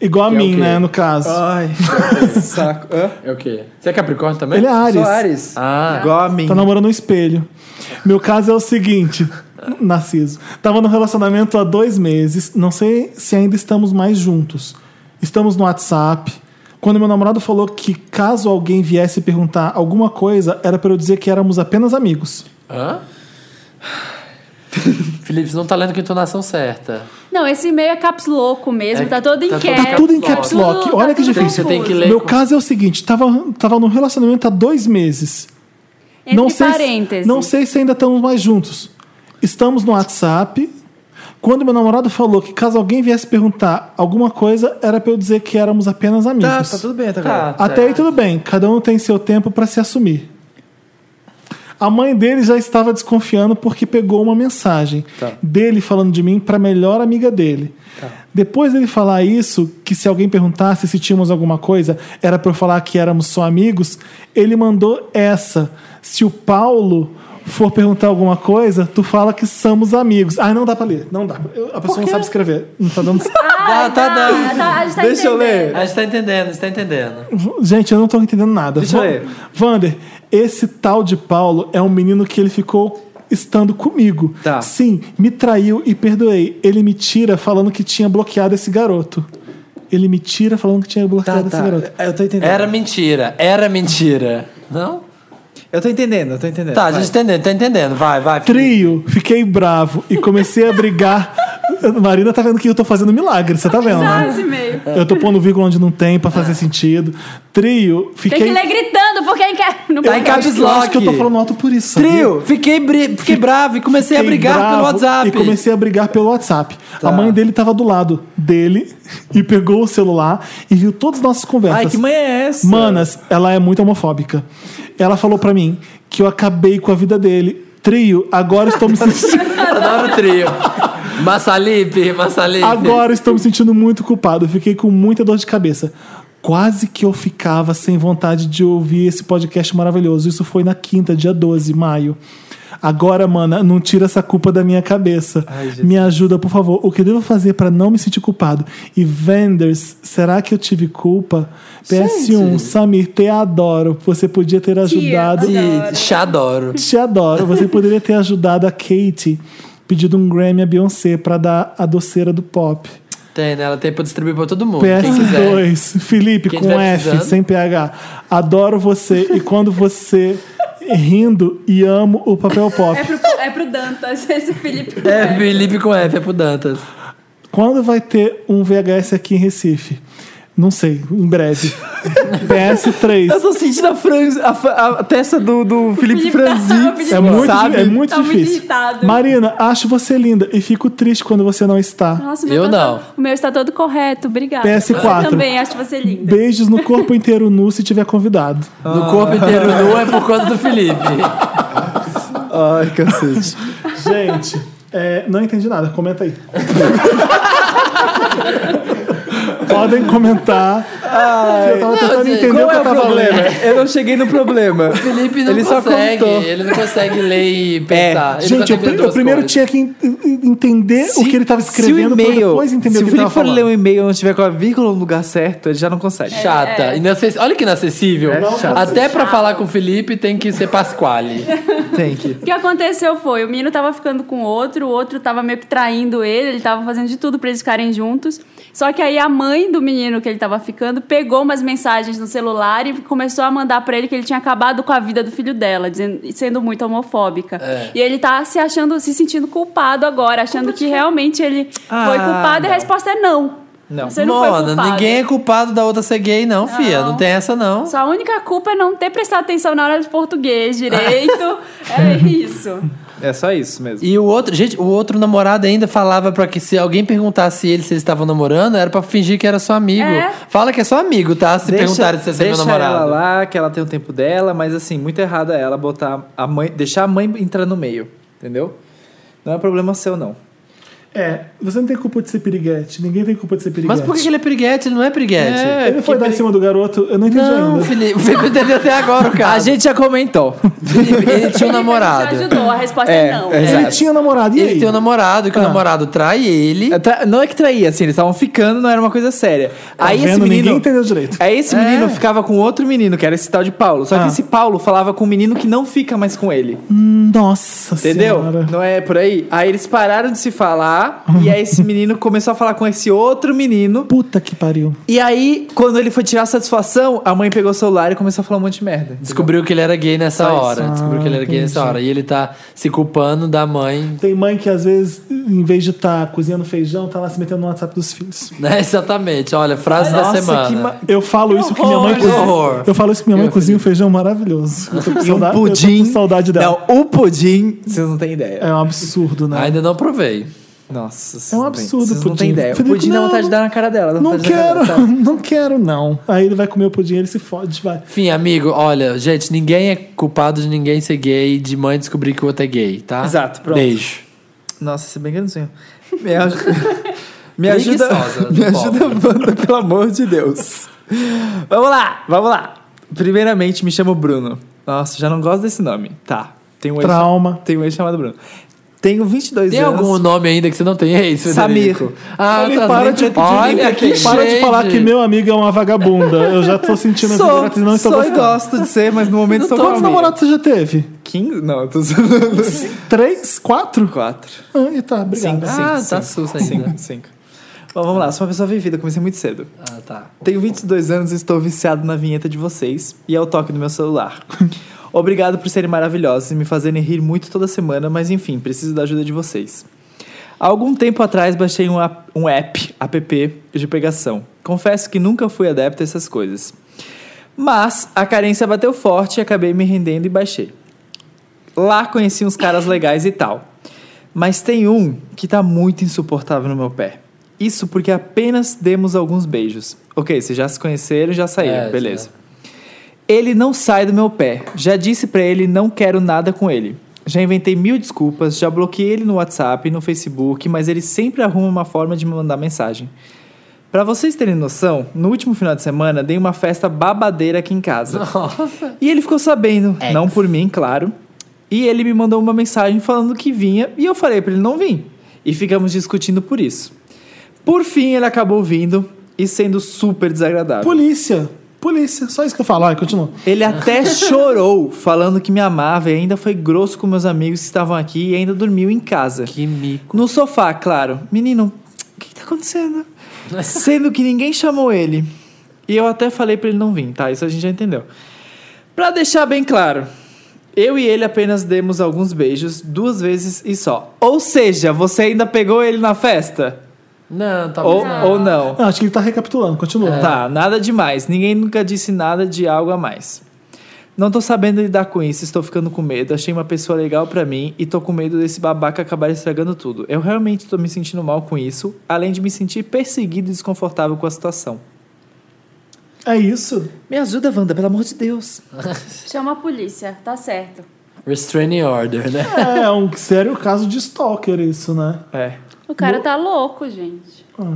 Speaker 1: Igual a
Speaker 2: Que é o
Speaker 1: mim,
Speaker 2: quê?
Speaker 1: né? No caso.
Speaker 4: Ai, saco. Hã?
Speaker 2: É o quê? Você é Capricórnio também?
Speaker 1: Ele é Ares.
Speaker 4: Sou Ares.
Speaker 2: Ah.
Speaker 4: Igual a mim.
Speaker 1: Tá namorando um espelho. Meu caso é o seguinte, Narciso. Tava no relacionamento há dois meses, não sei se ainda estamos mais juntos. Estamos no WhatsApp. Quando meu namorado falou que caso alguém viesse perguntar alguma coisa, era pra eu dizer que éramos apenas amigos.
Speaker 2: Hã? Felipe, você não tá lendo com a entonação certa.
Speaker 3: Não, esse e-mail é caps louco mesmo,
Speaker 2: É,
Speaker 3: tá todo em
Speaker 2: tá
Speaker 3: caps.
Speaker 2: todo
Speaker 1: Tá tudo em caps lock.
Speaker 3: tudo-
Speaker 1: Olha
Speaker 3: tá
Speaker 1: que
Speaker 3: tudo
Speaker 1: difícil.
Speaker 2: Você tem que
Speaker 3: confuso.
Speaker 2: ler.
Speaker 1: Meu caso é o seguinte, tava, tava num relacionamento há dois meses.
Speaker 3: Entre
Speaker 1: não sei,
Speaker 3: parênteses.
Speaker 1: Não sei se ainda estamos mais juntos. Estamos no WhatsApp. Quando meu namorado falou que caso alguém viesse perguntar alguma coisa, era pra eu dizer que éramos apenas
Speaker 4: Tá,
Speaker 1: amigos.
Speaker 4: tá tudo bem até agora.
Speaker 1: Até aí tudo bem, cada um tem seu tempo pra se assumir. A mãe dele já estava desconfiando porque pegou uma mensagem dele falando de mim pra melhor amiga dele. Depois dele falar isso, que se alguém perguntasse se tínhamos alguma coisa, era pra eu falar que éramos só amigos, ele mandou essa. Se o Paulo for perguntar alguma coisa, tu fala que somos amigos. Ah, não dá pra ler, não dá. Eu- A pessoa não sabe escrever, não tá dando
Speaker 2: Tá,
Speaker 3: Ai,
Speaker 2: tá
Speaker 3: dá,
Speaker 2: dando.
Speaker 3: tá- a gente tá
Speaker 4: Deixa eu
Speaker 3: entendendo.
Speaker 4: ler.
Speaker 2: A gente tá entendendo, a gente tá entendendo.
Speaker 1: Gente, eu não tô entendendo nada.
Speaker 4: Deixa eu
Speaker 1: Van-
Speaker 4: ler.
Speaker 1: Vander, esse tal de Paulo é um menino que ele ficou estando comigo.
Speaker 4: Tá.
Speaker 1: Sim, me traiu e perdoei. Ele me tira falando que tinha bloqueado esse garoto. Ele me tira falando que tinha
Speaker 4: Tá,
Speaker 1: bloqueado
Speaker 4: tá.
Speaker 1: esse garoto.
Speaker 4: Eu tô entendendo.
Speaker 2: Era mentira, era mentira. Não?
Speaker 4: Eu tô entendendo, eu tô entendendo.
Speaker 2: Tá, a
Speaker 4: Vai.
Speaker 2: gente tá entendendo, tá entendendo. Vai, vai. Felipe.
Speaker 1: Trio, fiquei bravo e comecei a brigar. Marina tá vendo que eu tô fazendo milagre, você tá vendo,
Speaker 3: Sabe
Speaker 1: né?
Speaker 3: esse e-mail.
Speaker 1: Eu tô pondo vírgula onde não tem pra
Speaker 4: Ah.
Speaker 1: fazer sentido. Trio,
Speaker 3: Tem
Speaker 1: fiquei.
Speaker 3: que ler gritando, porque aí quer. Não
Speaker 2: Tá em
Speaker 3: pode.
Speaker 2: caps
Speaker 1: Eu acho que eu tô
Speaker 2: lock.
Speaker 1: falando alto por isso. sabia?
Speaker 2: Trio, fiquei, bri- fiquei bravo e comecei a
Speaker 1: Fiquei
Speaker 2: brigar
Speaker 1: bravo
Speaker 2: pelo WhatsApp. Tá.
Speaker 1: E comecei a brigar pelo WhatsApp. A mãe dele tava do lado dele e pegou o celular e viu todas as nossas conversas.
Speaker 4: Ai, que mãe é essa?
Speaker 1: Manas, ela é muito homofóbica. Ela falou pra mim que eu acabei com a vida dele. Trio, agora estou me sentindo,
Speaker 2: Adoro trio. Massalipe, Massalipe.
Speaker 1: agora estou me sentindo muito culpado. Fiquei com muita dor de cabeça. Quase que eu ficava sem vontade de ouvir esse podcast maravilhoso. Isso foi na quinta, dia 12 de maio. Agora, mana, não tira essa culpa da minha cabeça. me ajuda, por favor. O que eu devo fazer pra não me sentir culpado? E Vendors, será que eu tive culpa? PS1, Samir, te adoro. Você podia ter ajudado.
Speaker 2: Te, te adoro.
Speaker 1: Te adoro. Você poderia ter ajudado a Kate pedindo um Grammy a Beyoncé pra dar a doceira do pop.
Speaker 2: Tem, né? Ela tem pra distribuir pra todo mundo, quem quiser.
Speaker 1: PS2, Felipe
Speaker 2: Quem
Speaker 1: com
Speaker 2: tiver
Speaker 1: F,
Speaker 2: precisando.
Speaker 1: sem PH. Adoro você e quando você rindo e amo o papel pop.
Speaker 3: É pro, é pro Dantas, esse Felipe.
Speaker 2: É, Felipe com F, é pro Dantas.
Speaker 1: Quando vai ter um VHS aqui em Recife? Não sei, em breve. PS3.
Speaker 4: Eu tô sentindo a, franz, a, fa- a testa do, do Felipe
Speaker 3: Felipe tá- o
Speaker 4: Franzin.
Speaker 3: Felipe
Speaker 1: É muito,
Speaker 4: sabe?
Speaker 1: é muito
Speaker 3: Tá muito
Speaker 1: difícil.
Speaker 3: irritado.
Speaker 1: Marina, acho você linda e fico triste quando você não está.
Speaker 3: Nossa, o meu
Speaker 2: Eu
Speaker 3: tá
Speaker 2: não.
Speaker 3: todo- o meu está todo correto, obrigada.
Speaker 1: PS4.
Speaker 3: Você também, acho você linda.
Speaker 1: Beijos no corpo inteiro nu se tiver convidado.
Speaker 2: No corpo inteiro nu é por conta do Felipe. tá
Speaker 4: Ai, cacete.
Speaker 1: Gente, é, não entendi nada, comenta aí. Podem comentar. eu tava tentando
Speaker 2: gente,
Speaker 1: entender o
Speaker 4: Qual
Speaker 1: que
Speaker 4: é
Speaker 1: eu
Speaker 4: o
Speaker 1: tava
Speaker 4: problema?
Speaker 1: lendo.
Speaker 4: Eu não cheguei no problema.
Speaker 2: O Felipe não
Speaker 4: Ele só
Speaker 2: consegue.
Speaker 4: contou.
Speaker 2: Ele não consegue ler e pensar. Ele
Speaker 1: Gente,
Speaker 2: só tem que
Speaker 1: eu,
Speaker 2: ler
Speaker 1: pri- eu
Speaker 2: tá duas
Speaker 1: primeiro
Speaker 2: coisas.
Speaker 1: tinha que en- en- entender o que ele tava escrevendo pra depois entender
Speaker 4: se
Speaker 1: o que ele
Speaker 4: Felipe
Speaker 1: tava
Speaker 4: for
Speaker 1: falando.
Speaker 4: ler um e-mail e não tiver com a vírgula no lugar certo, ele já não consegue.
Speaker 2: Chata. É. Inacess- Olha que inacessível.
Speaker 1: chata.
Speaker 2: Até pra falar com o Felipe tem que ser Pasquale.
Speaker 4: Tem que.
Speaker 3: O que aconteceu foi, o menino tava ficando com o outro, o outro tava meio que traindo ele, ele tava fazendo de tudo pra eles ficarem juntos. Só que aí a mãe do menino que ele tava ficando pegou umas mensagens no celular e começou a mandar pra ele que ele tinha acabado com a vida do filho dela, dizendo, e sendo muito homofóbica.
Speaker 2: É.
Speaker 3: E ele tá se achando, se sentindo culpado agora, achando que realmente ele
Speaker 4: Ah,
Speaker 3: foi culpado e a
Speaker 4: não.
Speaker 3: resposta é não.
Speaker 4: Não.
Speaker 3: Você não foi culpado.
Speaker 2: ninguém é culpado da outra ser gay, não, fia. Não tem essa, não.
Speaker 3: Sua única culpa é não ter prestado atenção na hora de português direito. é isso.
Speaker 4: É só isso mesmo.
Speaker 2: E o outro, gente, o outro namorado ainda falava pra que se alguém perguntasse ele se eles estavam namorando, era pra fingir que era só amigo.
Speaker 3: É.
Speaker 2: Fala que é só amigo, tá? Se perguntarem se você é meu
Speaker 4: deixa
Speaker 2: namorado.
Speaker 4: ela lá, que ela tem o tempo dela, mas assim, muito errada ela botar a mãe, deixar a mãe entrar no meio, entendeu? Não é problema seu não.
Speaker 1: É, você não tem culpa de ser piriguete, ninguém tem culpa de ser piriguete.
Speaker 2: Mas por que que ele é piriguete? Ele não é piriguete.
Speaker 4: É,
Speaker 1: Ele foi dar em cima do garoto, eu não entendi
Speaker 2: Não,
Speaker 1: ainda.
Speaker 2: Felipe, o Felipe entendeu até agora o cara.
Speaker 4: A gente já comentou.
Speaker 2: Felipe, ele tinha um namorado.
Speaker 3: Ele já ajudou, a resposta é,
Speaker 4: É,
Speaker 3: não.
Speaker 4: é.
Speaker 1: Ele
Speaker 4: Exato.
Speaker 1: tinha namorado, e
Speaker 2: Ele
Speaker 1: aí?
Speaker 2: tem um namorado,
Speaker 4: Ah.
Speaker 2: que o namorado trai ele.
Speaker 4: É, tra- Não é que traía, assim, eles estavam ficando, não era uma coisa séria.
Speaker 1: Tá
Speaker 4: Aí esse
Speaker 1: vendo? Ninguém
Speaker 4: menino.
Speaker 1: entendeu direito.
Speaker 4: Aí esse
Speaker 2: É.
Speaker 4: menino ficava com outro menino, que era esse tal de Paulo. Só que
Speaker 1: Ah.
Speaker 4: esse Paulo falava com um menino que não fica mais com ele.
Speaker 1: Nossa
Speaker 4: Entendeu?
Speaker 1: Senhora.
Speaker 4: Não é por aí? Aí eles pararam de se falar,
Speaker 2: Uhum.
Speaker 4: e aí esse menino começou a falar com esse outro menino.
Speaker 1: Puta que pariu.
Speaker 4: E aí, quando ele foi tirar satisfação, a mãe pegou o celular e começou a falar um monte de merda.
Speaker 2: Descobriu que ele era gay nessa
Speaker 4: Só isso.
Speaker 2: hora.
Speaker 1: Ah,
Speaker 2: Descobriu que ele era gay
Speaker 1: entendi.
Speaker 2: nessa hora. E ele tá se culpando da mãe.
Speaker 1: Tem mãe que às vezes, em vez de estar cozinhando feijão, tá lá se metendo no WhatsApp dos filhos.
Speaker 2: Né? Exatamente. Olha, frase da semana.
Speaker 4: que ma-
Speaker 1: Eu falo isso que minha mãe
Speaker 2: horror, que horror.
Speaker 1: cozinha. Eu falo isso que minha mãe
Speaker 2: Eu,
Speaker 1: cozinha um feijão maravilhoso. Eu tô com
Speaker 4: E um
Speaker 1: saudade, eu tô com
Speaker 4: pudim.
Speaker 1: saudade dela.
Speaker 4: Não, o pudim, vocês não têm ideia.
Speaker 1: É um absurdo, né?
Speaker 2: Ainda não provei.
Speaker 4: Nossa, vocês
Speaker 1: É um
Speaker 4: não têm-
Speaker 1: absurdo,
Speaker 4: Vocês não
Speaker 1: pudim.
Speaker 4: têm ideia. O
Speaker 1: Federico,
Speaker 4: pudim dá
Speaker 1: não,
Speaker 4: vontade de dar na cara dela. dá
Speaker 1: Não
Speaker 4: vontade de dar na cara dela,
Speaker 1: quero, não quero, não. Aí ele vai comer o pudim, ele se fode, vai.
Speaker 2: Enfim, amigo, olha, gente, ninguém é culpado de ninguém ser gay, de mãe descobrir que o outro é gay, tá?
Speaker 4: Exato, pronto.
Speaker 2: Beijo.
Speaker 4: Nossa, você é bem grandinho. Me, aj- me ajuda.
Speaker 2: Preguiçosa,
Speaker 4: Me
Speaker 2: pobre.
Speaker 4: ajuda, Wanda, pelo amor de Deus. Vamos lá, vamos lá. Primeiramente, me chamo Bruno. Nossa, já não gosto desse nome. Tá. Tem um ex-
Speaker 1: Trauma.
Speaker 4: Tem um ex chamado Bruno. Tenho 22
Speaker 2: Tem
Speaker 4: anos.
Speaker 2: algum nome ainda que você não tem ex, Federico?
Speaker 4: Samir.
Speaker 2: Ah,
Speaker 1: Ele
Speaker 2: tá,
Speaker 1: para
Speaker 2: nem
Speaker 1: de,
Speaker 2: tem- olha que
Speaker 1: para de
Speaker 2: shade.
Speaker 1: falar que meu amigo é uma vagabunda. Eu já tô sentindo essa
Speaker 4: Sou,
Speaker 1: gratis não estou
Speaker 4: sou e
Speaker 1: gostando.
Speaker 4: gosto de ser, mas no momento
Speaker 2: Não
Speaker 4: sou
Speaker 2: tô-
Speaker 1: Quantos
Speaker 2: Amigo.
Speaker 1: namorados você já teve?
Speaker 4: 15? Não, eu tô zoando.
Speaker 1: Três? Quatro?
Speaker 4: Quatro.
Speaker 1: Ah, tá, obrigado.
Speaker 4: Cinco,
Speaker 2: Ah,
Speaker 4: cinco,
Speaker 2: tá
Speaker 4: cinco,
Speaker 2: sussa ainda.
Speaker 4: Cinco, cinco. Bom, vamos lá. Sou uma pessoa vivida, comecei muito cedo.
Speaker 2: Ah, tá.
Speaker 4: Tenho 22 anos e estou viciado na vinheta de vocês e ao toque do meu celular. Obrigado por serem maravilhosos e me fazerem rir muito toda semana, mas enfim, preciso da ajuda de vocês. Há algum tempo atrás baixei um, ap- um app, app de pegação. Confesso que nunca fui adepto a essas coisas. Mas a carência bateu forte e acabei me rendendo e baixei. Lá conheci uns caras legais e tal. Mas tem um que tá muito insuportável no meu pé. Isso porque apenas demos alguns beijos. Ok, vocês já se conheceram e já saíram,
Speaker 2: É,
Speaker 4: beleza. Ele não sai do meu pé. Já disse pra ele não quero nada com ele. Já inventei mil desculpas, já bloqueei ele no WhatsApp, no Facebook, mas ele sempre arruma uma forma de me mandar mensagem. Pra vocês terem noção, no último final de semana dei uma festa babadeira aqui em casa. E ele ficou sabendo, não por mim, claro. E ele me mandou uma mensagem falando que vinha e eu falei pra ele não vir. E ficamos discutindo por isso. Por fim, ele acabou vindo e sendo super desagradável.
Speaker 1: Polícia. Polícia. Só isso que eu falo. Ai, continua.
Speaker 4: Ele até chorou falando que me amava e ainda foi grosso com meus amigos que estavam aqui e ainda dormiu em casa.
Speaker 2: Que mico.
Speaker 4: No sofá, claro. Menino, o que, que tá acontecendo? Sendo que ninguém chamou ele. E eu até falei pra ele não vir, tá? Isso a gente já entendeu. Pra deixar bem claro, eu e ele apenas demos alguns beijos, duas vezes e só. Ou seja, você ainda pegou ele na festa?
Speaker 2: Não, tá
Speaker 4: Ou,
Speaker 2: bom.
Speaker 4: ou não.
Speaker 1: Não, acho que ele tá recapitulando, continua.
Speaker 4: Tá, nada demais. Ninguém nunca disse nada de algo a mais. Não tô sabendo lidar com isso, estou ficando com medo. Achei uma pessoa legal pra mim e tô com medo desse babaca acabar estragando tudo. Eu realmente tô me sentindo mal com isso, além de me sentir perseguido e desconfortável com a situação.
Speaker 1: É isso.
Speaker 4: Me ajuda, Wanda, pelo amor de Deus.
Speaker 3: Chama a polícia, tá certo.
Speaker 2: Restraining order, né?
Speaker 1: É um sério caso de stalker isso, né?
Speaker 4: É.
Speaker 3: O cara tá louco, gente.
Speaker 1: Ah,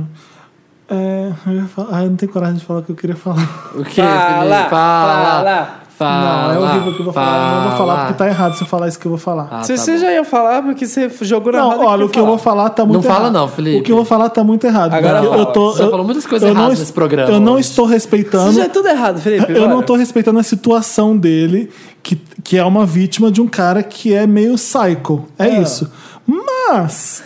Speaker 1: É, eu ia falar- ah, eu não tenho coragem de falar o que eu queria falar.
Speaker 2: O que? Felipe?
Speaker 4: fala.
Speaker 2: Fala.
Speaker 1: não, é horrível o que eu vou falar. Não vou falar porque tá errado se eu falar isso que eu vou falar.
Speaker 2: Ah,
Speaker 4: Se
Speaker 2: tá
Speaker 4: você
Speaker 2: bom.
Speaker 4: já ia falar, porque você jogou na roda
Speaker 1: Não, olha, o que eu
Speaker 4: ia
Speaker 1: vou falar tá muito
Speaker 2: Não fala
Speaker 1: errado.
Speaker 2: não, Felipe.
Speaker 1: O que eu vou falar tá muito errado.
Speaker 4: Agora
Speaker 1: eu,
Speaker 4: fala.
Speaker 1: eu tô,
Speaker 2: Você
Speaker 1: eu-
Speaker 2: falou muitas coisas
Speaker 1: eu não
Speaker 2: erradas
Speaker 1: es-
Speaker 2: nesse programa
Speaker 1: Eu não
Speaker 2: hoje.
Speaker 1: estou respeitando.
Speaker 4: Isso já é tudo errado, Felipe.
Speaker 1: Eu não
Speaker 4: bora.
Speaker 1: tô respeitando a situação dele, que, que é uma vítima de um cara que é meio psycho. É, isso. Mas,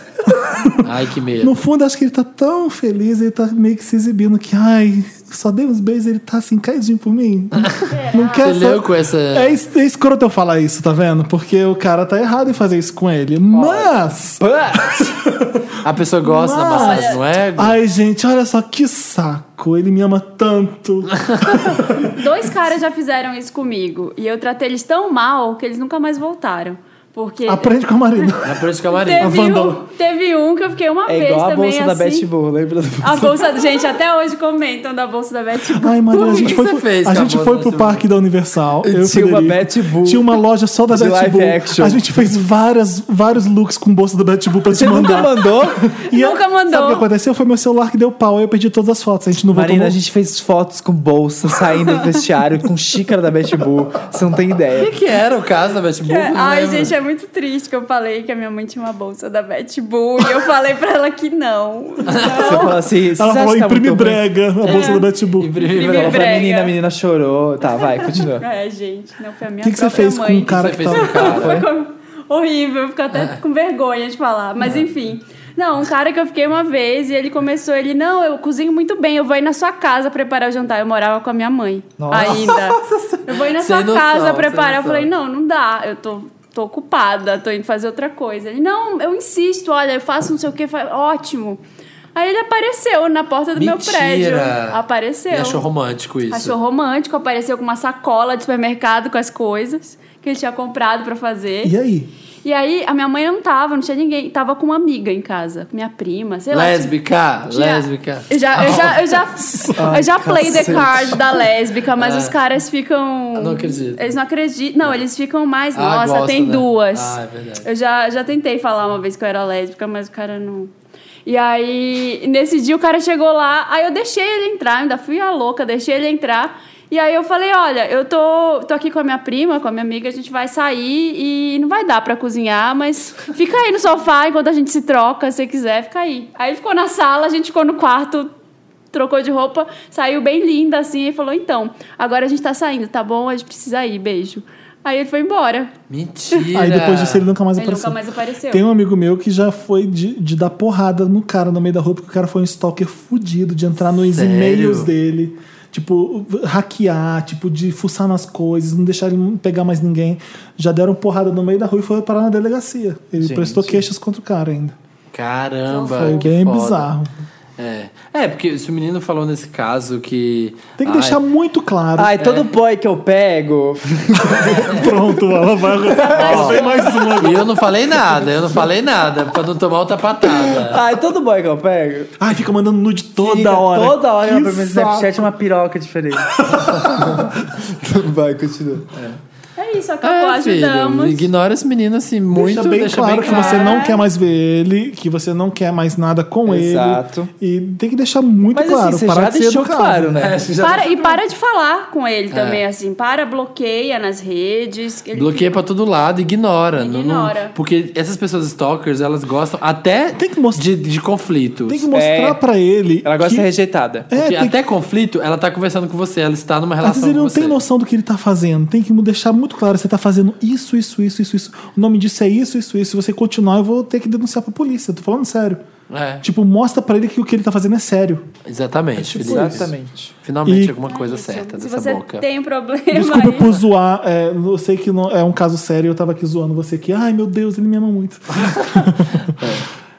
Speaker 2: Ai, que medo.
Speaker 1: no fundo, acho que ele tá tão feliz, ele tá meio que se exibindo que, ai, só dei uns beijos, ele tá assim, caidinho por mim. não
Speaker 2: Você
Speaker 1: quer
Speaker 2: leu com né? essa.
Speaker 1: É, es- é escroto eu falar isso, tá vendo? Porque o cara tá errado em fazer isso com ele. Mas.
Speaker 2: A pessoa gosta da
Speaker 1: Mas-
Speaker 2: massagem, não é?
Speaker 1: Ai, gente, olha só que saco. Ele me ama tanto.
Speaker 3: Dois caras já fizeram isso comigo e eu tratei eles tão mal que eles nunca mais voltaram.
Speaker 2: É.
Speaker 3: Porque
Speaker 1: Aprende com a Marina.
Speaker 2: Na prática, Maria.
Speaker 3: teve, um,
Speaker 1: vândalo.
Speaker 3: teve um que eu fiquei uma
Speaker 4: É
Speaker 3: vez
Speaker 4: igual a
Speaker 3: também
Speaker 4: bolsa da
Speaker 3: assim.
Speaker 4: Betty Boa, lembra?
Speaker 3: a bolsa, gente, até hoje comentam da bolsa da Betty Boop.
Speaker 1: Ai, Marina, a
Speaker 2: Por que
Speaker 1: gente
Speaker 2: que
Speaker 1: foi,
Speaker 2: você
Speaker 1: pro,
Speaker 2: fez,
Speaker 1: a gente
Speaker 2: Cabo,
Speaker 1: foi
Speaker 2: né,
Speaker 1: pro
Speaker 2: seu-
Speaker 1: parque da Universal.
Speaker 4: E
Speaker 1: eu e o
Speaker 4: tinha uma
Speaker 1: Federico.
Speaker 4: Betty Boop
Speaker 1: Tinha uma loja só da
Speaker 4: de
Speaker 1: Betty
Speaker 4: live
Speaker 1: Boop.
Speaker 4: action.
Speaker 1: A gente fez várias, vários looks com bolsa da Betty Boop pra te
Speaker 4: Você nunca
Speaker 1: mandar.
Speaker 4: mandou?
Speaker 1: E eu-
Speaker 3: Nunca mandou.
Speaker 1: Sabe o que aconteceu? Foi meu celular que deu pau. Aí eu perdi todas as fotos. A gente não voltou.
Speaker 4: Marina, a
Speaker 1: no-
Speaker 4: gente fez fotos com bolsa, saindo do vestiário, com xícara da Betty Boo. Você não tem
Speaker 2: O que,
Speaker 4: ideia.
Speaker 2: que era o caso da Betty Boop?
Speaker 3: É,
Speaker 1: né,
Speaker 2: Não
Speaker 3: Ai,
Speaker 2: lembro.
Speaker 3: gente, é muito triste que eu falei que a minha mãe tinha uma bolsa da Betty Boo e eu falei pra ela que não.
Speaker 4: Você falou assim, "Vocês
Speaker 1: Ela
Speaker 4: acham
Speaker 1: falou
Speaker 4: que tá
Speaker 1: imprime
Speaker 4: muito ruim?"
Speaker 1: brega a bolsa da Betty Boop. O
Speaker 2: Imprimir
Speaker 4: Falou pra
Speaker 3: brega.
Speaker 4: menina, a menina chorou. Tá, vai, continua.
Speaker 3: É, gente, não foi a minha
Speaker 1: que, que você
Speaker 3: própria
Speaker 1: fez
Speaker 3: mãe.
Speaker 1: com um cara
Speaker 2: Você
Speaker 1: que
Speaker 2: fez
Speaker 1: tava...
Speaker 2: um cara.
Speaker 3: Foi com- horrível, eu fico
Speaker 2: É.
Speaker 3: até com vergonha de falar, mas enfim. Não, um cara que eu fiquei uma vez e ele começou, ele, não, eu cozinho muito bem, eu vou ir na sua casa preparar o jantar. Eu morava com a minha mãe
Speaker 4: Nossa.
Speaker 3: ainda. Eu vou ir na
Speaker 2: Sem
Speaker 3: sua
Speaker 2: noção,
Speaker 3: casa
Speaker 2: sem
Speaker 3: preparar. Eu
Speaker 2: noção.
Speaker 3: falei, não, não dá, eu tô, tô ocupada, tô indo fazer outra coisa. Ele, não, eu insisto, olha, eu faço não sei o que, ótimo. Aí ele apareceu na porta do meu
Speaker 2: Mentira.
Speaker 3: prédio. Apareceu.
Speaker 2: E achou romântico isso.
Speaker 3: Achou romântico, apareceu com uma sacola de supermercado com as coisas que ele tinha comprado pra fazer.
Speaker 1: E aí?
Speaker 3: E aí, a minha mãe não tava, não tinha ninguém. Tava com uma amiga em casa, minha prima, sei lá. tipo,
Speaker 2: Lésbica,
Speaker 3: tinha-
Speaker 2: lésbica.
Speaker 3: Eu já, eu já, eu já, eu já play the
Speaker 4: cacete.
Speaker 3: card da lésbica, mas os caras ficam.
Speaker 2: É. não acredito.
Speaker 3: Eles não acreditam. Não, eles ficam mais.
Speaker 2: Ah,
Speaker 3: Nossa,
Speaker 2: gosta,
Speaker 3: tem
Speaker 2: né?
Speaker 3: duas.
Speaker 2: Ah, é verdade.
Speaker 3: Eu já, já tentei falar uma vez que eu era lésbica, mas o cara não. E aí, nesse dia o cara chegou lá, aí eu deixei ele entrar, ainda fui a louca, deixei ele entrar. E aí eu falei, olha, eu tô, tô aqui com a minha prima, com a minha amiga, a gente vai sair e não vai dar pra cozinhar, mas fica aí no sofá enquanto a gente se troca, se quiser, fica aí. Aí ele ficou na sala, a gente ficou no quarto, trocou de roupa, saiu bem linda assim e falou, então, agora a gente tá saindo, tá bom? A gente precisa ir, beijo. Aí ele foi embora.
Speaker 2: Mentira.
Speaker 1: Aí depois disso ele nunca mais
Speaker 3: Ele
Speaker 1: apareceu.
Speaker 3: nunca mais apareceu.
Speaker 1: Tem um amigo meu que já foi de, de dar porrada no cara no meio da rua, porque o cara foi um stalker fudido, de entrar nos
Speaker 2: Sério?
Speaker 1: e-mails dele, tipo, hackear, tipo, de fuçar nas coisas, não deixar ele pegar mais ninguém. Já deram porrada no meio da rua e foi parar na delegacia. Ele
Speaker 4: Gente.
Speaker 1: prestou queixas contra o cara ainda.
Speaker 2: Caramba.
Speaker 1: Foi
Speaker 2: que
Speaker 1: bem
Speaker 2: foda.
Speaker 1: bizarro.
Speaker 2: É. é, porque se o menino falou nesse caso que.
Speaker 1: Tem que
Speaker 2: Ai,
Speaker 1: deixar muito claro.
Speaker 3: É.
Speaker 4: Ai, todo boy que eu pego.
Speaker 1: Pronto, ela vai. Ela vem mais um uma.
Speaker 2: E eu não falei nada, eu não falei nada, pra não tomar outra patada.
Speaker 4: Ai, todo boy que eu pego.
Speaker 1: Ai, fica mandando nude toda
Speaker 4: Fica
Speaker 1: hora.
Speaker 4: Toda hora
Speaker 1: Que
Speaker 4: ela põe no Snapchat é
Speaker 1: saco.
Speaker 4: uma piroca diferente. vai, continua.
Speaker 3: É isso, acabou,
Speaker 2: É, filho,
Speaker 3: ajudamos.
Speaker 2: ignora esse menino assim muito,
Speaker 1: deixa bem claro que você
Speaker 3: claro.
Speaker 1: não quer mais ver ele, que você não quer mais nada com
Speaker 4: Exato.
Speaker 1: ele. E tem que deixar muito
Speaker 4: Mas
Speaker 1: claro.
Speaker 4: assim, você
Speaker 1: parar
Speaker 4: já
Speaker 1: de ser
Speaker 4: deixou
Speaker 1: educado.
Speaker 4: claro, né?
Speaker 3: Para, e para de falar com
Speaker 2: É.
Speaker 3: ele também, assim. Para, bloqueia nas redes. que Ele
Speaker 2: Bloqueia pra todo lado, ignora. não- não-
Speaker 3: Ignora.
Speaker 2: porque essas pessoas stalkers, elas gostam até
Speaker 1: Tem que mostrar-
Speaker 2: de, de conflitos.
Speaker 1: Tem que mostrar
Speaker 4: É.
Speaker 1: pra ele.
Speaker 4: Ela gosta de
Speaker 1: que,
Speaker 4: ser rejeitada.
Speaker 1: É,
Speaker 2: Porque
Speaker 1: tem
Speaker 2: até conflito, ela tá conversando com você, ela está numa
Speaker 1: Às vezes
Speaker 2: relação
Speaker 1: ele
Speaker 2: com
Speaker 1: não
Speaker 2: você.
Speaker 1: tem noção do que ele tá fazendo. Tem que deixar muito claro: você tá fazendo isso, isso, isso, isso, isso. O nome disso é isso, isso, isso. Se você continuar, eu vou ter que denunciar pra polícia. Tô falando sério.
Speaker 2: É,
Speaker 1: Tipo, mostra pra ele que o que ele tá fazendo é sério.
Speaker 2: exatamente,
Speaker 1: tipo
Speaker 2: Felipe.
Speaker 4: Exatamente.
Speaker 2: Finalmente
Speaker 1: E-
Speaker 2: alguma coisa
Speaker 3: Isso.
Speaker 2: certa
Speaker 3: Se
Speaker 2: dessa
Speaker 3: você
Speaker 2: boca.
Speaker 3: tem um
Speaker 2: É
Speaker 3: problema
Speaker 1: Desculpa
Speaker 3: aí,
Speaker 1: por zoar. é, eu sei
Speaker 2: Tá
Speaker 1: que não, é um caso sério. Eu tava aqui zoando você aqui. Ai, meu Deus, ele me ama muito.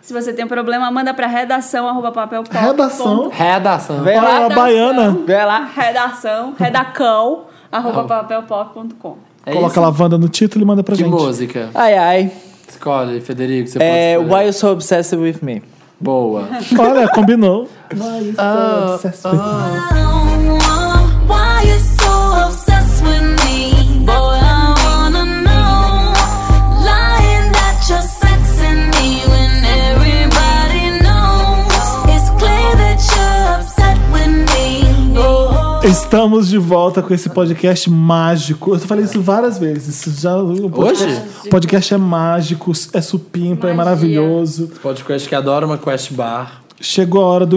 Speaker 3: Se você tem um problema, manda pra redação, arroba papel pop.
Speaker 1: Redação.
Speaker 2: Redação.
Speaker 4: Vem lá,
Speaker 1: Olha a baiana.
Speaker 4: vem lá.
Speaker 3: Redação, redacão, arroba papelpop.com.
Speaker 2: É
Speaker 1: Coloca
Speaker 2: isso?
Speaker 1: lavanda no título e manda pra
Speaker 2: Que
Speaker 1: gente.
Speaker 2: música?
Speaker 4: Ai, ai.
Speaker 2: Escolhe, Federico. Você
Speaker 4: É,
Speaker 2: pode né? escolher.
Speaker 4: Why You So Obsessed With Me.
Speaker 2: Boa.
Speaker 1: Olha, combinou. Why you
Speaker 2: Ah,
Speaker 1: so obsessed with me?
Speaker 5: Why you so obsessed with me? Boy, I wanna know. Lying that you're sexing me when everybody knows. It's clear that you're upset with me. Oh,
Speaker 1: Estamos de volta com esse podcast mágico. Eu falei isso várias vezes. Isso Já, o podcast,
Speaker 2: Hoje?
Speaker 1: O podcast é mágico, é supimpa, é
Speaker 3: Magia.
Speaker 1: maravilhoso.
Speaker 2: Podcast que adora uma quest bar.
Speaker 1: Chegou a hora do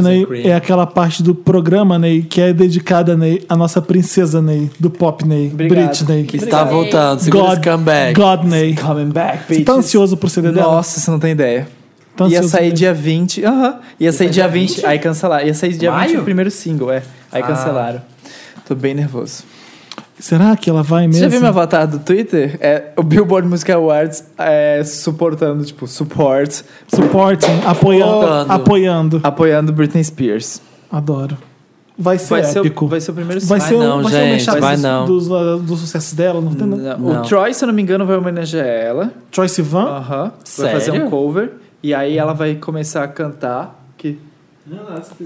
Speaker 2: De cookies
Speaker 1: Ney.
Speaker 2: and cream.
Speaker 1: É aquela parte do programa, Ney, que é dedicada, Ney, à nossa princesa, Ney, do pop, Ney,
Speaker 4: Obrigado.
Speaker 1: Britney.
Speaker 2: Que está voltando. Segura esse comeback.
Speaker 1: God, Ney.
Speaker 4: Coming back, bitch.
Speaker 1: Você tá ansioso pro CD dela?
Speaker 4: Nossa, você não tem ideia.
Speaker 1: Tá
Speaker 4: ia
Speaker 1: ansioso
Speaker 4: sair
Speaker 1: mesmo.
Speaker 4: dia 20. Aham. Ia sair dia 20, aí cancelaram. Ia sair dia
Speaker 2: Maio?
Speaker 4: 20 o primeiro single, é. Aí cancelaram. Tô bem nervoso.
Speaker 1: Será que ela vai
Speaker 4: Você
Speaker 1: mesmo?
Speaker 4: já viu meu avatar do Twitter? É o Billboard Music Awards é, suportando, tipo, support,
Speaker 1: Supporting, apoiando,
Speaker 2: Voltando.
Speaker 1: apoiando.
Speaker 4: apoiando Britney Spears.
Speaker 1: Adoro. Vai ser
Speaker 4: Vai ser,
Speaker 1: épico.
Speaker 4: o, vai ser o primeiro
Speaker 1: Vai
Speaker 4: single.
Speaker 1: ser, um-
Speaker 2: não,
Speaker 1: vai ser um
Speaker 2: gente,
Speaker 1: mexer
Speaker 2: vai
Speaker 1: dos,
Speaker 2: não.
Speaker 1: Dos, uh, do sucesso dela, não tem não.
Speaker 4: Não,
Speaker 2: Não.
Speaker 4: O Troy, se eu não me engano, vai homenagear ela.
Speaker 1: Troy Sivan?
Speaker 4: Aham. Vai fazer um
Speaker 2: Sério?
Speaker 4: cover. E aí ela vai começar a cantar. Que...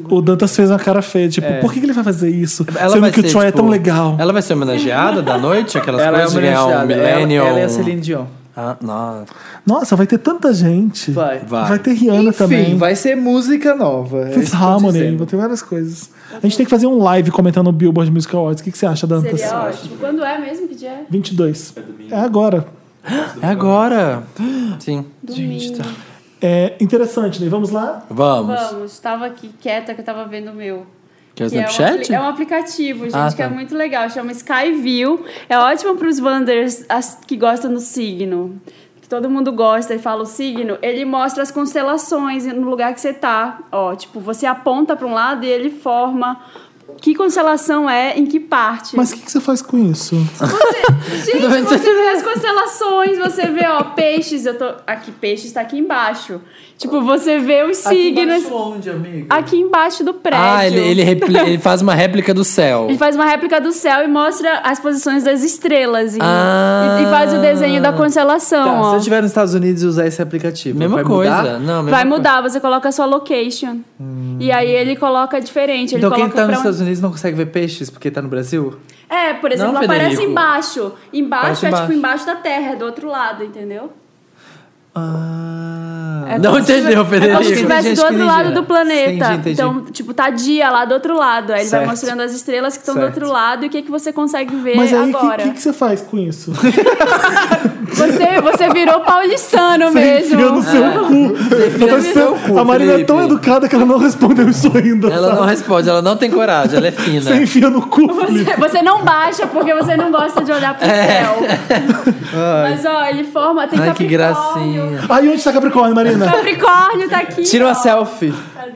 Speaker 1: O Dantas fez uma cara feia, tipo,
Speaker 4: É.
Speaker 1: por que, que ele vai fazer isso?
Speaker 2: Ela
Speaker 1: Sendo
Speaker 2: vai
Speaker 1: que o
Speaker 2: ser,
Speaker 1: Troy é
Speaker 2: tipo,
Speaker 1: tão legal.
Speaker 2: Ela vai ser homenageada da noite? Aquelas
Speaker 4: Ela é
Speaker 2: coisas de ganhar um
Speaker 4: homenageada. Ela,
Speaker 2: millennium.
Speaker 4: ela é a Celine Dion.
Speaker 2: Ah, não.
Speaker 1: Nossa, vai ter tanta gente.
Speaker 4: Vai.
Speaker 2: Vai.
Speaker 1: ter Rihanna
Speaker 4: Enfim,
Speaker 1: também.
Speaker 4: vai ser música nova. é isso
Speaker 1: Fifth
Speaker 4: que eu tô
Speaker 1: Harmony,
Speaker 4: dizendo.
Speaker 1: vai ter várias coisas. A gente tem que fazer um live comentando o Billboard Music Awards. O que, que você acha, Dantas?
Speaker 3: Seria ótimo. Quando é mesmo que dia é?
Speaker 1: 22. É agora.
Speaker 2: É agora. Sim.
Speaker 3: Domingo.
Speaker 1: É interessante, né? Vamos lá?
Speaker 2: Vamos.
Speaker 3: Vamos, tava aqui quieta que eu tava vendo o meu.
Speaker 2: Quer o
Speaker 3: Que é um
Speaker 2: Snapchat?
Speaker 3: apli- É um, aplicativo, gente,
Speaker 2: Ah,
Speaker 3: que é
Speaker 2: tá.
Speaker 3: muito legal. Chama Skyview. É ótimo pros Wanders as- que gostam do signo. Que todo mundo gosta e fala o signo. Ele mostra as constelações no lugar que você tá. Ó, tipo, você aponta pra um lado e ele forma que constelação é em que parte.
Speaker 1: Mas o que, que você faz com isso?
Speaker 3: Gente, você vê as constelações, você vê, ó, peixes, eu tô. Aqui, peixes tá aqui embaixo. Tipo, você vê os signos
Speaker 4: onde, amigo?
Speaker 3: aqui embaixo do prédio.
Speaker 2: Ah, ele, ele, repli- ele faz uma réplica do céu.
Speaker 3: Ele faz uma réplica do céu e mostra as posições das estrelas. E,
Speaker 2: Ah.
Speaker 3: e- e faz o desenho
Speaker 1: Ah.
Speaker 3: da constelação,
Speaker 4: Tá, se
Speaker 3: ó.
Speaker 4: eu estiver nos Estados Unidos e usar esse aplicativo,
Speaker 2: Mesma
Speaker 4: vai
Speaker 2: coisa.
Speaker 4: mudar?
Speaker 2: Não, mesma
Speaker 3: Vai
Speaker 2: coisa.
Speaker 3: mudar, você coloca a sua location. E aí ele coloca diferente. Ele
Speaker 4: Então quem
Speaker 3: coloca
Speaker 4: tá
Speaker 3: pra
Speaker 4: nos
Speaker 3: onde-
Speaker 4: Estados Unidos não consegue ver peixes porque tá no Brasil?
Speaker 3: É, por exemplo,
Speaker 2: Não,
Speaker 3: aparece
Speaker 2: Federico.
Speaker 3: embaixo.
Speaker 2: Aparece
Speaker 3: Embaixo é tipo
Speaker 2: embaixo.
Speaker 3: embaixo da terra, é do outro lado, entendeu?
Speaker 4: Ah...
Speaker 3: É
Speaker 2: Não
Speaker 3: como É se
Speaker 2: entendeu,
Speaker 3: tivesse- É como se
Speaker 2: Federico.
Speaker 4: Tem
Speaker 3: estivesse
Speaker 4: gente
Speaker 3: do
Speaker 4: que
Speaker 3: outro
Speaker 4: nem
Speaker 3: lado
Speaker 4: gira.
Speaker 3: do planeta.
Speaker 4: Entendi, entendi.
Speaker 3: Então, tipo, tá dia lá do outro lado. Aí ele
Speaker 4: Certo.
Speaker 3: vai mostrando as estrelas que estão do
Speaker 4: Certo.
Speaker 3: outro lado e o que, que você consegue ver
Speaker 1: Mas aí, o que,
Speaker 3: É, agora.
Speaker 1: que, que você faz com isso?
Speaker 3: Você, você virou paulistano mesmo. É.
Speaker 1: Enfia no seu cu. Eu tô
Speaker 2: no seu
Speaker 1: sendo-
Speaker 2: cu,
Speaker 1: a Marina é tão
Speaker 2: Felipe.
Speaker 1: educada que ela não respondeu isso ainda.
Speaker 2: Ela não
Speaker 1: sabe?
Speaker 2: responde, ela não tem coragem, ela é fina.
Speaker 1: Você enfia no cu, Felipe.
Speaker 3: Você, você não baixa porque você não gosta de olhar pro céu. Mas ó, ele forma, tem
Speaker 2: É. Ai, que
Speaker 3: Capricórnio.
Speaker 2: gracinha.
Speaker 1: Aí onde está Capricórnio, Marina?
Speaker 3: Capricórnio tá aqui.
Speaker 4: Tira uma
Speaker 3: ó.
Speaker 4: selfie.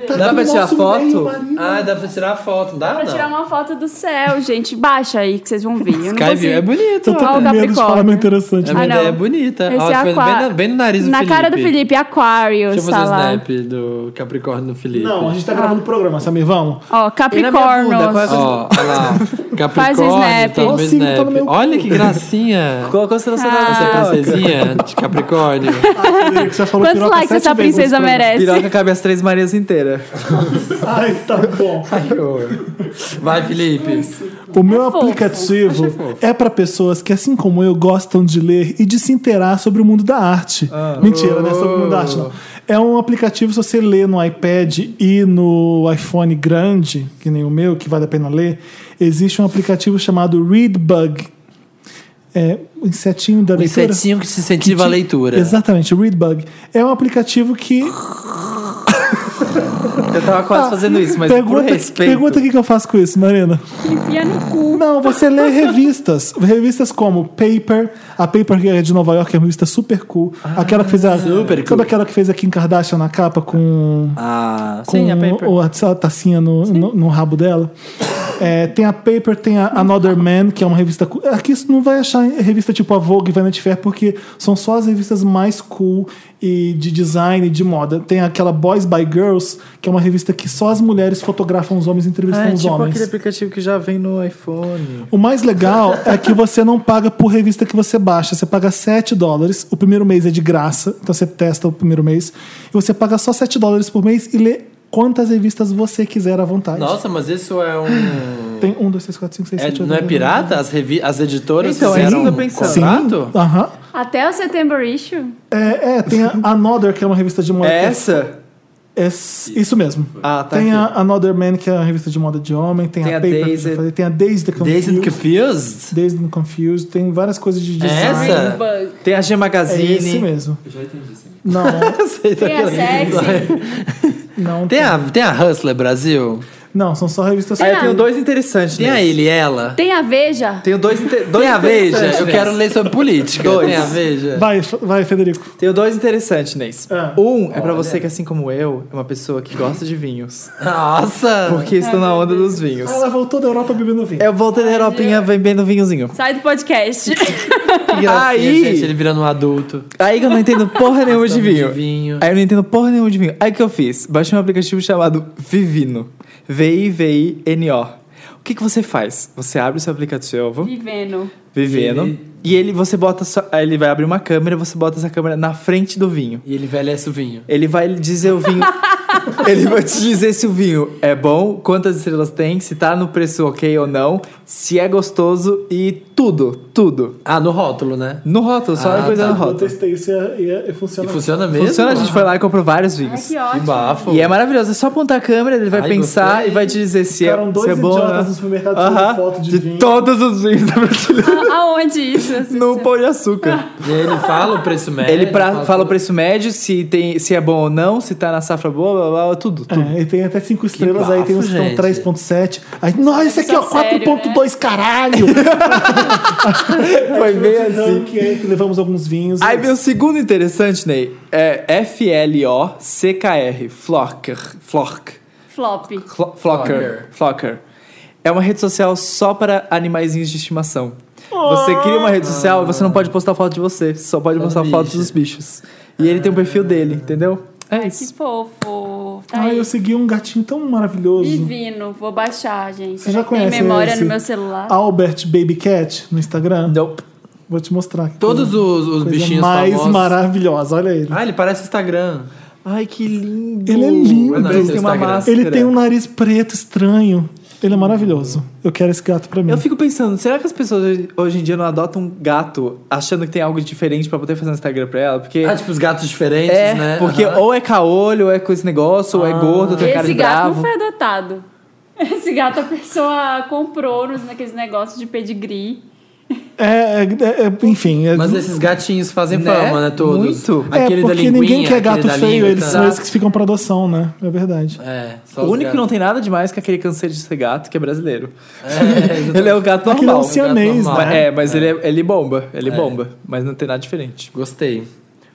Speaker 4: Dá
Speaker 1: no
Speaker 4: pra tirar
Speaker 1: nosso
Speaker 4: foto?
Speaker 1: meio, um Marina.
Speaker 2: Ah, dá pra tirar um foto, não dá?
Speaker 3: Pra
Speaker 2: não.
Speaker 3: tirar uma foto do céu, gente. Baixa aí que vocês vão ver. Eu não
Speaker 2: Skyview
Speaker 3: consigo-
Speaker 2: é bonito.
Speaker 1: Eu tô
Speaker 3: Olha
Speaker 1: com
Speaker 3: o
Speaker 1: medo de falar
Speaker 3: Capricórnio.
Speaker 1: meu interessante.
Speaker 2: É uma
Speaker 3: Ah, não.
Speaker 2: ideia bonita.
Speaker 3: Esse
Speaker 2: Ó,
Speaker 3: é
Speaker 2: foi
Speaker 3: aqua-
Speaker 2: bem, na- bem no nariz do
Speaker 3: Na
Speaker 2: Felipe.
Speaker 3: cara do Felipe, Aquarius,
Speaker 2: Deixa eu
Speaker 3: tá
Speaker 2: fazer o
Speaker 3: lá.
Speaker 2: snap do Capricórnio no Felipe.
Speaker 1: Não, a gente tá gravando o programa, Samir, vamos.
Speaker 2: é
Speaker 3: Ó,
Speaker 4: E na minha bunda, qual é a
Speaker 3: Capricórnios.
Speaker 2: Ó, olha lá. Capricórnio,
Speaker 3: Faz o snap.
Speaker 2: Tá no meu Ah.
Speaker 1: Ó, sim, tá no
Speaker 2: um snap.
Speaker 1: meu cu.
Speaker 2: Olha que gracinha.
Speaker 4: Colocou a seleção
Speaker 2: Essa
Speaker 4: da princesa.
Speaker 2: princesinha de Capricórnio.
Speaker 1: Federico, Você falou
Speaker 3: Quantos
Speaker 1: piroca
Speaker 3: likes
Speaker 1: sete
Speaker 3: essa
Speaker 1: vezes nesse
Speaker 3: princesa
Speaker 1: programa.
Speaker 3: merece?
Speaker 4: Piroca cabe as três Marias inteiras.
Speaker 1: Ai, tá bom.
Speaker 2: Vai, Felipe.
Speaker 1: O meu
Speaker 3: fofo.
Speaker 1: aplicativo é pra pessoas que, assim como eu, gostam de ler e de se inteirar sobre o mundo da arte. Mentira, não é sobre o mundo da arte, não. É um aplicativo, se você lê no iPad e no iPhone grande, que nem o meu, que vale a pena ler, existe um aplicativo chamado Readbug. É o insetinho da
Speaker 2: Um
Speaker 1: leitura.
Speaker 2: insetinho que se incentiva a leitura.
Speaker 1: Exatamente, Readbug. É um aplicativo que
Speaker 4: Eu tava quase fazendo isso, mas por
Speaker 1: Tá. pergunta,
Speaker 4: respeito.
Speaker 1: pergunta o que que eu faço com isso, Marina.
Speaker 3: Enfia no cu.
Speaker 1: Não, você lê revistas. Revistas como Paper, a Paper que é de Nova York, é uma revista super cool. aquela que fez a.
Speaker 2: Ah, super
Speaker 1: Sabe
Speaker 2: cool.
Speaker 1: aquela que fez a Kim Kardashian na capa com.
Speaker 2: Ah,
Speaker 1: com
Speaker 2: sim, a Paper.
Speaker 1: o- a tacinha no, no, no rabo dela. É, tem a Paper, tem a Another Man, que é uma revista. cu- Aqui você não vai achar em revista tipo a Vogue e Vanity Fair, porque são só as revistas mais cool e de design e de moda. Tem aquela Boys by Girls, que é uma revista que só as mulheres fotografam os homens e entrevistam
Speaker 2: Ah,
Speaker 4: é
Speaker 1: os
Speaker 4: tipo
Speaker 1: homens.
Speaker 4: aquele aplicativo que já vem no iPhone.
Speaker 1: O mais legal é que você não paga por revista que você baixa. Você paga 7 dólares. O primeiro mês é de graça, então você testa o primeiro mês. E você paga só 7 dólares por mês e lê quantas revistas você quiser à vontade.
Speaker 2: Nossa, mas isso é um.
Speaker 1: Tem 1, 2, 3, 4, 5, 6,
Speaker 2: é-
Speaker 1: 7, 8.
Speaker 2: não é pirata? As, revi... As editoras
Speaker 4: Então, é isso
Speaker 2: fizeram
Speaker 4: que eu
Speaker 2: um
Speaker 4: tô pensando.
Speaker 1: Sim.
Speaker 2: contrato?
Speaker 1: Aham.
Speaker 3: Até o September Issue?
Speaker 1: É, é, tem a Another, que é uma revista de moda.
Speaker 4: É essa?
Speaker 1: É s- isso mesmo.
Speaker 4: Ah, tá
Speaker 1: Tem
Speaker 4: aqui.
Speaker 1: a Another Man, que é uma revista de moda de homem. Tem,
Speaker 4: Tem a
Speaker 1: a Paper, que eu
Speaker 4: Dazed.
Speaker 1: já falei. Tem a Days the
Speaker 2: Days and
Speaker 1: Confused.
Speaker 2: Confused?
Speaker 1: Days and Confused. Tem várias coisas
Speaker 4: É
Speaker 1: de design.
Speaker 2: É essa?
Speaker 3: Bug.
Speaker 4: Tem a G
Speaker 1: É
Speaker 4: Magazine.
Speaker 1: esse mesmo.
Speaker 2: Eu já entendi isso.
Speaker 1: Não,
Speaker 3: Tem a Sexy.
Speaker 1: não.
Speaker 2: Tem a, tem a Hustler Brasil?
Speaker 1: Não, são só revistas.
Speaker 4: Aí Ah, É, eu tenho dois interessantes.
Speaker 2: Tem a
Speaker 4: nesse.
Speaker 2: Ele e Ela?
Speaker 3: Tem a Veja.
Speaker 4: Tenho dois, inte- dois
Speaker 2: Tem a Veja?
Speaker 4: interessantes né?
Speaker 2: Eu
Speaker 4: nesse.
Speaker 2: quero ler sobre política.
Speaker 4: Dois.
Speaker 2: Tem a Veja?
Speaker 1: Vai, F- vai, Federico.
Speaker 4: Tenho dois interessantes, Neis.
Speaker 1: Ah.
Speaker 4: Um é pra
Speaker 2: Olha.
Speaker 4: você que, assim como eu, é uma pessoa que gosta de vinhos.
Speaker 2: Nossa!
Speaker 4: Porque estou na onda dos vinhos.
Speaker 1: Ah, ela voltou da Europa bebendo vinho.
Speaker 4: Eu voltei da Europinha bebendo vinhozinho.
Speaker 3: Sai do podcast.
Speaker 2: Que gracinha,
Speaker 4: Tá Aí-
Speaker 2: gente, ele virando um adulto.
Speaker 4: Aí que eu não entendo porra nenhuma de
Speaker 2: Gostando de
Speaker 4: vinho. É.
Speaker 2: vinho.
Speaker 4: Aí eu não entendo porra nenhuma de vinho. Aí que eu fiz? Baixei um aplicativo chamado Vivino. V-I-V-I-N-O. O que, que você faz? Você abre o seu aplicativo,
Speaker 3: Vivendo.
Speaker 4: Vivino,
Speaker 2: Vivi.
Speaker 4: e ele você bota sua, aí ele vai abrir uma câmera, você bota essa câmera na frente do vinho.
Speaker 2: E ele envelhece o vinho.
Speaker 4: Ele vai lhe dizer o vinho. ele vai te dizer se o vinho é bom, quantas estrelas tem, se tá no preço ok ou não, se é gostoso e tudo, tudo.
Speaker 2: Ah, no rótulo, né?
Speaker 4: No rótulo, só
Speaker 2: Ah,
Speaker 4: a coisa
Speaker 2: tá.
Speaker 4: no
Speaker 1: Eu
Speaker 4: rótulo.
Speaker 1: testei isso e, é- e é- e
Speaker 2: E
Speaker 1: funciona.
Speaker 2: funciona mesmo?
Speaker 4: Funciona, a gente foi lá e comprou vários
Speaker 3: Ai,
Speaker 4: vinhos.
Speaker 3: que
Speaker 2: Que
Speaker 3: ótimo.
Speaker 2: bafo.
Speaker 4: E é maravilhoso, é só apontar a câmera, ele vai
Speaker 2: Ai,
Speaker 4: pensar
Speaker 2: gostei.
Speaker 4: e vai te dizer se é,
Speaker 1: Ficaram dois
Speaker 4: se é bom. ou
Speaker 1: idiotas
Speaker 4: não.
Speaker 1: no supermercado
Speaker 4: Aham,
Speaker 1: tirando foto de, vinho.
Speaker 4: todos os vinhos da prateleira
Speaker 3: A- Aonde isso? assim?
Speaker 4: no pão de açúcar.
Speaker 2: E ele É, fala o preço médio.
Speaker 4: ele pra- fala o
Speaker 2: tudo.
Speaker 4: preço médio, se, tem, se é bom ou não, se tá na safra boa, blá, blá, blá, tudo, tudo.
Speaker 1: É, e tem até 5 estrelas, aí tem
Speaker 2: bafo,
Speaker 1: um uns que
Speaker 2: gente.
Speaker 1: estão 3.7. Aí, nossa, esse aqui, ó,
Speaker 3: Isso é sério,
Speaker 1: 4.2, caralho!
Speaker 4: Foi bem assim.
Speaker 1: Então, que é que levamos alguns vinhos.
Speaker 4: Aí
Speaker 1: e-
Speaker 4: vem o segundo interessante, Ney. É F-L-O-C-K-R. Flocker. Flork.
Speaker 3: Flop.
Speaker 4: Clo- Flocker. Flocker. É uma rede social só para animaizinhos de estimação. Você cria uma rede social e você não pode postar foto de você. Você só pode
Speaker 2: Só
Speaker 4: postar
Speaker 2: do
Speaker 4: fotos
Speaker 2: bicho.
Speaker 4: dos bichos. E ele tem o perfil dele, entendeu? É
Speaker 3: Ai,
Speaker 4: isso.
Speaker 3: que fofo. Tá
Speaker 1: Ai,
Speaker 3: aí.
Speaker 1: eu segui um gatinho tão maravilhoso.
Speaker 3: Divino. Vou baixar, gente.
Speaker 1: Você já
Speaker 3: Tem
Speaker 1: conhece
Speaker 3: memória
Speaker 1: esse?
Speaker 3: no meu celular.
Speaker 1: Albert Baby Cat no Instagram.
Speaker 4: Nope.
Speaker 1: Vou te mostrar. que
Speaker 2: Todos
Speaker 1: coisa-
Speaker 2: os, os
Speaker 1: coisa
Speaker 2: bichinhos
Speaker 1: mais
Speaker 2: famosos.
Speaker 1: maravilhosa, olha ele.
Speaker 2: Ah, ele parece Instagram.
Speaker 4: Ai, que lindo.
Speaker 1: Ele é lindo.
Speaker 4: Ele
Speaker 2: Não, esse
Speaker 4: tem uma
Speaker 2: Instagram.
Speaker 4: máscara.
Speaker 1: Ele tem um nariz preto estranho. Ele é maravilhoso. Eu quero esse gato pra mim.
Speaker 4: Eu fico pensando, será que as pessoas hoje- hoje em dia não adotam um gato achando que tem algo diferente pra poder fazer no Instagram pra ela? Porque
Speaker 2: Ah, tipo os gatos diferentes,
Speaker 4: É,
Speaker 2: né?
Speaker 4: porque
Speaker 2: Aham. Ah.
Speaker 4: ou é caolho, ou é com esse negócio, ou é gordo, tem cara
Speaker 3: Esse
Speaker 4: de
Speaker 3: gato
Speaker 4: bravo.
Speaker 3: não foi adotado. Esse gato a pessoa comprou nos, naqueles negócios de pedigree.
Speaker 1: É, é, é, é, enfim. É,
Speaker 2: Mas esses gatinhos fazem
Speaker 4: Né?
Speaker 2: fama, né? Todos.
Speaker 4: Muito.
Speaker 1: é
Speaker 2: Aquele da
Speaker 1: porque
Speaker 2: linguinha,
Speaker 1: ninguém quer gato
Speaker 2: aquele da
Speaker 1: feio,
Speaker 2: língua,
Speaker 1: eles
Speaker 2: tá?
Speaker 1: são esses que ficam pra adoção, né? É verdade.
Speaker 2: É, só
Speaker 4: O
Speaker 2: os
Speaker 4: único que não
Speaker 2: gatos.
Speaker 4: tem nada demais que é aquele cansei de ser gato, que é brasileiro.
Speaker 2: É, exatamente.
Speaker 4: Ele é o gato
Speaker 1: Aquele é
Speaker 4: normal.
Speaker 1: um siamês,
Speaker 2: normal.
Speaker 1: né?
Speaker 4: É, mas Ele, é- ele bomba, ele bomba. Mas não tem nada diferente.
Speaker 2: Gostei.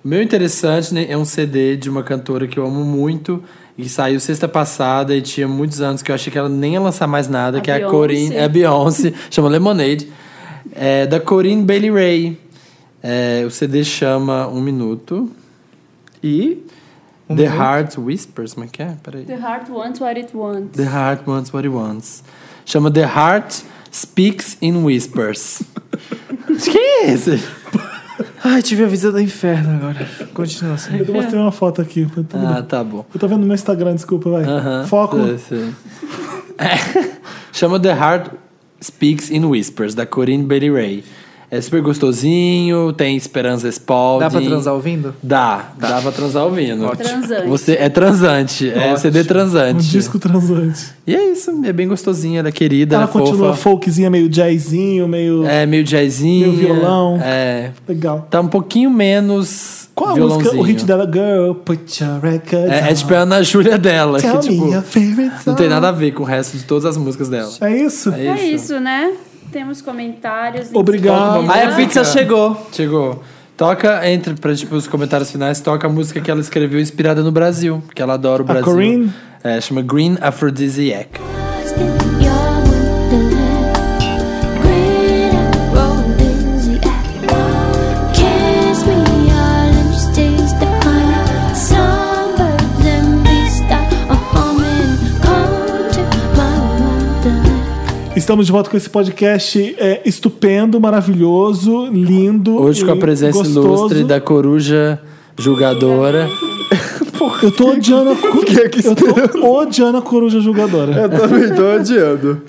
Speaker 2: O meu interessante né, é um CD de uma cantora que eu amo muito e saiu sexta passada e tinha muitos anos que eu achei que ela nem ia lançar mais nada,
Speaker 3: A
Speaker 2: que é a
Speaker 3: Beyoncé.
Speaker 2: Corinne, é a Beyoncé, chama Lemonade, é, da Corinne Bailey Ray. É, o CD chama Um Minuto.
Speaker 4: E. um
Speaker 2: The
Speaker 4: minuto.
Speaker 2: Heart Whispers, como é que é? Peraí.
Speaker 3: The heart wants what it wants.
Speaker 2: The Heart Wants What It Wants. Chama The Heart Speaks in Whispers. que é esse?
Speaker 4: Ai, tive a visão do inferno agora. Continua assim.
Speaker 1: Eu mostrei uma foto aqui. Eu tô,
Speaker 2: Ah, tá bom.
Speaker 1: eu tô vendo no meu Instagram, desculpa, vai.
Speaker 2: Aham,
Speaker 1: Foco.
Speaker 2: sim, sim. É. Chama The Heart Speaks in Whispers, da Corinne Bailey Ray. É super gostosinho, tem Esperança Spalding.
Speaker 4: Dá pra transar ouvindo?
Speaker 2: Dá, dá pra transar ouvindo.
Speaker 3: Transante.
Speaker 2: Você é transante, é
Speaker 4: Ótimo.
Speaker 2: CD
Speaker 1: Um
Speaker 2: transante.
Speaker 1: disco transante.
Speaker 2: E é isso, é bem gostosinha, ela é querida,
Speaker 1: Ela
Speaker 2: ela é fofa.
Speaker 1: continua folkzinha, meio jazzinho, meio
Speaker 2: É meio jazzinho.
Speaker 1: Meio violão.
Speaker 2: É.
Speaker 1: legal.
Speaker 2: Tá um pouquinho menos
Speaker 1: Qual a
Speaker 2: violãozinho.
Speaker 1: música, o hit dela? Girl, put your record
Speaker 2: É, é
Speaker 1: on.
Speaker 2: tipo a Ana Júlia dela, que
Speaker 1: Tell
Speaker 2: tipo,
Speaker 1: me your favorite
Speaker 2: não tem
Speaker 1: song.
Speaker 2: nada a ver com o resto de todas as músicas dela.
Speaker 1: É isso?
Speaker 2: É
Speaker 3: É
Speaker 2: isso. tá
Speaker 3: isso, né? Temos comentários. links
Speaker 1: Obrigado.
Speaker 3: de
Speaker 4: Aí
Speaker 3: vida.
Speaker 4: a pizza chegou.
Speaker 2: Chegou. Toca, entre para tipo, os comentários finais, toca a música que ela escreveu inspirada no Brasil, que ela adora o Brasil.
Speaker 1: Corinne?
Speaker 2: É, chama Green Aphrodisiac.
Speaker 5: Lost in your
Speaker 1: Estamos de volta com esse podcast é, estupendo, maravilhoso, lindo.
Speaker 2: Hoje com a
Speaker 1: e
Speaker 2: presença
Speaker 1: gostoso.
Speaker 2: ilustre da coruja julgadora.
Speaker 1: Eu tô odiando a coruja.
Speaker 6: é que
Speaker 1: Eu tô odiando a coruja julgadora.
Speaker 6: Eu
Speaker 2: É,
Speaker 6: também tô odiando.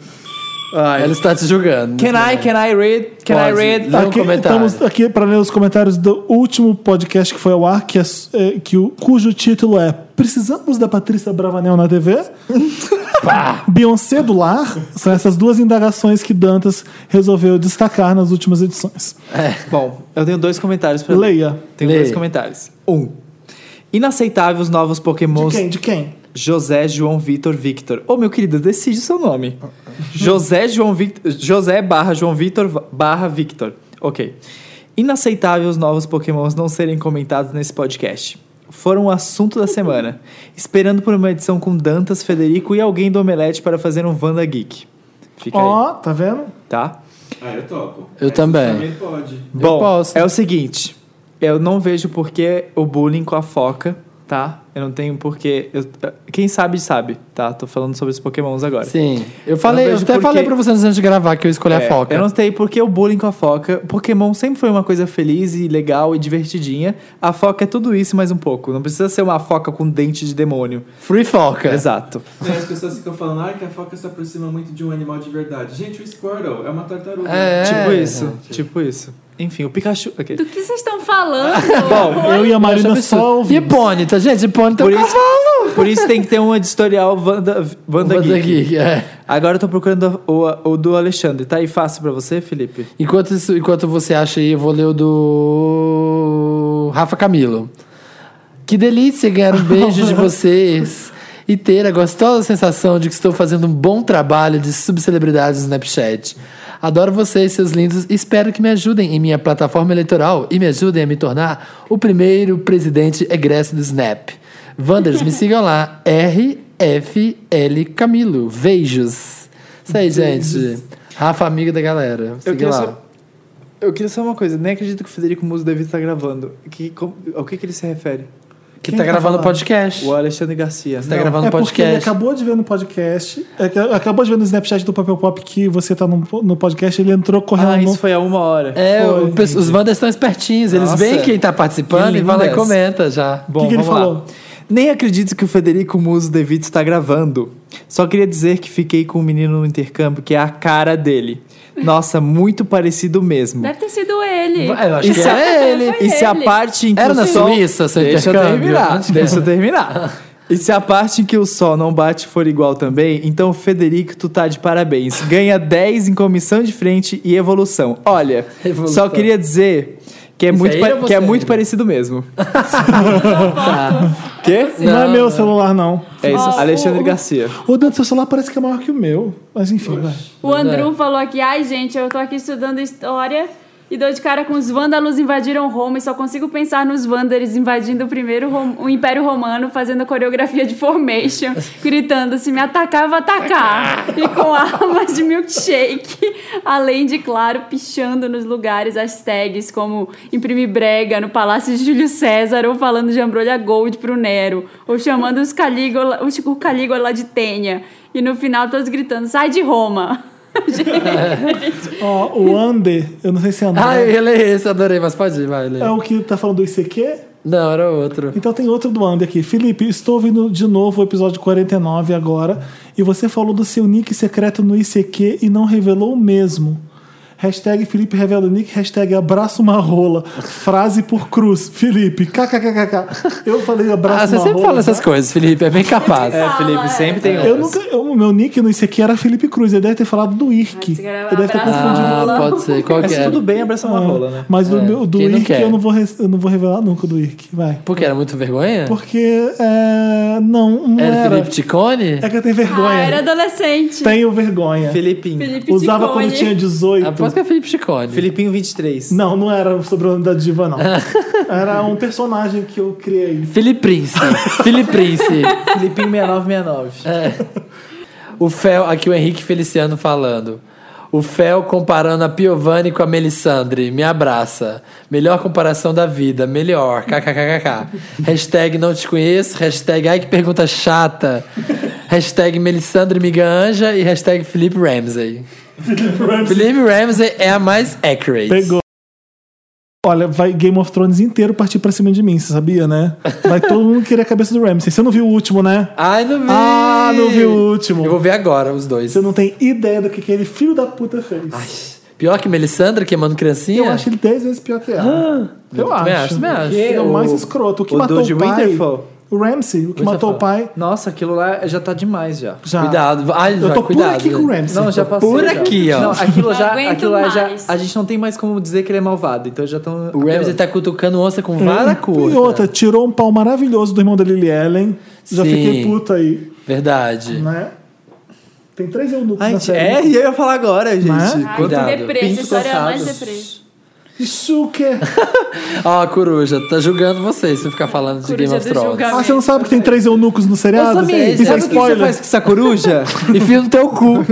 Speaker 2: Ela está te julgando.
Speaker 4: Can I, can I read? Can I
Speaker 2: Pode.
Speaker 4: read?
Speaker 2: Lê um
Speaker 1: Aqui,
Speaker 2: comentário.
Speaker 1: estamos aqui para ler os comentários do último podcast que foi ao ar, que é, é, que o, cujo título é Precisamos da Patrícia Bravanel na TV? Beyoncé do lar? São essas duas indagações que Dantas resolveu destacar nas últimas edições.
Speaker 4: Bom, eu tenho dois comentários pra ler.
Speaker 1: Leia.
Speaker 4: Tenho
Speaker 2: Leia.
Speaker 4: dois comentários. Um. Inaceitável os novos pokémons
Speaker 1: De quem? De quem?
Speaker 4: José João Vitor Victor. Ô, meu querido, decide o seu nome. José João Victor. José barra João Vitor barra Victor. Ok. Inaceitável os novos pokémons não serem comentados nesse podcast. Foram o assunto da semana. Esperando por uma edição com Dantas, Federico e alguém do Omelete para fazer um Wanda Geek. Fica aí,
Speaker 1: Ó, tá vendo?
Speaker 4: tá?
Speaker 7: Ah, eu topo.
Speaker 2: Eu também.
Speaker 7: Também pode.
Speaker 4: Bom,
Speaker 2: posso.
Speaker 4: é o seguinte. Eu não vejo por que o bullying com a foca, tá? Eu não tenho porquê. Eu, quem sabe, sabe, tá? Tô falando sobre os pokémons agora.
Speaker 2: Sim. Eu falei,
Speaker 4: Eu
Speaker 2: eu,
Speaker 4: não vejo
Speaker 2: até
Speaker 4: por
Speaker 2: falei
Speaker 4: quê.
Speaker 2: pra vocês antes de gravar que eu escolhi
Speaker 4: É,
Speaker 2: a foca.
Speaker 4: Eu não sei por que o bullying com a foca. Pokémon sempre foi uma coisa feliz e legal e divertidinha. A foca é tudo isso e mais um pouco. Não precisa ser uma foca com dente de demônio.
Speaker 2: Free foca.
Speaker 4: Exato.
Speaker 7: Aí As pessoas ficam falando ah, que a foca se aproxima muito de um animal de verdade. Gente, o Squirtle é uma tartaruga.
Speaker 2: É.
Speaker 4: tipo isso. Tipo isso. Enfim, o Pikachu. ok.
Speaker 3: Do que vocês estão falando?
Speaker 4: Bom,
Speaker 1: Eu e a
Speaker 4: é
Speaker 2: Eu acho
Speaker 1: Marina
Speaker 2: absurdo.
Speaker 1: só
Speaker 2: E
Speaker 1: ouvimos.
Speaker 4: tá,
Speaker 2: Hipônita, gente, Hipônita é
Speaker 4: Por
Speaker 2: um
Speaker 4: isso, por isso tem que ter um editorial Wanda, Wanda,
Speaker 2: Wanda
Speaker 4: Geek.
Speaker 2: Geek, é.
Speaker 4: Agora eu tô procurando o, o do Alexandre. Tá aí fácil pra você, Felipe?
Speaker 2: Enquanto, isso, enquanto você acha aí, eu vou ler o do Rafa Camilo. Que delícia ganhar um beijo de vocês e ter a gostosa sensação de que estou fazendo um bom trabalho de subcelebridades no Snapchat. Adoro vocês, seus lindos, e espero que me ajudem em minha plataforma eleitoral e me ajudem a me tornar o primeiro presidente egresso do Snap. Wanders, me sigam lá. RFL Camilo. Beijos. Isso aí, gente. Rafa, amiga da galera. Siga
Speaker 4: queria
Speaker 2: lá.
Speaker 4: só- Eu queria só uma coisa. Nem acredito que o Federico Muso deve estar gravando. Que, como- ao que, que ele se refere?
Speaker 2: Que
Speaker 1: Quem
Speaker 2: tá
Speaker 1: tá
Speaker 2: gravando
Speaker 1: falando?
Speaker 2: podcast.
Speaker 4: O Alexandre Garcia.
Speaker 2: Tá gravando
Speaker 1: é porque ele
Speaker 2: podcast.
Speaker 1: acabou de ver no podcast, é que- acabou de ver no Snapchat do Papel Pop que você tá no, no podcast, ele entrou correndo.
Speaker 4: Ah,
Speaker 1: no-
Speaker 4: isso foi há uma hora.
Speaker 2: É,
Speaker 1: Foi,
Speaker 2: o pessoal- os Wanders estão espertinhos. Eles
Speaker 4: Nossa.
Speaker 2: veem quem tá participando
Speaker 4: Que
Speaker 2: e vão lá e
Speaker 4: lindas.
Speaker 2: comenta já.
Speaker 4: Bom,
Speaker 1: que ele
Speaker 4: vamos lá.
Speaker 1: falou?
Speaker 4: Nem acredito que o Federico Muso Devito está gravando. Só queria dizer que fiquei com um menino no intercâmbio que é a cara dele. Nossa, muito parecido mesmo.
Speaker 3: Deve ter sido ele.
Speaker 2: Vai, eu acho
Speaker 4: E
Speaker 2: que
Speaker 4: se, a,
Speaker 2: é ele.
Speaker 3: Foi
Speaker 4: e se a
Speaker 3: ele.
Speaker 4: parte em que
Speaker 2: Era
Speaker 4: o
Speaker 2: na
Speaker 4: sol...
Speaker 2: Suíça, seu
Speaker 4: Deixa eu
Speaker 2: intercâmbio?
Speaker 4: terminar,
Speaker 2: Antes
Speaker 4: deixa eu
Speaker 2: dela.
Speaker 4: terminar. E se a parte em que o sol não bate for igual também, então, Federico, tu tá de parabéns. Ganha 10 em comissão de frente e evolução. Olha,
Speaker 2: Evolução.
Speaker 4: só queria dizer que é,
Speaker 2: Isso
Speaker 4: muito,
Speaker 2: é
Speaker 4: pa-
Speaker 2: ele ou
Speaker 4: que é Tá.
Speaker 2: você?
Speaker 4: muito parecido mesmo.
Speaker 2: Quê?
Speaker 1: Não, é meu celular, não.
Speaker 4: É isso,
Speaker 3: Ó,
Speaker 4: Alexandre
Speaker 3: o-
Speaker 4: Garcia.
Speaker 1: Ô, Dante, seu celular parece que é maior que o meu. Mas enfim, vai.
Speaker 3: O Andrew falou aqui, ai gente, eu tô aqui estudando história e dou de cara com os vândalos invadiram Roma e só consigo pensar nos vândalos invadindo o primeiro Rom- o Império Romano, fazendo a coreografia de Formation, gritando se me atacar, eu vou atacar, e com armas de milkshake, além de, claro, pichando nos lugares as tags como imprimir brega no Palácio de Júlio César ou falando de Ambrolha Gold pro Nero, ou chamando os Calígula, o Chico Calígula de Tênia. E no final todos gritando, sai de Roma.
Speaker 1: Ó, o Ander, eu não sei se é Ander.
Speaker 2: Ah, eu leio esse, adorei, mas pode ir, vai, lê.
Speaker 1: É o que tá falando do ICQ?
Speaker 2: Não, era outro.
Speaker 1: Então tem outro do Ander aqui. Felipe, estou ouvindo de novo o episódio 49 agora. E você falou do seu nick secreto no ICQ e não revelou o mesmo. Hashtag Felipe revela o nick, hashtag abraço uma rola. Frase por cruz. Felipe, kkkk. Eu falei abraço
Speaker 2: Ah, você
Speaker 1: uma
Speaker 2: sempre
Speaker 1: rola,
Speaker 2: fala essas
Speaker 1: tá?
Speaker 2: coisas, Felipe, é bem capaz.
Speaker 4: É, Felipe, sempre tem
Speaker 1: Eu
Speaker 4: um.
Speaker 1: nunca. eu- meu nick no ICQ era Felipe Cruz. Ele deve ter falado do IRC.
Speaker 3: Ah, você quer
Speaker 1: Ele deve ter
Speaker 3: abraço.
Speaker 1: confundido. Ah,
Speaker 2: Ah,
Speaker 3: Não.
Speaker 2: pode ser, qual
Speaker 4: Mas
Speaker 2: que era?
Speaker 4: tudo bem abraçar uma rola, né?
Speaker 1: Mas do, meu- do
Speaker 2: É, quem não
Speaker 1: IRC
Speaker 2: quer?
Speaker 1: eu não, vou, res- eu não vou revelar nunca do IRC. Vai.
Speaker 2: Porque era muito vergonha?
Speaker 1: Porque é, não, não
Speaker 2: Era
Speaker 1: era.
Speaker 2: Felipe Ticone?
Speaker 1: É que eu tenho vergonha.
Speaker 3: Ah, era adolescente.
Speaker 1: Tenho vergonha.
Speaker 4: Felipinho.
Speaker 3: Felipe
Speaker 1: Usava
Speaker 3: Ticone.
Speaker 1: quando tinha 18.
Speaker 2: Aposto que é Felipe Ticone.
Speaker 4: Felipinho 23.
Speaker 1: Não, não era o sobrenome da diva, não. era um personagem que eu criei.
Speaker 2: Felipe Prince. Felipe Prince.
Speaker 4: Felipinho 6969.
Speaker 2: O Fel, aqui o Henrique Feliciano falando. O Fel comparando a Piovani com a Melisandre. Me abraça. Melhor comparação da vida. Melhor. KKKKK. Hashtag não te conheço. Hashtag ai que pergunta chata. hashtag Melissandre Miga Anja e hashtag Felipe Ramsey. Felipe Ramsey é a mais accurate.
Speaker 1: Pegou. Olha, vai Game of Thrones inteiro partir pra cima de mim, você sabia, né? Vai todo mundo querer a cabeça do Ramsey. Você não viu o último, né?
Speaker 2: Ai, não vi.
Speaker 1: Ah, não vi o último.
Speaker 2: Eu vou ver agora os dois.
Speaker 1: Você não tem ideia do que aquele filho da puta fez.
Speaker 2: Ah, Pior que Melissandre queimando criancinha?
Speaker 1: eu acho ele 10 vezes pior que ela. eu
Speaker 2: é. Ah, também acho,
Speaker 1: acho.
Speaker 2: também acho.
Speaker 1: Ele é o
Speaker 4: O-
Speaker 1: mais escroto. O que
Speaker 4: o
Speaker 1: matou
Speaker 4: Dude
Speaker 1: o pai.
Speaker 4: Winterfell.
Speaker 1: O Ramsey, o que matou o pai.
Speaker 4: Nossa, aquilo lá já tá demais já.
Speaker 1: Já.
Speaker 2: Cuidado. Ai,
Speaker 1: Eu
Speaker 2: vai,
Speaker 1: tô por
Speaker 2: cuidado.
Speaker 1: aqui com o Ramsey.
Speaker 4: Não, já passou.
Speaker 2: Por
Speaker 4: já.
Speaker 2: aqui, ó.
Speaker 4: Não, aquilo
Speaker 3: Não
Speaker 4: já,
Speaker 3: aguento
Speaker 4: aquilo lá já,
Speaker 3: mais.
Speaker 4: a gente não tem mais como dizer que ele é malvado, então já estão
Speaker 2: O Ramsey tá cutucando onça com
Speaker 4: Hum,
Speaker 2: vara curta.
Speaker 1: E outra, tirou um pau maravilhoso do irmão da Lily Ellen. Já
Speaker 2: Sim.
Speaker 1: fiquei puta aí,
Speaker 2: Verdade.
Speaker 1: né? Tem três eunucos na
Speaker 4: Ai,
Speaker 1: série.
Speaker 4: é, e eu ia falar agora, gente.
Speaker 1: Né?
Speaker 3: Ai,
Speaker 2: Cuidado.
Speaker 3: que deprê, essa
Speaker 4: Pinto
Speaker 3: história é a mais
Speaker 4: coçado.
Speaker 3: deprê.
Speaker 1: Isso o quê?
Speaker 2: Ó, a coruja, tá julgando vocês se ficar falando de
Speaker 3: Coruja
Speaker 2: Game of
Speaker 3: do
Speaker 2: Thrones.
Speaker 3: julgamento.
Speaker 1: Ah, você não sabe que tem três eunucos no seriado?
Speaker 4: Ô, Samir,
Speaker 1: Isso é
Speaker 4: sabe o que você
Speaker 1: spoiler.
Speaker 4: faz com essa coruja?
Speaker 2: Enfia no teu cu.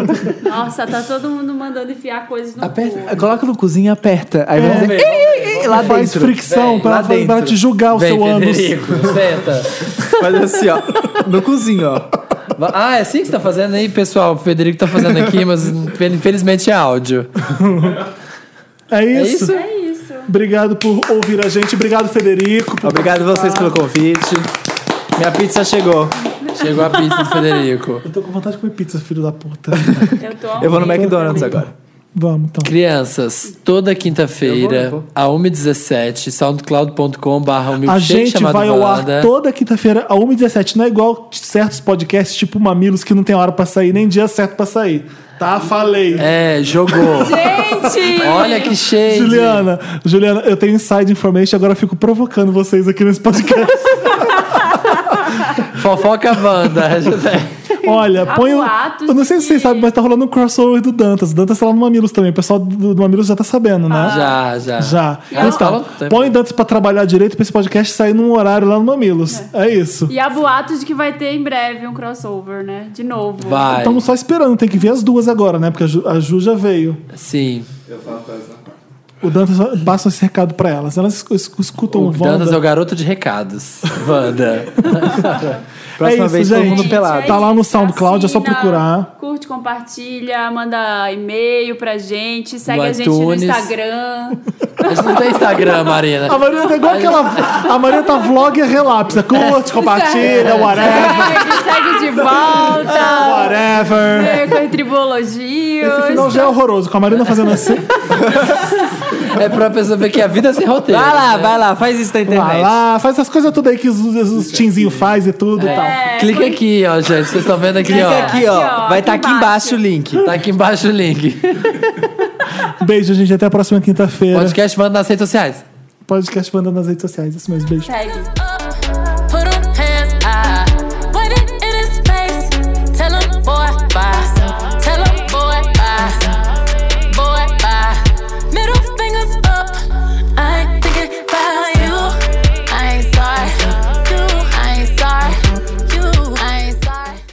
Speaker 3: Nossa, tá todo mundo mandando enfiar coisas
Speaker 2: tá,
Speaker 3: no
Speaker 4: Aperta,
Speaker 3: cu.
Speaker 4: coloca no cozinho e aperta. Aí
Speaker 2: É.
Speaker 4: vai dizer, ei, ei, ei, lá
Speaker 1: faz
Speaker 4: dentro.
Speaker 1: fricção
Speaker 2: Vem,
Speaker 1: pra,
Speaker 4: lá
Speaker 1: ela- pra ela
Speaker 4: dentro.
Speaker 1: te julgar o
Speaker 2: Vem,
Speaker 1: seu ânus.
Speaker 2: Federico, senta.
Speaker 4: Faz assim, ó. No cozinho, ó.
Speaker 2: Va- Ah, é assim que você tá fazendo aí, pessoal? O Federico tá fazendo aqui, mas infel- infelizmente é áudio.
Speaker 1: É
Speaker 2: É
Speaker 1: isso.
Speaker 2: isso?
Speaker 3: É isso.
Speaker 1: Obrigado por ouvir a gente. Obrigado, Federico. por-
Speaker 4: Obrigado a vocês pelo convite. Minha pizza chegou.
Speaker 2: Chegou a pizza do Federico.
Speaker 1: Eu tô com vontade de comer pizza, filho da puta.
Speaker 3: Eu tô
Speaker 4: Eu vou no
Speaker 3: amando
Speaker 4: McDonald's
Speaker 3: também.
Speaker 4: agora.
Speaker 1: Vamos, então.
Speaker 2: Crianças, toda
Speaker 4: Eu
Speaker 2: quinta-feira,
Speaker 4: vou, eu vou.
Speaker 2: a 1h17, soundcloud.com.br,
Speaker 1: A gente vai ao ar
Speaker 2: Balada.
Speaker 1: toda quinta-feira, a 1h17. Não é igual certos podcasts, tipo Mamilos, que não tem hora pra sair, nem dia certo pra sair. Tá? Falei.
Speaker 2: É, jogou.
Speaker 3: Gente!
Speaker 2: Olha que cheio.
Speaker 1: Juliana, Juliana, eu tenho inside information, agora eu fico provocando vocês aqui nesse podcast.
Speaker 2: Fofoca Wanda. hashtag.
Speaker 1: Olha,
Speaker 3: Há
Speaker 1: põe o.
Speaker 3: boatos
Speaker 1: Eu não sei se
Speaker 3: que-
Speaker 1: vocês sabem, mas tá rolando um crossover do Dantas. O Dantas tá lá no Mamilos também. O pessoal do, do Mamilos já tá sabendo, né?
Speaker 2: Ah, Já, já.
Speaker 1: Já.
Speaker 2: Ah,
Speaker 1: então,
Speaker 2: falou tempo.
Speaker 1: põe o Dantas pra trabalhar direito pra esse podcast sair num horário lá no Mamilos. É, isso.
Speaker 3: E há boatos de que vai ter em breve um crossover, né? De novo.
Speaker 2: Vai.
Speaker 1: Estamos só esperando, tem que ver as duas agora, né? Porque a Ju, a Ju já veio.
Speaker 2: Sim.
Speaker 7: Eu falo pra elas na quarta.
Speaker 1: O Dantas passa esse recado pra elas. Elas es- es- escutam o
Speaker 2: O Dantas é o
Speaker 1: Wanda.
Speaker 2: garoto de recados. Wanda.
Speaker 4: Próxima
Speaker 1: É isso,
Speaker 4: vez todo
Speaker 1: gente.
Speaker 4: mundo pelado.
Speaker 3: é
Speaker 1: Tá lá no
Speaker 3: isso.
Speaker 1: SoundCloud, é só
Speaker 3: Assina,
Speaker 1: procurar.
Speaker 3: Curte, compartilha, manda e-mail pra gente, segue
Speaker 2: No
Speaker 3: a gente no
Speaker 2: iTunes.
Speaker 3: Instagram.
Speaker 2: A gente não tem Instagram, Marina.
Speaker 1: A Maria tá igual aquela. A Maria tá vlogger relapsa. Curte, compartilha, whatever,
Speaker 3: segue, segue de volta.
Speaker 1: whatever.
Speaker 3: É, Com tribologias.
Speaker 1: Esse final já é horroroso, com a Marina fazendo assim.
Speaker 2: É pra pessoa ver que a vida é sem roteiro.
Speaker 4: Vai lá, vai lá, faz isso na
Speaker 1: Vai
Speaker 4: internet.
Speaker 1: lá, faz essas coisas tudo aí que os, os tinzinhos faz e tudo e tal.
Speaker 3: É,
Speaker 2: Clica aqui, ó, gente. Vocês estão vendo aqui,
Speaker 4: Clica
Speaker 2: ó.
Speaker 4: aqui, ó. Vai estar aqui embaixo o link.
Speaker 2: Tá aqui embaixo o link.
Speaker 1: Beijo, gente. Até a próxima quinta-feira.
Speaker 2: Podcast manda nas redes sociais.
Speaker 1: Podcast mandando nas redes sociais. Isso mesmo, beijo.
Speaker 3: Segue.
Speaker 5: Oh,